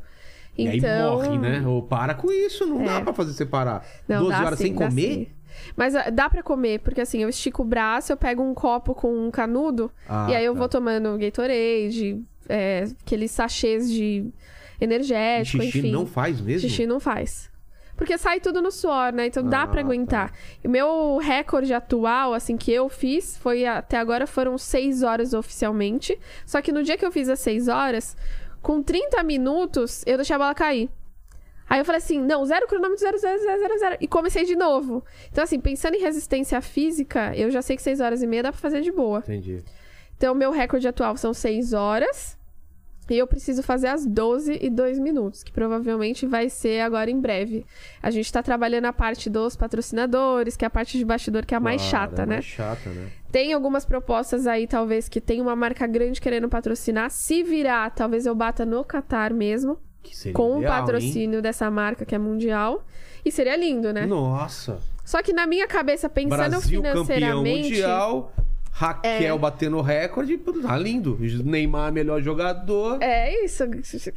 [SPEAKER 1] E aí
[SPEAKER 3] Então,
[SPEAKER 1] morre, né? Ou para com isso, não dá
[SPEAKER 3] É.
[SPEAKER 1] pra fazer separar.
[SPEAKER 3] Não,
[SPEAKER 1] 12
[SPEAKER 3] dá
[SPEAKER 1] horas
[SPEAKER 3] sim,
[SPEAKER 1] sem
[SPEAKER 3] dá
[SPEAKER 1] comer?
[SPEAKER 3] sim. Mas ah, dá pra comer, porque assim, eu estico o braço, eu pego um copo com um canudo,
[SPEAKER 1] Ah,
[SPEAKER 3] e aí eu
[SPEAKER 1] tá.
[SPEAKER 3] vou tomando Gatorade, é, aqueles sachês de
[SPEAKER 1] E
[SPEAKER 3] energético,
[SPEAKER 1] xixi
[SPEAKER 3] enfim.
[SPEAKER 1] não faz mesmo?
[SPEAKER 3] Xixi não faz. Porque sai tudo no suor, né? Então
[SPEAKER 1] Ah,
[SPEAKER 3] dá pra aguentar. E meu recorde atual, assim, que eu fiz, foi até agora foram 6 horas oficialmente. Só que no dia que eu fiz as 6 horas, com 30 minutos, eu deixei a bola cair. Aí eu falei assim, não, zero cronômetro, zero, zero, zero, zero, zero. E comecei de novo. Então, assim, pensando em resistência física, eu já sei que 6 horas e meia dá pra fazer de boa.
[SPEAKER 1] Entendi.
[SPEAKER 3] Então, meu recorde atual são 6 horas. E eu preciso fazer as 12 e 2 minutos, que provavelmente vai ser agora em breve. A gente tá trabalhando a parte dos patrocinadores, que é a parte de bastidor que é a mais
[SPEAKER 1] Claro,
[SPEAKER 3] chata,
[SPEAKER 1] é
[SPEAKER 3] né?
[SPEAKER 1] Mais chata, né?
[SPEAKER 3] Tem algumas propostas aí, talvez, que tem uma marca grande querendo patrocinar. Se virar, talvez eu bata no Qatar mesmo,
[SPEAKER 1] Que seria
[SPEAKER 3] com o
[SPEAKER 1] ideal, hein?
[SPEAKER 3] patrocínio dessa marca que é mundial. E seria lindo, né?
[SPEAKER 1] Nossa.
[SPEAKER 3] Só que na minha cabeça, pensando
[SPEAKER 1] Brasil campeão
[SPEAKER 3] financeiramente. é.
[SPEAKER 1] mundial. Raquel batendo recorde, pô, tá lindo. Neymar melhor jogador,
[SPEAKER 3] É isso.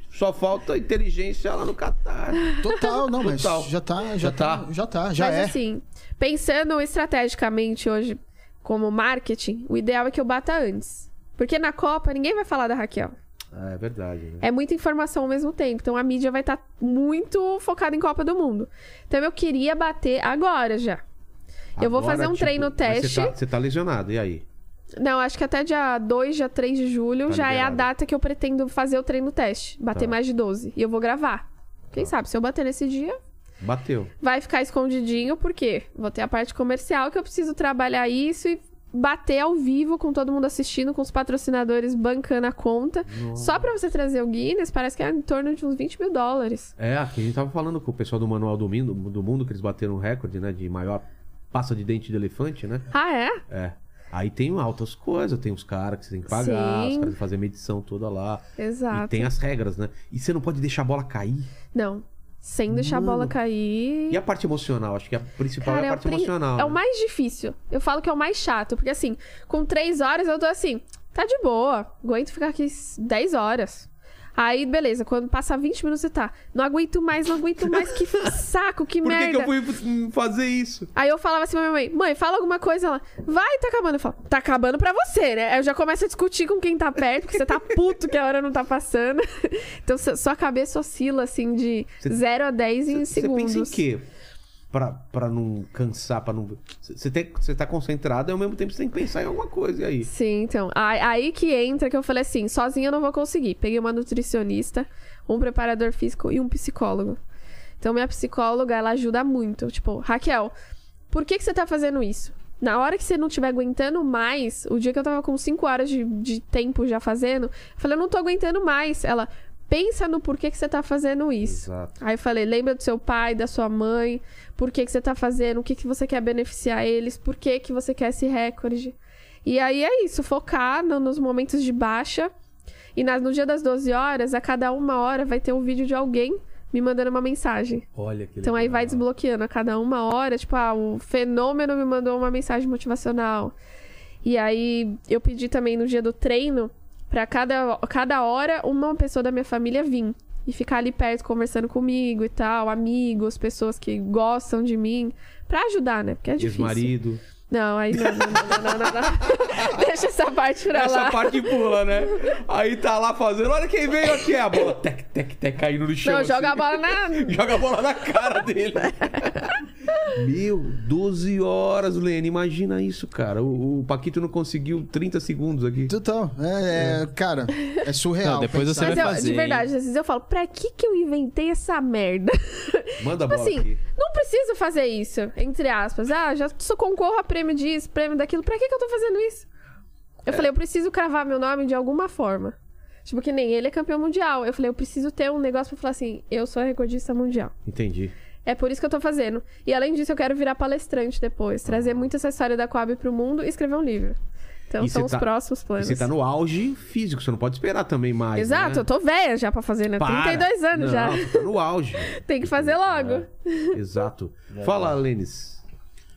[SPEAKER 1] só falta inteligência lá no Catar.
[SPEAKER 6] Total, não, mas
[SPEAKER 1] Total.
[SPEAKER 6] já tá, já,
[SPEAKER 1] Já
[SPEAKER 6] tá,
[SPEAKER 1] tá.
[SPEAKER 6] já tá, já
[SPEAKER 3] Mas
[SPEAKER 6] é.
[SPEAKER 3] assim, pensando estrategicamente hoje como marketing, o ideal é que eu bata antes. Porque na Copa ninguém vai falar da Raquel.
[SPEAKER 1] Ah, é verdade, né?
[SPEAKER 3] É muita informação ao mesmo tempo. Então a mídia vai estar muito focada em Copa do Mundo. Então eu queria bater agora já. eu vou
[SPEAKER 1] Agora,
[SPEAKER 3] fazer um
[SPEAKER 1] tipo,
[SPEAKER 3] treino
[SPEAKER 1] mas
[SPEAKER 3] teste.
[SPEAKER 1] Você tá, você tá lesionado, e aí?
[SPEAKER 3] Não, acho que até dia 2, dia 3 de julho
[SPEAKER 1] Tá
[SPEAKER 3] já é a
[SPEAKER 1] liberado.
[SPEAKER 3] data que eu pretendo fazer o treino teste. Bater
[SPEAKER 1] Tá.
[SPEAKER 3] mais de 12. E eu vou gravar. Quem sabe, se eu bater nesse dia,
[SPEAKER 1] Bateu.
[SPEAKER 3] vai ficar escondidinho, porque vou ter a parte comercial que eu preciso trabalhar isso e bater ao vivo com todo mundo assistindo, com os patrocinadores bancando a conta. Só pra você trazer o Guinness, parece que é em torno de uns 20 mil dólares.
[SPEAKER 1] É, aqui a gente tava falando com o pessoal do Manual do Mundo, do mundo que eles bateram um recorde, né? De maior passa de dente de elefante, né?
[SPEAKER 3] Ah, é?
[SPEAKER 1] É. Aí tem altas coisas, tem os caras que você tem que pagar,
[SPEAKER 3] Sim.
[SPEAKER 1] os caras que fazem a medição toda lá. E
[SPEAKER 3] Exato.
[SPEAKER 1] tem as regras, né? E você não pode deixar a bola cair.
[SPEAKER 3] Não. Sem deixar a bola cair.
[SPEAKER 1] E a parte emocional? Acho que a principal
[SPEAKER 3] Cara,
[SPEAKER 1] é
[SPEAKER 3] é
[SPEAKER 1] a
[SPEAKER 3] o
[SPEAKER 1] parte
[SPEAKER 3] prin-
[SPEAKER 1] emocional.
[SPEAKER 3] É o
[SPEAKER 1] né?
[SPEAKER 3] mais difícil. Eu falo que é o mais chato, porque assim, com três horas eu tô assim, tá de boa, aguento ficar aqui s- 10 horas. Aí, beleza, quando passar 20 minutos você tá, não aguento mais, não aguento mais,
[SPEAKER 1] [laughs]
[SPEAKER 3] que saco, que
[SPEAKER 1] Por que,
[SPEAKER 3] merda.
[SPEAKER 1] que eu fui fazer isso?
[SPEAKER 3] Aí eu falava assim pra minha mãe, mãe, fala alguma coisa lá. Vai, tá acabando. Eu falo, tá acabando pra você, né? Aí eu já começo a discutir com quem tá perto, porque você
[SPEAKER 1] [laughs]
[SPEAKER 3] tá puto que a hora não tá passando. [laughs] Então su- sua cabeça oscila, assim, de
[SPEAKER 1] Você-
[SPEAKER 3] 0 a 10 em
[SPEAKER 1] Você
[SPEAKER 3] segundos.
[SPEAKER 1] pensa em quê? Pra, pra não cansar, pra não. Você tem- você tá concentrado e ao mesmo tempo você tem que pensar em alguma coisa. E aí?
[SPEAKER 3] Sim, então. Aí, aí que entra que eu falei assim: sozinha eu não vou conseguir. Peguei uma nutricionista, um preparador físico e um psicólogo. Então, minha psicóloga, ela ajuda muito. Tipo, Raquel, por que, que você tá fazendo isso? Na hora que você não estiver aguentando mais, o dia que eu tava com 5 horas de, de tempo já fazendo, eu falei, eu não tô aguentando mais. Ela, pensa no porquê que você tá fazendo isso.
[SPEAKER 1] Exato.
[SPEAKER 3] Aí eu falei, lembra do seu pai, da sua mãe, por que, que você tá fazendo, o que, que você quer beneficiar eles, por que, que você quer esse recorde. E aí é isso, focar no- nos momentos de baixa. E nas- no dia das 12 horas, a cada uma hora vai ter um vídeo de alguém me mandando uma mensagem.
[SPEAKER 1] Olha que
[SPEAKER 3] Então aí
[SPEAKER 1] legal.
[SPEAKER 3] vai desbloqueando a cada uma hora, tipo, ah, o fenômeno me mandou uma mensagem motivacional. E aí eu pedi também no dia do treino pra cada, cada hora uma pessoa da minha família vir e ficar ali perto conversando comigo e tal, amigos, pessoas que gostam de mim, pra ajudar, né? Porque é difícil.
[SPEAKER 1] Ex-marido.
[SPEAKER 3] Não, aí não, não, não, não, não, não. Deixa essa parte pra lá.
[SPEAKER 1] Essa parte pula, né? Aí tá lá fazendo. Olha quem veio aqui. é A bola [laughs] tec, tec, tec caindo no chão.
[SPEAKER 3] Não,
[SPEAKER 1] assim.
[SPEAKER 3] joga a bola na.
[SPEAKER 1] [laughs] Joga a bola na cara dele. [laughs] Meu, 12 horas, Lene. Imagina isso, cara. O, o Paquito não conseguiu 30 segundos aqui.
[SPEAKER 6] Total. É, é, Cara, é surreal.
[SPEAKER 5] Não, depois
[SPEAKER 6] pensar.
[SPEAKER 5] você
[SPEAKER 3] Mas
[SPEAKER 5] vai
[SPEAKER 3] eu-
[SPEAKER 5] fazer,
[SPEAKER 3] de
[SPEAKER 5] hein?
[SPEAKER 3] verdade, às vezes eu falo, pra que que eu inventei essa merda?
[SPEAKER 1] Manda a
[SPEAKER 3] Tipo
[SPEAKER 1] bola
[SPEAKER 3] assim,
[SPEAKER 1] aqui.
[SPEAKER 3] não preciso fazer isso, entre aspas. Ah, já só concorro a prêmio disso, prêmio daquilo. Pra que, que eu tô fazendo isso?
[SPEAKER 1] É.
[SPEAKER 3] Eu falei, eu preciso cravar meu nome de alguma forma. Tipo, que nem ele é campeão mundial. Eu falei, eu preciso ter um negócio pra falar assim, eu sou recordista mundial.
[SPEAKER 1] Entendi.
[SPEAKER 3] É por isso que eu tô fazendo. E além disso, eu quero virar palestrante depois, trazer muito essa história da Coab pro mundo e escrever um livro. Então
[SPEAKER 1] Ah. E
[SPEAKER 3] são
[SPEAKER 1] você
[SPEAKER 3] os
[SPEAKER 1] tá-
[SPEAKER 3] próximos
[SPEAKER 1] E
[SPEAKER 3] planos.
[SPEAKER 1] você tá no auge físico, você não pode esperar também mais.
[SPEAKER 3] Exato,
[SPEAKER 1] né?
[SPEAKER 3] eu tô velha já pra fazer, né?
[SPEAKER 1] Para.
[SPEAKER 3] 32 anos
[SPEAKER 1] não, É.
[SPEAKER 3] já.
[SPEAKER 1] Você tá no
[SPEAKER 3] [laughs]
[SPEAKER 1] auge.
[SPEAKER 3] Tem que fazer logo.
[SPEAKER 1] Exato. Fala, Lênis.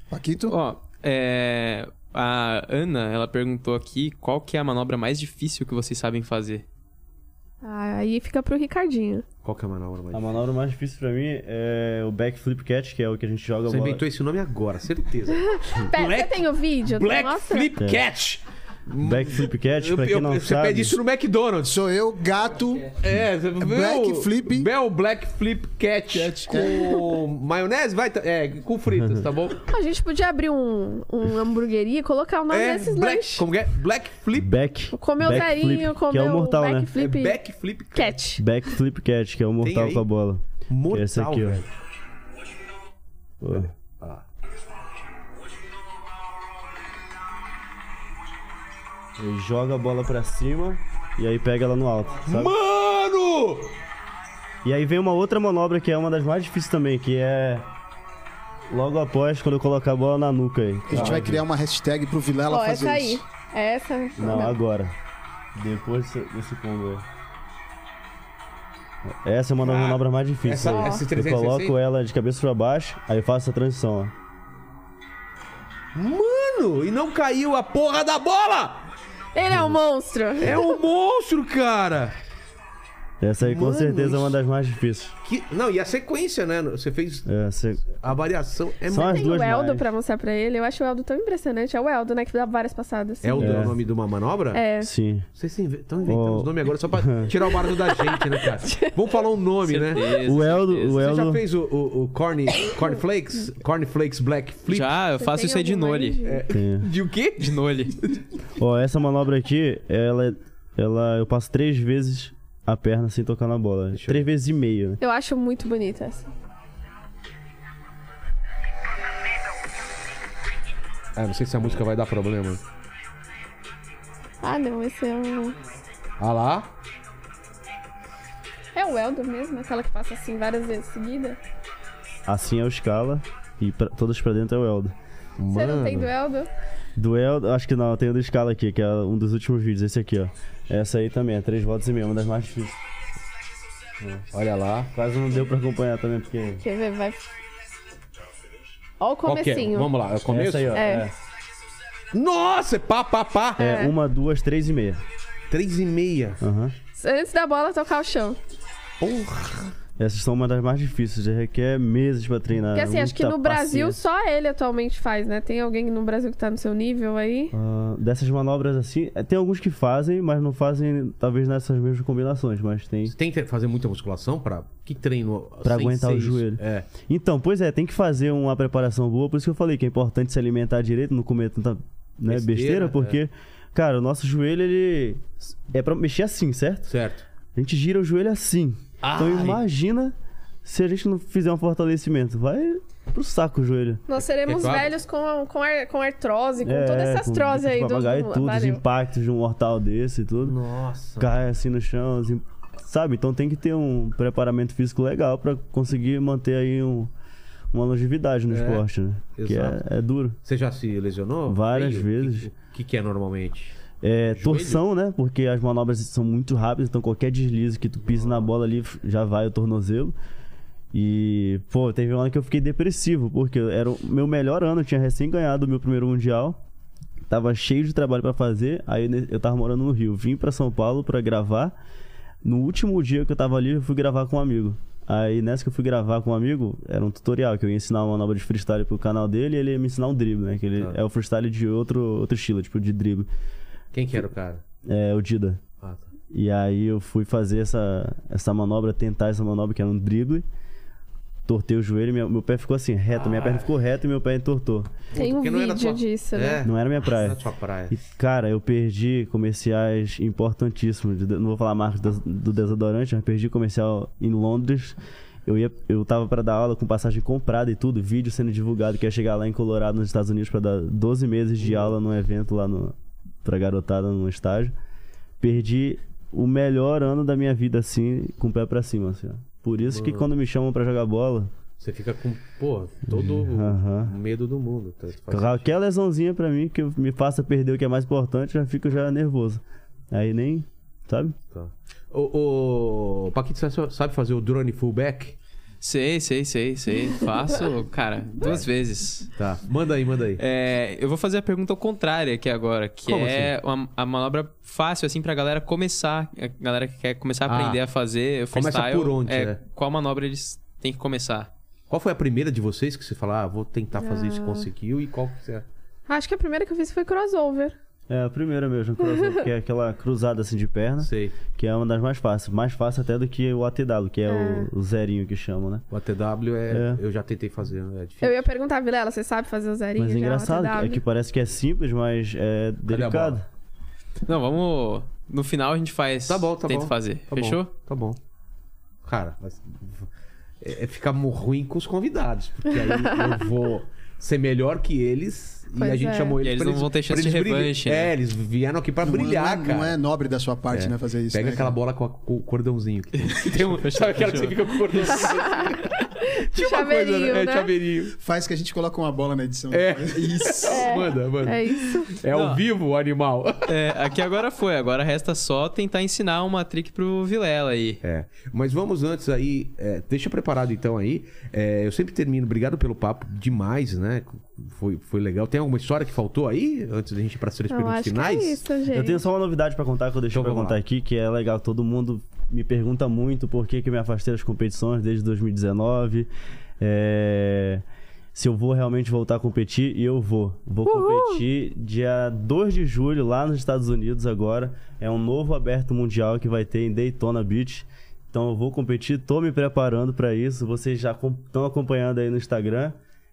[SPEAKER 6] Paquito,
[SPEAKER 5] Ó, é, a Ana, ela perguntou aqui qual que é a manobra mais difícil que vocês sabem fazer.
[SPEAKER 3] Ah, Aí fica pro Ricardinho.
[SPEAKER 1] Qual que é a manobra mais
[SPEAKER 4] A manobra mais difícil pra mim é o backflip catch, que é o que a gente joga a
[SPEAKER 1] Você
[SPEAKER 4] bola.
[SPEAKER 1] inventou esse nome agora, certeza.
[SPEAKER 3] Pera,
[SPEAKER 1] Black-
[SPEAKER 3] você tem o vídeo?
[SPEAKER 1] Black
[SPEAKER 3] Nossa.
[SPEAKER 1] Flip Catch.
[SPEAKER 4] Backflip catch,
[SPEAKER 1] Eu-
[SPEAKER 4] pra quem
[SPEAKER 1] eu-
[SPEAKER 4] não
[SPEAKER 1] você
[SPEAKER 4] sabe.
[SPEAKER 1] pede isso no McDonald's.
[SPEAKER 6] sou eu, gato.
[SPEAKER 1] É, você vê
[SPEAKER 6] Black
[SPEAKER 1] o-
[SPEAKER 6] Flip.
[SPEAKER 1] Bel Black Flip Catch.
[SPEAKER 6] Catch,
[SPEAKER 4] é.
[SPEAKER 1] Com maionese, vai. tá- É, com fritas, tá bom?
[SPEAKER 3] A gente podia abrir um, um hamburgueria e colocar o nome
[SPEAKER 1] é,
[SPEAKER 3] desses
[SPEAKER 1] Black.
[SPEAKER 3] lanches.
[SPEAKER 1] Como que é? Black Flip.
[SPEAKER 4] Back.
[SPEAKER 3] Comer o
[SPEAKER 4] backflip,
[SPEAKER 3] zerinho,
[SPEAKER 4] que é
[SPEAKER 3] comer
[SPEAKER 4] o mortal,
[SPEAKER 3] o
[SPEAKER 4] né?
[SPEAKER 1] É
[SPEAKER 3] backflip
[SPEAKER 1] Back Flip Catch.
[SPEAKER 3] cat.
[SPEAKER 4] Backflip catch, que é o mortal
[SPEAKER 1] aí?
[SPEAKER 4] com a bola.
[SPEAKER 1] Mortal,
[SPEAKER 4] Esse aqui, ó.
[SPEAKER 1] velho.
[SPEAKER 4] Pô.
[SPEAKER 1] Ah.
[SPEAKER 4] Ele joga a bola pra cima e aí pega ela no alto, sabe?
[SPEAKER 1] Mano!
[SPEAKER 4] E aí vem uma outra manobra que é uma das mais difíceis também, que é logo após quando eu colocar a bola na nuca aí.
[SPEAKER 6] A gente
[SPEAKER 1] Ah.
[SPEAKER 6] vai criar uma hashtag pro Vilela
[SPEAKER 3] Ó,
[SPEAKER 6] fazer
[SPEAKER 3] essa aí.
[SPEAKER 6] isso.
[SPEAKER 3] É Essa.
[SPEAKER 4] Não, agora. Depois desse, desse combo aí. Essa é uma das
[SPEAKER 1] Cara,
[SPEAKER 4] manobras mais difíceis.
[SPEAKER 1] Ah. essa-
[SPEAKER 4] aí.
[SPEAKER 1] essa
[SPEAKER 4] eu
[SPEAKER 1] 360?
[SPEAKER 4] coloco ela de cabeça pra baixo, aí eu faço a transição, ó.
[SPEAKER 1] Mano! E não caiu a porra da bola!
[SPEAKER 3] Ele é um monstro.
[SPEAKER 1] É um monstro, cara!
[SPEAKER 4] Essa aí com
[SPEAKER 1] Mano,
[SPEAKER 4] certeza é uma
[SPEAKER 1] isso-
[SPEAKER 4] das mais difíceis.
[SPEAKER 1] Que... Não, e a sequência, né? Você fez
[SPEAKER 4] É, você-
[SPEAKER 1] a variação. É muito-
[SPEAKER 4] Só assim, as
[SPEAKER 3] Tem
[SPEAKER 4] duas
[SPEAKER 3] o Eldo
[SPEAKER 4] mais.
[SPEAKER 3] pra mostrar pra ele. Eu acho o Eldo tão impressionante. É o Eldo, né? Que dá várias passadas.
[SPEAKER 1] É o
[SPEAKER 4] É.
[SPEAKER 1] nome de uma manobra?
[SPEAKER 3] É.
[SPEAKER 4] Sim.
[SPEAKER 1] Vocês estão inventando
[SPEAKER 4] Ó.
[SPEAKER 1] os nomes agora só pra tirar o barulho da gente, né, cara?
[SPEAKER 3] [laughs]
[SPEAKER 1] Vamos falar um nome, né?
[SPEAKER 5] Certeza,
[SPEAKER 4] O Eldo,
[SPEAKER 5] certeza.
[SPEAKER 4] o
[SPEAKER 1] Você já
[SPEAKER 4] Eldo,
[SPEAKER 1] fez o, o, o corny, corn flakes? Corn flakes black flip? É,
[SPEAKER 5] Já, eu
[SPEAKER 3] Você
[SPEAKER 5] faço
[SPEAKER 3] tem
[SPEAKER 5] isso aí de
[SPEAKER 3] alguma aí,
[SPEAKER 5] nole.
[SPEAKER 3] gente?
[SPEAKER 4] tem.
[SPEAKER 1] De o quê?
[SPEAKER 5] De nole.
[SPEAKER 4] Ó, essa manobra aqui, ela, ela, eu passo três vezes a perna sem tocar na bola.
[SPEAKER 1] Deixa eu
[SPEAKER 4] Três vezes e meio. né?
[SPEAKER 3] Eu acho muito bonita essa.
[SPEAKER 1] Ah, não sei se a música vai dar problema.
[SPEAKER 3] Ah, não. Esse é o...
[SPEAKER 1] Ah lá.
[SPEAKER 3] É o Eldo mesmo? Aquela que passa assim várias vezes seguida?
[SPEAKER 4] Assim é o escala e pra, todas pra dentro é o Eldo.
[SPEAKER 3] Você não
[SPEAKER 1] Mano.
[SPEAKER 3] tem do Eldo?
[SPEAKER 4] Do Eldo, acho que não, tem o do escala aqui, que é um dos últimos vídeos, esse aqui, ó. Essa aí também, é três voltas e meio, uma das mais difíceis.
[SPEAKER 1] Olha lá.
[SPEAKER 4] Quase não deu pra acompanhar também, porque...
[SPEAKER 3] Quer ver? Vai... Ó o
[SPEAKER 1] Qual que é?
[SPEAKER 3] comecinho.
[SPEAKER 1] Vamos lá, é o começo?
[SPEAKER 4] Essa aí, ó.
[SPEAKER 3] É.
[SPEAKER 4] É.
[SPEAKER 1] Nossa, é Ah. pá, pá, pá.
[SPEAKER 4] É uma, duas, três e meia.
[SPEAKER 1] Três e meia.
[SPEAKER 4] Aham.
[SPEAKER 3] Antes da bola tocar o chão.
[SPEAKER 4] Essas são uma das mais difíceis, já requer meses pra treinar. é
[SPEAKER 3] Porque assim, acho que
[SPEAKER 4] muita
[SPEAKER 3] no Brasil
[SPEAKER 4] paciência.
[SPEAKER 3] só ele atualmente faz, né? Tem alguém no Brasil que tá no seu nível aí?
[SPEAKER 4] Ah, dessas manobras assim, eh, tem alguns que fazem, mas não fazem talvez nessas mesmas combinações, mas tem.
[SPEAKER 1] Você tem que fazer muita musculação pra... Que treino?
[SPEAKER 4] Pra
[SPEAKER 1] sem
[SPEAKER 4] aguentar
[SPEAKER 1] ser
[SPEAKER 4] o
[SPEAKER 1] isso?
[SPEAKER 4] joelho.
[SPEAKER 1] É.
[SPEAKER 4] Então, pois é, tem que fazer uma preparação boa, por isso que eu falei que é importante se alimentar direito, não comer tanta né,
[SPEAKER 1] Besteira,
[SPEAKER 4] besteira,
[SPEAKER 1] é.
[SPEAKER 4] porque, cara, o nosso joelho, ele. É pra mexer assim, certo?
[SPEAKER 1] Certo.
[SPEAKER 4] A gente gira o joelho assim. Então
[SPEAKER 1] Ai.
[SPEAKER 4] imagina se a gente não fizer um fortalecimento. Vai pro saco o joelho.
[SPEAKER 3] Nós seremos
[SPEAKER 1] É claro.
[SPEAKER 3] velhos com, com, ar- com artrose, com
[SPEAKER 4] É,
[SPEAKER 3] toda essa
[SPEAKER 4] com
[SPEAKER 3] artrose
[SPEAKER 4] bico de
[SPEAKER 3] aí do,
[SPEAKER 4] papagaio e
[SPEAKER 3] do
[SPEAKER 4] tudo, os
[SPEAKER 3] aparelho.
[SPEAKER 4] impactos de um mortal desse e tudo.
[SPEAKER 1] Nossa.
[SPEAKER 4] cai assim no chão, assim, sabe? Então tem que ter um preparamento físico legal pra conseguir manter aí um- uma longevidade no
[SPEAKER 1] É,
[SPEAKER 4] esporte, né? Que
[SPEAKER 1] exato.
[SPEAKER 4] é, é duro.
[SPEAKER 1] Você já se lesionou?
[SPEAKER 4] Várias
[SPEAKER 1] Feio?
[SPEAKER 4] vezes.
[SPEAKER 1] O que, que é normalmente?
[SPEAKER 4] É
[SPEAKER 1] Joelho?
[SPEAKER 4] torção, né? Porque as manobras são muito rápidas, então qualquer deslize que tu pise na bola ali já vai o tornozelo. E, pô, teve um ano que eu fiquei depressivo, porque era o meu melhor ano, eu tinha recém ganhado o meu primeiro mundial. Tava cheio de trabalho pra fazer, aí ne- eu tava morando no Rio. Vim pra São Paulo pra gravar. No último dia que eu tava ali, eu fui gravar com um amigo. Aí nessa que eu fui gravar com um amigo, era um tutorial que eu ia ensinar uma manobra de freestyle pro canal dele e ele ia me ensinar um drible, né? Que ele é o freestyle de outro, outro estilo, tipo de drible.
[SPEAKER 1] Quem que era o cara?
[SPEAKER 4] É o Dida.
[SPEAKER 1] Ah, tá.
[SPEAKER 4] E aí eu fui fazer essa, essa manobra, tentar essa manobra, que era um drible. Tortei o joelho, minha- meu pé ficou assim, reto. Minha perna ficou reta e meu pé entortou.
[SPEAKER 3] Tem um
[SPEAKER 1] Porque não era
[SPEAKER 3] vídeo
[SPEAKER 1] tua-
[SPEAKER 3] disso, né?
[SPEAKER 1] É.
[SPEAKER 4] Não era minha praia.
[SPEAKER 1] Não era sua praia.
[SPEAKER 4] E, cara, eu perdi comerciais importantíssimos. de- Não vou falar a marca do- do desodorante, mas perdi comercial em Londres. Eu, ia, eu tava pra dar aula com passagem comprada e tudo, vídeo sendo divulgado, que ia chegar lá em Colorado, nos Estados Unidos, pra dar 12 meses de aula num evento lá no, pra garotada, num estágio. Perdi o melhor ano da minha vida, assim, com o pé pra cima, assim, ó. Por isso que quando me chamam pra jogar bola,
[SPEAKER 1] Você fica com, pô, todo o
[SPEAKER 4] Aham.
[SPEAKER 1] medo do mundo. Tá? Faz-
[SPEAKER 4] Qualquer lesãozinha pra mim que me faça perder o que é mais importante, já fico já nervoso. Aí nem, sabe?
[SPEAKER 1] Tá. O, o Paquito, você sabe- sabe fazer o drone fullback?
[SPEAKER 5] Sei, sei, sei, sei. Faço, cara, duas vezes.
[SPEAKER 1] Tá. Manda aí, manda aí.
[SPEAKER 5] É, eu vou fazer a pergunta ao contrário aqui agora, que
[SPEAKER 1] Como assim?
[SPEAKER 5] é uma, a manobra fácil, assim, pra galera começar. A galera que quer começar a
[SPEAKER 1] Ah.
[SPEAKER 5] aprender a fazer
[SPEAKER 1] Começa
[SPEAKER 5] freestyle.
[SPEAKER 1] por onde,
[SPEAKER 5] é,
[SPEAKER 1] né?
[SPEAKER 5] Qual manobra eles têm que começar?
[SPEAKER 1] Qual foi a primeira de vocês que você falou, ah, vou tentar fazer isso e conseguiu? E qual que você... é?
[SPEAKER 3] Acho que a primeira que eu fiz foi crossover.
[SPEAKER 4] É a primeira mesmo, crossover, que é aquela cruzada assim de
[SPEAKER 6] Ah.
[SPEAKER 4] perna,
[SPEAKER 1] Sei.
[SPEAKER 4] que é uma das mais fáceis. Mais fácil até do que o ATW, que é, O, o zerinho que chamam, né?
[SPEAKER 1] O ATW é...
[SPEAKER 4] É.
[SPEAKER 1] Eu já tentei fazer, né? é difícil.
[SPEAKER 3] Eu ia perguntar, Vilela, você sabe fazer o zerinho?
[SPEAKER 4] Mas é
[SPEAKER 3] já,
[SPEAKER 4] engraçado,
[SPEAKER 3] ATW?
[SPEAKER 4] é que parece que é simples, mas é delicado.
[SPEAKER 5] Não, vamos. No final a gente faz.
[SPEAKER 1] Tá bom, tá
[SPEAKER 5] tenta
[SPEAKER 1] bom.
[SPEAKER 5] fazer.
[SPEAKER 1] Tá bom, [laughs]
[SPEAKER 5] Fechou?
[SPEAKER 1] tá bom. Cara, mas... é, é ficar mu- ruim com os convidados, porque aí
[SPEAKER 3] [laughs]
[SPEAKER 1] eu vou ser melhor que eles e
[SPEAKER 3] Pois
[SPEAKER 1] a gente
[SPEAKER 3] é.
[SPEAKER 1] chamou eles
[SPEAKER 5] E eles
[SPEAKER 1] pra
[SPEAKER 5] não vão ter
[SPEAKER 1] pra
[SPEAKER 5] chance
[SPEAKER 1] eles
[SPEAKER 5] de
[SPEAKER 1] brilhar.
[SPEAKER 5] revanche,
[SPEAKER 1] É,
[SPEAKER 5] né?
[SPEAKER 1] eles vieram aqui pra brilhar,
[SPEAKER 6] não é,
[SPEAKER 1] cara.
[SPEAKER 6] Não é nobre da sua parte, né, fazer isso.
[SPEAKER 1] Pega
[SPEAKER 6] né,
[SPEAKER 1] aquela
[SPEAKER 6] cara?
[SPEAKER 1] bola com, a- com o cordãozinho.
[SPEAKER 5] Tem um- fechou,
[SPEAKER 1] é [laughs] Sabe aquela que você fica
[SPEAKER 5] fechou.
[SPEAKER 1] com o
[SPEAKER 3] [laughs]
[SPEAKER 1] cordãozinho? Tinha uma coisa,
[SPEAKER 3] Chaveirinho,
[SPEAKER 1] É,
[SPEAKER 3] né?
[SPEAKER 1] chaveirinho.
[SPEAKER 6] Faz que a gente coloca uma bola na edição.
[SPEAKER 1] É.
[SPEAKER 6] Isso.
[SPEAKER 1] Manda, manda.
[SPEAKER 3] É isso.
[SPEAKER 1] É ao
[SPEAKER 5] Não.
[SPEAKER 1] vivo o animal. [laughs]
[SPEAKER 5] É, aqui agora foi. Agora resta só tentar ensinar uma trick pro Vilela aí.
[SPEAKER 1] É, mas vamos antes aí, é, deixa preparado então aí. É, eu sempre termino, obrigado pelo papo demais, né? Foi, foi legal. Tem alguma história que faltou aí antes da gente ir para as três
[SPEAKER 3] Não,
[SPEAKER 1] perguntas
[SPEAKER 3] acho que é
[SPEAKER 1] finais?
[SPEAKER 3] isso, gente.
[SPEAKER 4] Eu tenho só uma novidade pra contar que eu deixei
[SPEAKER 1] Então
[SPEAKER 4] pra
[SPEAKER 1] vamos
[SPEAKER 4] contar
[SPEAKER 1] lá.
[SPEAKER 4] aqui, que é legal. Todo mundo me pergunta muito por que, que eu me afastei das competições desde 2019. é, Se eu vou realmente voltar a competir, e eu vou. Vou competir dia 2 de julho lá nos Estados Unidos agora. É um novo aberto mundial que vai ter em Daytona Beach. Então eu vou competir, tô me preparando pra isso. Vocês já estão acompanhando aí no Instagram.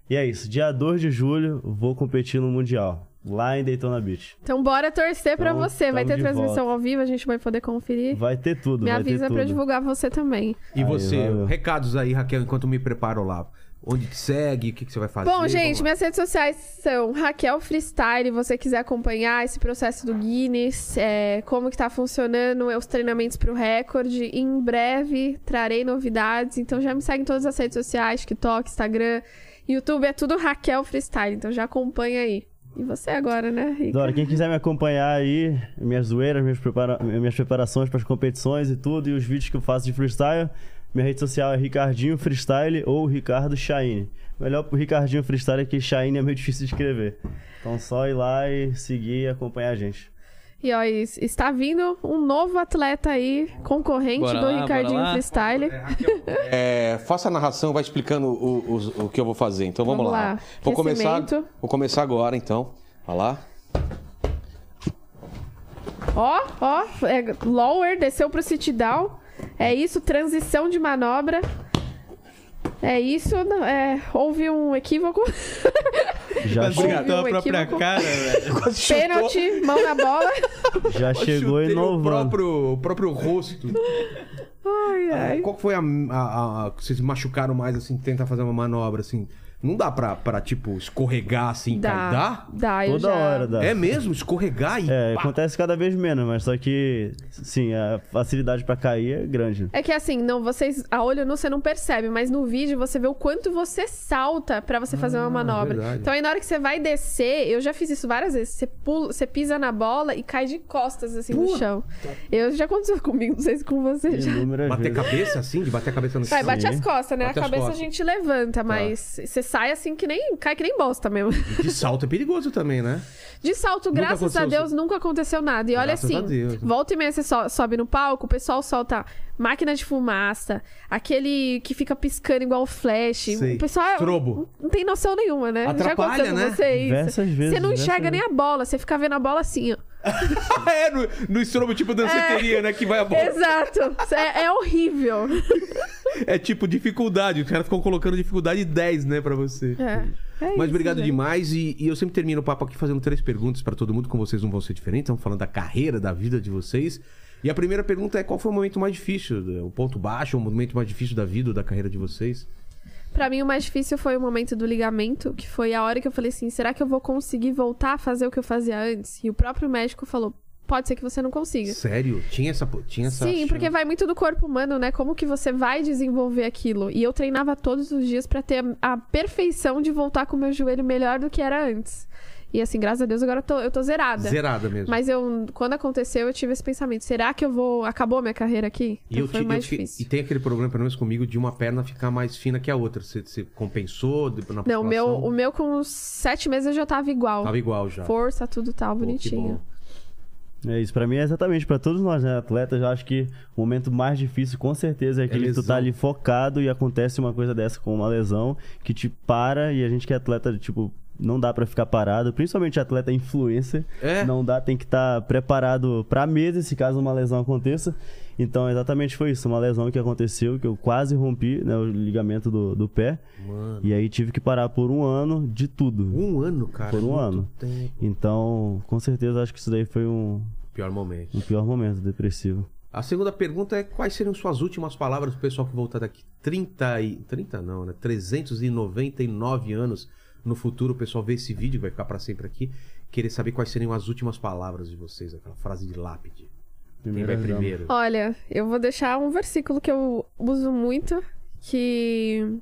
[SPEAKER 4] E é isso, dia 2 de julho vou competir no Mundial, lá em Daytona Beach.
[SPEAKER 3] Então bora torcer pra
[SPEAKER 4] Então,
[SPEAKER 3] você. Vai
[SPEAKER 4] tamo
[SPEAKER 3] ter
[SPEAKER 4] de
[SPEAKER 3] transmissão
[SPEAKER 4] volta.
[SPEAKER 3] ao vivo, a gente vai poder conferir.
[SPEAKER 4] Vai ter tudo,
[SPEAKER 3] Me
[SPEAKER 4] vai ter
[SPEAKER 3] avisa
[SPEAKER 4] tudo.
[SPEAKER 3] pra eu divulgar você também.
[SPEAKER 1] E você,
[SPEAKER 4] valeu.
[SPEAKER 1] recados aí, Raquel, enquanto eu me preparo lá. Onde te segue, o que, que você vai fazer?
[SPEAKER 3] Bom, gente,
[SPEAKER 1] Vamos lá.
[SPEAKER 3] minhas redes sociais são Raquel Freestyle, você quiser acompanhar esse processo do Guinness, é, como que tá funcionando, é, os treinamentos pro recorde. Em breve trarei novidades, então já me segue em todas as redes sociais, TikTok, Instagram, YouTube, é tudo Raquel Freestyle, então já acompanha aí. E você agora, né, Rica?
[SPEAKER 4] Dora, quem quiser me acompanhar aí, minhas zoeiras, minhas, prepara- minhas preparações para as competições e tudo, e os vídeos que eu faço de freestyle, minha rede social é Ricardinho Freestyle ou Ricardo Shine. Melhor pro Ricardinho Freestyle que Shine é meio [laughs] difícil de escrever. Então só ir lá e seguir e acompanhar a gente.
[SPEAKER 3] E ó, e- está vindo um novo atleta aí, concorrente
[SPEAKER 5] Bora
[SPEAKER 3] do
[SPEAKER 5] lá, bora
[SPEAKER 3] Ricardinho
[SPEAKER 5] lá.
[SPEAKER 3] Freestyle.
[SPEAKER 8] É, faça a narração, vai explicando o, o- o que eu vou fazer. Então vamos,
[SPEAKER 3] Vamos
[SPEAKER 8] lá.
[SPEAKER 3] lá.
[SPEAKER 8] Vou começar,
[SPEAKER 3] Aquecimento.
[SPEAKER 8] vou começar agora, então. Olha lá.
[SPEAKER 3] Ó, ó, é, lower, desceu pro sit down. É isso, transição de manobra. É isso, não- é, houve um equívoco.
[SPEAKER 4] Já, che-
[SPEAKER 3] Obrigado.
[SPEAKER 5] Chutou a própria
[SPEAKER 3] Equívoco.
[SPEAKER 5] [laughs] cara, velho.
[SPEAKER 3] Pênalti, mão na bola.
[SPEAKER 4] já chegou
[SPEAKER 1] Chutei o
[SPEAKER 4] inovando.
[SPEAKER 1] próprio, o próprio rosto.
[SPEAKER 3] Ai, ai. É,
[SPEAKER 1] Qual que foi a, a- a- a que vocês machucaram mais, assim, tentar fazer uma manobra, assim? Não dá pra, pra tipo, escorregar assim, cair?
[SPEAKER 3] Dá.
[SPEAKER 1] Dá?
[SPEAKER 3] Dá, eu
[SPEAKER 4] Toda
[SPEAKER 3] já...
[SPEAKER 4] hora né? dá.
[SPEAKER 1] É mesmo? Escorregar e.
[SPEAKER 4] É,
[SPEAKER 1] pá.
[SPEAKER 4] acontece cada vez menos, mas só que, sim, a facilidade pra cair é grande.
[SPEAKER 3] É que assim, não, vocês a olho nu você não percebe, mas no vídeo você vê o quanto você salta pra você fazer uma manobra.
[SPEAKER 1] Ah, verdade.
[SPEAKER 3] Então aí na hora que você vai descer, eu já fiz isso várias vezes. Você pula, você pisa na bola e cai de costas assim no chão. Eu já aconteceu [laughs] comigo, não sei se com você já.
[SPEAKER 4] Inúmeras
[SPEAKER 1] Bater
[SPEAKER 4] vezes.
[SPEAKER 1] cabeça assim? De bater a cabeça no chão?
[SPEAKER 3] Vai, bate
[SPEAKER 4] Sim.
[SPEAKER 3] as costas, né?
[SPEAKER 1] Bate
[SPEAKER 3] a
[SPEAKER 1] as
[SPEAKER 3] cabeça
[SPEAKER 1] costas. Tá.
[SPEAKER 3] a gente levanta, mas você sai assim que nem. cai que nem bosta mesmo.
[SPEAKER 1] De salto é perigoso também,
[SPEAKER 3] [laughs]
[SPEAKER 1] né?
[SPEAKER 3] De salto,
[SPEAKER 1] Nunca
[SPEAKER 3] graças a
[SPEAKER 1] aconteceu,
[SPEAKER 3] Deus, nunca aconteceu nada. E olha
[SPEAKER 1] Graças a
[SPEAKER 3] assim,
[SPEAKER 1] Deus.
[SPEAKER 3] volta e meia você so- sobe no palco, o pessoal solta máquina de fumaça, aquele que fica piscando igual flash.
[SPEAKER 1] Sei.
[SPEAKER 3] O pessoal é um
[SPEAKER 1] Estrobo.
[SPEAKER 3] não tem noção nenhuma, né?
[SPEAKER 1] Atrapalha,
[SPEAKER 3] Já aconteceu
[SPEAKER 1] né?
[SPEAKER 3] com vocês.
[SPEAKER 4] Diversas vezes,
[SPEAKER 3] você não
[SPEAKER 4] diversas
[SPEAKER 3] enxerga nem
[SPEAKER 4] vezes.
[SPEAKER 3] a bola, você fica vendo a bola assim, ó.
[SPEAKER 1] é, no, no estrobo tipo
[SPEAKER 3] É.
[SPEAKER 1] danceteria, né? Que vai a bola.
[SPEAKER 3] Exato. É, é
[SPEAKER 4] [laughs]
[SPEAKER 3] horrível.
[SPEAKER 1] É tipo dificuldade. Os caras ficam colocando dificuldade 10, né, pra você.
[SPEAKER 3] É. É
[SPEAKER 1] Mas
[SPEAKER 3] isso,
[SPEAKER 1] obrigado
[SPEAKER 3] gente.
[SPEAKER 1] demais. E, e eu sempre termino o papo aqui fazendo três perguntas pra todo mundo, como vocês não vão ser diferentes. Estamos falando da carreira, da vida de vocês. E a primeira pergunta é: qual foi o momento mais difícil? O ponto baixo, o momento mais difícil da vida ou da carreira de vocês?
[SPEAKER 3] Pra mim, o mais difícil foi o momento do ligamento, que foi a hora que eu falei assim: será que eu vou conseguir voltar a fazer o que eu fazia antes? E o próprio médico falou: pode ser que você não consiga.
[SPEAKER 1] Sério? Tinha essa. po- Tinha essa
[SPEAKER 3] Sim, porque é vai muito do corpo humano, né? Como que você vai desenvolver aquilo? E eu treinava todos os dias pra ter a, a perfeição de voltar com o meu joelho melhor do que era antes. E assim, graças a Deus, agora eu tô, eu tô zerada.
[SPEAKER 1] Zerada mesmo.
[SPEAKER 3] Mas eu, quando aconteceu, eu tive esse pensamento: será que eu vou. Acabou minha carreira aqui?
[SPEAKER 1] E,
[SPEAKER 3] Então
[SPEAKER 1] eu
[SPEAKER 3] foi
[SPEAKER 1] te- eu
[SPEAKER 3] mais
[SPEAKER 1] te-
[SPEAKER 3] difícil.
[SPEAKER 1] e tem aquele problema, pelo menos comigo, de uma perna ficar mais fina que a outra. Você, você compensou de- na
[SPEAKER 3] Não, o meu,
[SPEAKER 1] população?
[SPEAKER 3] o meu com os sete meses eu já tava igual.
[SPEAKER 1] Tava igual já.
[SPEAKER 3] Força, tudo tal,
[SPEAKER 1] Pô, que
[SPEAKER 3] bonitinho.
[SPEAKER 1] bom.
[SPEAKER 4] É isso, pra mim é exatamente, pra todos nós, né, atletas, eu acho que o momento mais difícil, com certeza, é aquele que tu
[SPEAKER 1] lesão.
[SPEAKER 4] tá ali focado e acontece uma coisa dessa com uma lesão que te para e a gente que é atleta, tipo, não dá pra ficar parado, principalmente atleta influencer,
[SPEAKER 1] É.
[SPEAKER 4] não dá, tem que estar preparado pra mesa se caso uma lesão aconteça. Então, exatamente foi isso, uma lesão que aconteceu, que eu quase rompi, né, o ligamento do, do pé, e aí tive que parar por um ano de tudo.
[SPEAKER 1] Um ano, cara.
[SPEAKER 4] Por um
[SPEAKER 1] muito
[SPEAKER 4] ano.
[SPEAKER 1] tempo.
[SPEAKER 4] Então, com certeza, acho que isso daí foi um,
[SPEAKER 1] Pior momento.
[SPEAKER 4] um pior momento depressivo.
[SPEAKER 1] A segunda pergunta é quais seriam suas últimas palavras pro pessoal que voltar daqui 30 e 30 não, né? 399 anos no futuro, o pessoal vê esse vídeo, vai ficar pra sempre aqui, querer saber quais seriam as últimas palavras de vocês, aquela frase de lápide. Quem vai
[SPEAKER 4] exame.
[SPEAKER 1] primeiro?
[SPEAKER 3] Olha, eu vou deixar um versículo que eu uso muito, que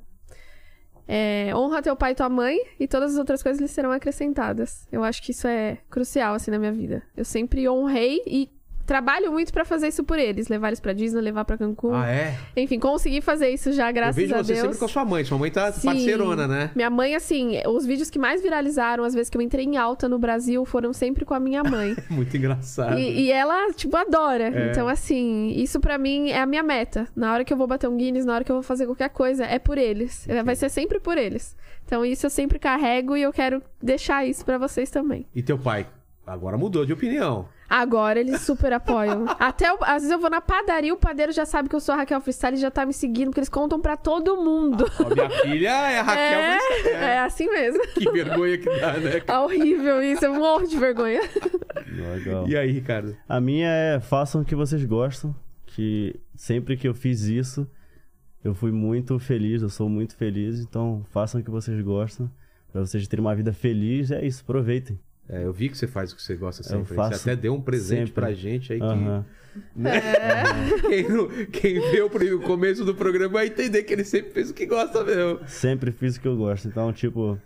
[SPEAKER 3] é, honra teu pai e tua mãe e todas as outras coisas lhe serão acrescentadas. Eu acho que isso é crucial assim na minha vida. Eu sempre honrei e trabalho muito pra fazer isso por eles, levar eles pra Disney, levar pra Cancún.
[SPEAKER 1] Ah, é?
[SPEAKER 3] Enfim, consegui fazer isso já graças
[SPEAKER 1] Eu vejo
[SPEAKER 3] a
[SPEAKER 1] você
[SPEAKER 3] Deus.
[SPEAKER 1] sempre com a sua mãe, sua mãe tá
[SPEAKER 3] Sim.
[SPEAKER 1] parceirona,
[SPEAKER 3] [laughs]
[SPEAKER 1] né?
[SPEAKER 3] Minha mãe, assim, os vídeos que mais viralizaram, as vezes que eu entrei em alta no Brasil, foram sempre com a minha mãe.
[SPEAKER 1] Muito engraçado.
[SPEAKER 3] E, e ela, tipo, adora.
[SPEAKER 1] É.
[SPEAKER 3] Então, assim, isso pra mim é a minha meta. Na hora que eu vou bater um Guinness, na hora que eu vou fazer qualquer coisa, é por eles. Vai ser sempre por eles. Então, isso eu sempre carrego e eu quero deixar isso pra vocês também.
[SPEAKER 1] E teu pai agora mudou de opinião.
[SPEAKER 3] Agora eles super apoiam.
[SPEAKER 1] [laughs]
[SPEAKER 3] Até o- às vezes eu vou na padaria, o padeiro já sabe que eu sou a Raquel Freestyle e já tá me seguindo, porque eles contam pra todo mundo.
[SPEAKER 1] Ó,
[SPEAKER 3] [laughs]
[SPEAKER 1] minha filha é a Raquel,
[SPEAKER 3] é,
[SPEAKER 1] mas
[SPEAKER 3] é assim mesmo.
[SPEAKER 1] que vergonha que dá, né?
[SPEAKER 3] [laughs] É horrível isso, eu morro de vergonha.
[SPEAKER 4] Legal.
[SPEAKER 1] E aí, Ricardo?
[SPEAKER 4] A minha é façam o que vocês gostam, que sempre que eu fiz isso, eu fui muito feliz, eu sou muito feliz, então façam o que vocês gostam, pra vocês terem uma vida feliz, é isso, aproveitem.
[SPEAKER 1] É, eu vi que você faz o que você gosta
[SPEAKER 4] Eu
[SPEAKER 1] sempre.
[SPEAKER 4] faço
[SPEAKER 1] você até deu um presente
[SPEAKER 4] sempre.
[SPEAKER 1] pra gente aí que
[SPEAKER 4] Aham.
[SPEAKER 1] [laughs] Quem, não- quem vê o pri- o começo do programa vai entender que ele sempre fez o que gosta mesmo.
[SPEAKER 4] Sempre fiz o que eu gosto, então tipo...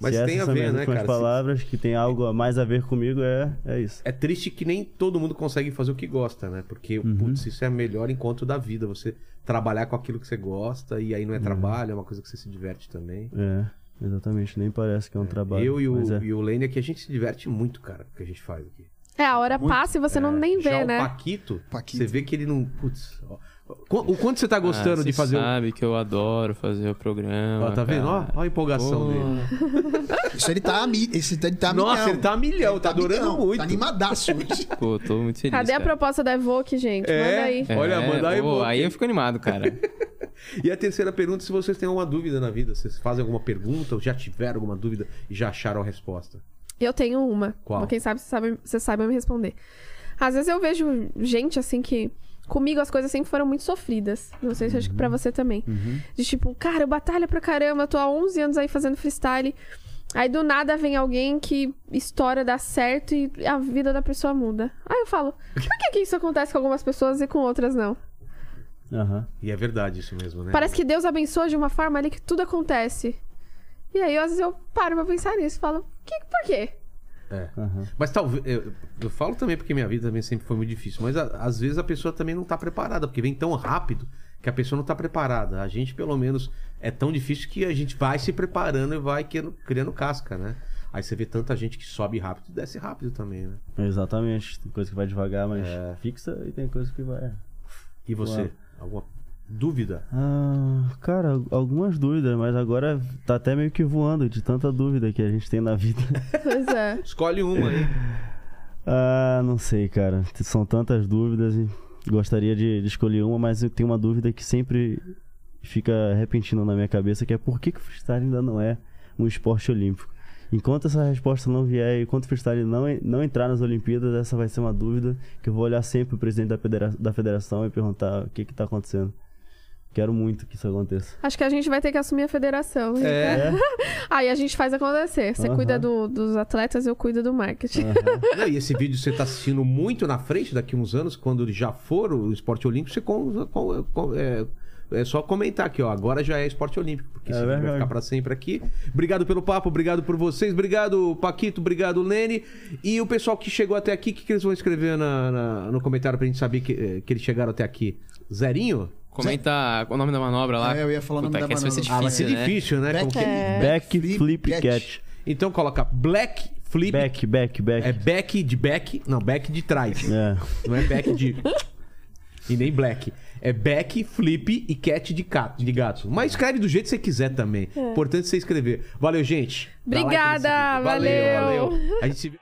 [SPEAKER 1] Mas
[SPEAKER 4] se
[SPEAKER 1] tem
[SPEAKER 4] essas
[SPEAKER 1] a
[SPEAKER 4] são
[SPEAKER 1] ver,
[SPEAKER 4] minhas
[SPEAKER 1] né,
[SPEAKER 4] últimas
[SPEAKER 1] cara? Se-
[SPEAKER 4] palavras, que tem algo a mais a ver comigo, é, é isso.
[SPEAKER 1] É triste que nem todo mundo consegue fazer o que gosta, né? Porque,
[SPEAKER 4] Uhum.
[SPEAKER 1] putz, isso é o melhor encontro da vida. Você trabalhar com aquilo que você gosta e aí não é
[SPEAKER 4] Uhum.
[SPEAKER 1] trabalho, é uma coisa que você se diverte também.
[SPEAKER 4] É, exatamente, nem parece que é um trabalho,
[SPEAKER 1] Eu e
[SPEAKER 4] mas
[SPEAKER 1] o,
[SPEAKER 4] é.
[SPEAKER 1] e o Lane aqui, a gente se diverte muito, cara, o que a gente faz aqui.
[SPEAKER 3] É, a hora passa e você não nem
[SPEAKER 1] é, Já
[SPEAKER 3] vê,
[SPEAKER 1] o
[SPEAKER 3] né?
[SPEAKER 1] Paquito,
[SPEAKER 6] Paquito.
[SPEAKER 1] você vê que ele não. Putz, ó. Qu- o quanto você tá gostando
[SPEAKER 5] Ah,
[SPEAKER 1] de
[SPEAKER 5] você
[SPEAKER 1] fazer o-
[SPEAKER 5] sabe que eu adoro fazer o programa.
[SPEAKER 1] Ó, tá vendo? Ó,
[SPEAKER 5] cara.
[SPEAKER 1] ó a empolgação
[SPEAKER 5] Pô.
[SPEAKER 1] dele.
[SPEAKER 6] Isso ele tá a mi- esse ele tá a
[SPEAKER 1] Nossa,
[SPEAKER 6] milhão.
[SPEAKER 1] ele tá a milhão, tá
[SPEAKER 6] a
[SPEAKER 1] adorando
[SPEAKER 6] milhão,
[SPEAKER 1] muito.
[SPEAKER 6] Tá animadaço hoje.
[SPEAKER 5] Pô, tô muito feliz.
[SPEAKER 3] Cadê a
[SPEAKER 5] cara.
[SPEAKER 3] proposta da Evoque, gente? Manda aí.
[SPEAKER 1] É? Olha, manda aí,
[SPEAKER 5] pô,
[SPEAKER 1] pô.
[SPEAKER 5] aí eu fico animado, cara.
[SPEAKER 1] E a terceira pergunta, se vocês têm alguma dúvida na vida, vocês fazem alguma pergunta ou já tiveram alguma dúvida e já acharam a resposta.
[SPEAKER 3] Eu tenho uma.
[SPEAKER 1] Qual?
[SPEAKER 3] Quem sabe você sabe, você sabe me responder. Às vezes eu vejo gente assim que comigo as coisas sempre foram muito sofridas. Não sei se acho que
[SPEAKER 1] Uhum.
[SPEAKER 3] pra você também. De tipo, cara, eu batalho pra caramba, eu tô há 11 anos aí fazendo freestyle. Aí do nada vem alguém que estoura, dá certo e a vida da pessoa muda. Aí eu falo, por que, que isso acontece com algumas pessoas e com outras não?
[SPEAKER 4] Aham.
[SPEAKER 1] E é verdade isso mesmo, né?
[SPEAKER 3] Parece que Deus abençoa de uma forma ali que tudo acontece. E aí, às vezes, eu paro pra pensar nisso e falo, que, por quê?
[SPEAKER 1] É.
[SPEAKER 4] Aham.
[SPEAKER 1] Mas talvez. Eu, eu falo também porque minha vida também sempre foi muito difícil. Mas a- às vezes a pessoa também não tá preparada, porque vem tão rápido que a pessoa não tá preparada. A gente, pelo menos, é tão difícil que a gente vai se preparando e vai criando, criando casca, né? Aí você vê tanta gente que sobe rápido e desce rápido também, né?
[SPEAKER 4] Exatamente. Tem coisa que vai devagar, mas
[SPEAKER 1] É.
[SPEAKER 4] fixa, e tem coisa que vai. é.
[SPEAKER 1] E você?
[SPEAKER 4] Uau.
[SPEAKER 1] Alguma dúvida?
[SPEAKER 4] Ah, cara, algumas dúvidas, mas agora tá até meio que voando de tanta dúvida que a gente tem na vida.
[SPEAKER 3] Pois
[SPEAKER 4] [laughs]
[SPEAKER 3] é.
[SPEAKER 1] Escolhe uma aí.
[SPEAKER 4] Ah, não sei, cara. São tantas dúvidas e gostaria de, de escolher uma, mas eu tenho uma dúvida que sempre fica repentina na minha cabeça, que é por que, que o freestyle ainda não é um esporte olímpico? Enquanto essa resposta não vier, e enquanto o freestyle não, en- não entrar nas Olimpíadas, essa vai ser uma dúvida que eu vou olhar sempre o presidente da, federa- da federação e perguntar o que que tá acontecendo. Quero muito que isso aconteça.
[SPEAKER 3] Acho que a gente vai ter que assumir a federação. É. Aí a gente faz acontecer. Você
[SPEAKER 4] Aham.
[SPEAKER 3] cuida do- dos atletas, eu cuido do marketing.
[SPEAKER 1] Não, e esse vídeo você está assistindo muito na frente, daqui uns anos, quando já for o esporte olímpico, você com- com- com- é, é só comentar aqui, ó. Agora já é esporte olímpico, porque
[SPEAKER 4] É
[SPEAKER 1] esse vídeo vai
[SPEAKER 4] verdade.
[SPEAKER 1] ficar para sempre aqui. Obrigado pelo papo, obrigado por vocês, obrigado Paquito, obrigado Lene. E o pessoal que chegou até aqui, o que, que eles vão escrever na- na- no comentário pra gente saber que, eh, que eles chegaram até aqui? Zerinho?
[SPEAKER 5] [laughs] Comenta o nome da manobra lá.
[SPEAKER 6] É, eu ia falar o nome
[SPEAKER 5] Puta,
[SPEAKER 6] da
[SPEAKER 5] que essa
[SPEAKER 6] manobra.
[SPEAKER 1] Ah,
[SPEAKER 5] Vai
[SPEAKER 1] vai ser
[SPEAKER 5] ser difícil, né?
[SPEAKER 1] difícil, né?
[SPEAKER 3] É.
[SPEAKER 1] Como
[SPEAKER 2] é.
[SPEAKER 1] que-
[SPEAKER 4] Back,
[SPEAKER 6] flip,
[SPEAKER 4] flip,
[SPEAKER 6] catch.
[SPEAKER 4] catch.
[SPEAKER 1] Então coloca Black Flip.
[SPEAKER 4] Back, back, back.
[SPEAKER 1] É back de back. Não, back de trás.
[SPEAKER 4] É.
[SPEAKER 1] Não é back de. e nem black. É back, flip e cat de, gato, de gato. Mas escreve do jeito que você quiser também. Importante você escrever. Valeu, gente. Dá like nesse
[SPEAKER 3] É. Obrigada,
[SPEAKER 1] vídeo.
[SPEAKER 3] valeu.
[SPEAKER 1] A gente se vê.